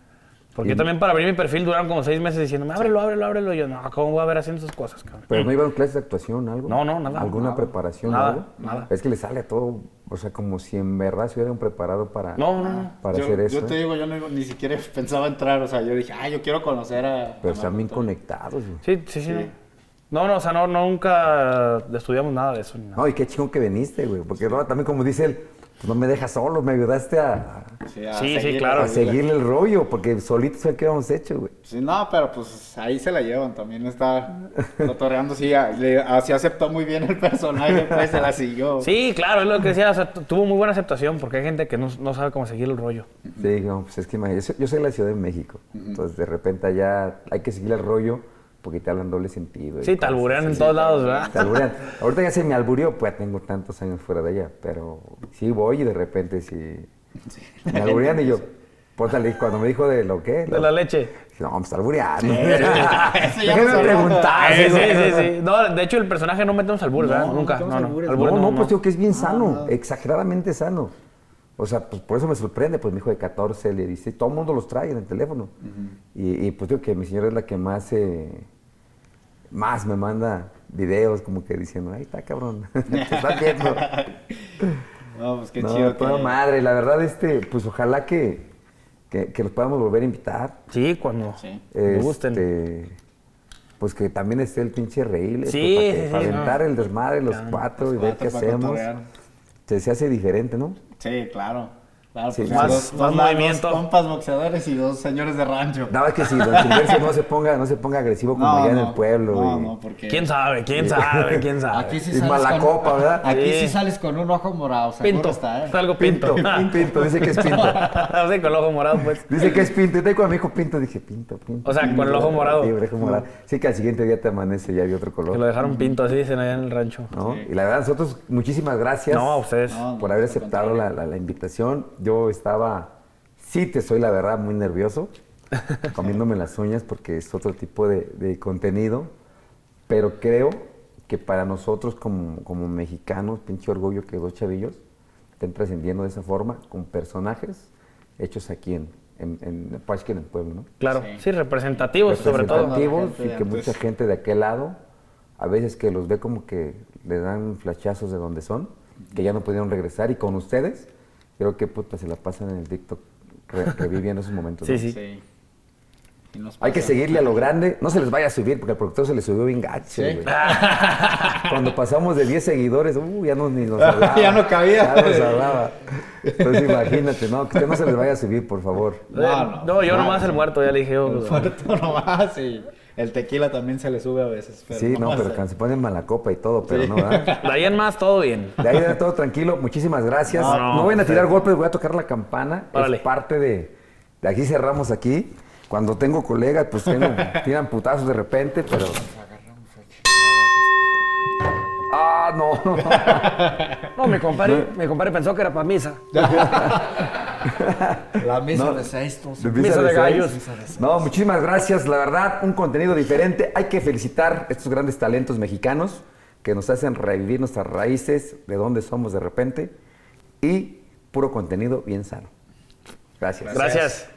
[SPEAKER 2] Porque
[SPEAKER 1] Y-
[SPEAKER 2] yo también para abrir mi perfil duraron como seis meses diciéndome, ábrelo, ábrelo, ábrelo. Y yo, no, ¿cómo voy a ver haciendo esas cosas, cabrón?
[SPEAKER 1] Pero no iban clases de actuación, algo.
[SPEAKER 2] No, no, nada,
[SPEAKER 1] ¿Alguna
[SPEAKER 2] nada,
[SPEAKER 1] preparación?
[SPEAKER 2] nada,
[SPEAKER 1] algo?
[SPEAKER 2] nada.
[SPEAKER 1] Es que le sale a todo, o sea, como si en verdad se hubieran preparado para,
[SPEAKER 2] No, no, no.
[SPEAKER 1] para
[SPEAKER 4] yo,
[SPEAKER 1] hacer
[SPEAKER 4] yo
[SPEAKER 1] eso.
[SPEAKER 4] te
[SPEAKER 1] ¿eh?
[SPEAKER 4] digo, yo no- ni siquiera pensaba entrar, o sea, yo dije, ah, yo quiero conocer a...
[SPEAKER 1] Pero
[SPEAKER 4] a
[SPEAKER 1] están bien
[SPEAKER 4] Manuel".
[SPEAKER 1] conectados. güey.
[SPEAKER 2] Sí, sí, sí. No. no, no, o sea, no, nunca estudiamos nada de eso. Ni nada.
[SPEAKER 1] No, y qué chingón que viniste, güey. Porque no, también como dice él, pues no me dejas solo, me ayudaste a,
[SPEAKER 4] Sí, a
[SPEAKER 2] Sí, sí,
[SPEAKER 4] seguir-
[SPEAKER 2] claro.
[SPEAKER 1] a seguirle el rollo, porque solitos fue el que habíamos hecho, güey.
[SPEAKER 4] Sí, no, pero pues ahí se la llevan, también está cotorreando, sí, a- le- así aceptó muy bien el personaje, pues se la siguió.
[SPEAKER 2] Sí, claro, es lo que decía, o sea, tu- tuvo muy buena aceptación porque hay gente que no, no sabe cómo seguir el rollo.
[SPEAKER 1] Sí, no, pues es que imagínate, yo, yo soy de la Ciudad de México, entonces de repente allá hay que seguirle el rollo porque te hablan doble sentido. y
[SPEAKER 2] Sí, te
[SPEAKER 1] cosas
[SPEAKER 2] alburean
[SPEAKER 1] así.
[SPEAKER 2] en todos lados, ¿verdad?
[SPEAKER 1] Te alburean. Ahorita ya se me alburió, pues tengo tantos años fuera de allá, pero sí voy y de repente sí. Me alburean y yo, pótale, cuando me dijo de lo que.
[SPEAKER 2] De la leche.
[SPEAKER 1] No, me está albureando.
[SPEAKER 4] Eso ya
[SPEAKER 1] Déjame
[SPEAKER 4] nos
[SPEAKER 1] preguntar.
[SPEAKER 2] Ah, sí, sí,
[SPEAKER 1] güey.
[SPEAKER 2] sí, sí. No, de hecho, el personaje no metemos al burro, ¿verdad?
[SPEAKER 7] no
[SPEAKER 2] Nunca.
[SPEAKER 7] metemos
[SPEAKER 2] No, no.
[SPEAKER 7] albures,
[SPEAKER 2] Albures
[SPEAKER 1] No, no,
[SPEAKER 2] no.
[SPEAKER 1] pues digo que es
[SPEAKER 4] Ah,
[SPEAKER 1] bien sano, exageradamente sano. O sea, pues por eso me sorprende, pues mi hijo de 14, le dice, todo el mundo los trae en el teléfono. y, y, pues digo que mi señora es la que más, eh, más me manda videos como que diciendo, ahí está cabrón, te estás viendo.
[SPEAKER 4] No, pues qué
[SPEAKER 1] no,
[SPEAKER 4] chido.
[SPEAKER 1] toda
[SPEAKER 4] que-
[SPEAKER 1] madre, la verdad, este, pues ojalá que, que, que los podamos volver a invitar.
[SPEAKER 2] Sí, cuando
[SPEAKER 4] Sí.
[SPEAKER 2] me
[SPEAKER 1] Este,
[SPEAKER 2] gusten.
[SPEAKER 1] pues que también esté el pinche reíble.
[SPEAKER 8] Sí,
[SPEAKER 1] pues,
[SPEAKER 8] sí,
[SPEAKER 1] para, que-
[SPEAKER 8] sí,
[SPEAKER 1] para
[SPEAKER 8] no.
[SPEAKER 1] aventar el desmadre, los cuatro y ver
[SPEAKER 4] cuatro
[SPEAKER 1] qué
[SPEAKER 4] para
[SPEAKER 1] hacemos.
[SPEAKER 4] cotorrear.
[SPEAKER 1] Se, se hace diferente, ¿no?
[SPEAKER 4] Sí, claro. Claro,
[SPEAKER 1] Sí,
[SPEAKER 4] pues,
[SPEAKER 1] más-
[SPEAKER 4] dos,
[SPEAKER 8] más
[SPEAKER 4] dos- dos
[SPEAKER 8] movimiento.
[SPEAKER 4] compas boxeadores y dos señores de rancho.
[SPEAKER 1] Nada más que si don Silverio no se ponga, no se ponga agresivo como allá en el pueblo.
[SPEAKER 4] No,
[SPEAKER 1] y-
[SPEAKER 4] no, porque.
[SPEAKER 8] ¿Quién sabe? ¿Quién sabe? ¿Quién sabe?
[SPEAKER 4] Aquí sí
[SPEAKER 1] Y
[SPEAKER 4] sales
[SPEAKER 1] malacopa,
[SPEAKER 4] con,
[SPEAKER 1] ¿verdad?
[SPEAKER 4] Aquí sí.
[SPEAKER 8] Sí.
[SPEAKER 4] sales con un ojo morado, seguro
[SPEAKER 8] pinto.
[SPEAKER 4] está, ¿eh?
[SPEAKER 8] Es algo pinto.
[SPEAKER 2] Ah.
[SPEAKER 1] pinto, pinto, dice que es pinto.
[SPEAKER 8] O sea, con el ojo morado, pues.
[SPEAKER 1] Dice que es pinto. Y te cuando me dijo pinto, dije pinto, pinto.
[SPEAKER 8] O sea,
[SPEAKER 1] pinto.
[SPEAKER 8] con el ojo morado.
[SPEAKER 1] Sí, el ojo morado. Sí, que al siguiente día te amanece ya de otro
[SPEAKER 8] Que lo
[SPEAKER 1] color.
[SPEAKER 8] dejaron pinto, así dicen allá en el rancho.
[SPEAKER 1] ¿no? Y la verdad, nosotros, muchísimas gracias.
[SPEAKER 8] No, a ustedes.
[SPEAKER 4] No,
[SPEAKER 1] por haber
[SPEAKER 4] al
[SPEAKER 1] aceptado la, la- la invitación. Yo estaba, sí te soy la verdad, muy nervioso, comiéndome las uñas porque es otro tipo de, de contenido, pero creo que para nosotros como, como mexicanos, pinche orgullo que dos chavillos estén trascendiendo de esa forma con personajes hechos aquí en, en, en Apache, en el pueblo, ¿no?
[SPEAKER 8] Claro,
[SPEAKER 4] Sí.
[SPEAKER 8] sí, representativos sobre todo.
[SPEAKER 1] Representativos
[SPEAKER 4] Gente de
[SPEAKER 1] y que mucha
[SPEAKER 4] antes.
[SPEAKER 1] gente de aquel lado, a veces que los ve como que le dan flashazos de donde son, que ya no pudieron regresar y con ustedes, creo que puta se la pasan en el TikTok re- reviviendo esos momentos.
[SPEAKER 8] Sí,
[SPEAKER 1] ¿no?
[SPEAKER 8] sí.
[SPEAKER 4] Y nos
[SPEAKER 1] Hay que
[SPEAKER 4] pasa.
[SPEAKER 1] seguirle a lo grande, no se les vaya a subir porque al productor se le subió bien gacho.
[SPEAKER 4] Sí.
[SPEAKER 1] güey. Cuando pasamos de 10 seguidores, uh, ya no ni nos hablaba.
[SPEAKER 4] Ya no cabía.
[SPEAKER 1] Ya nos hablaba. Entonces imagínate, no, que usted no se les vaya a subir, por favor.
[SPEAKER 8] Eh, No, yo nomás el muerto, ya le dije. yo, pues,
[SPEAKER 4] Puerto nomás y el tequila también se le sube a veces. Pero
[SPEAKER 1] Sí, no,
[SPEAKER 4] nomás,
[SPEAKER 1] pero
[SPEAKER 4] eh,
[SPEAKER 1] cuando se ponen mala copa y todo, pero
[SPEAKER 4] Sí.
[SPEAKER 1] no, ¿verdad?
[SPEAKER 8] De ahí en más, todo bien.
[SPEAKER 1] De ahí de todo tranquilo, muchísimas gracias. No,
[SPEAKER 8] No, no,
[SPEAKER 1] vayan a tirar golpes, voy a tocar la campana.
[SPEAKER 8] Órale.
[SPEAKER 1] Es parte de, de aquí cerramos aquí. Cuando tengo colegas, pues tengo, tiran putazos de repente, pero. Ah, no, no.
[SPEAKER 2] No, mi compadre, mi compadre pensó que era para misa.
[SPEAKER 4] La misa de sextos.
[SPEAKER 1] De
[SPEAKER 2] Misa de
[SPEAKER 1] seis.
[SPEAKER 2] gallos.
[SPEAKER 1] No, muchísimas gracias. La verdad, un contenido diferente. Hay que felicitar estos grandes talentos mexicanos que nos hacen revivir nuestras raíces, de dónde somos de repente, y puro contenido bien sano. Gracias.
[SPEAKER 8] Gracias.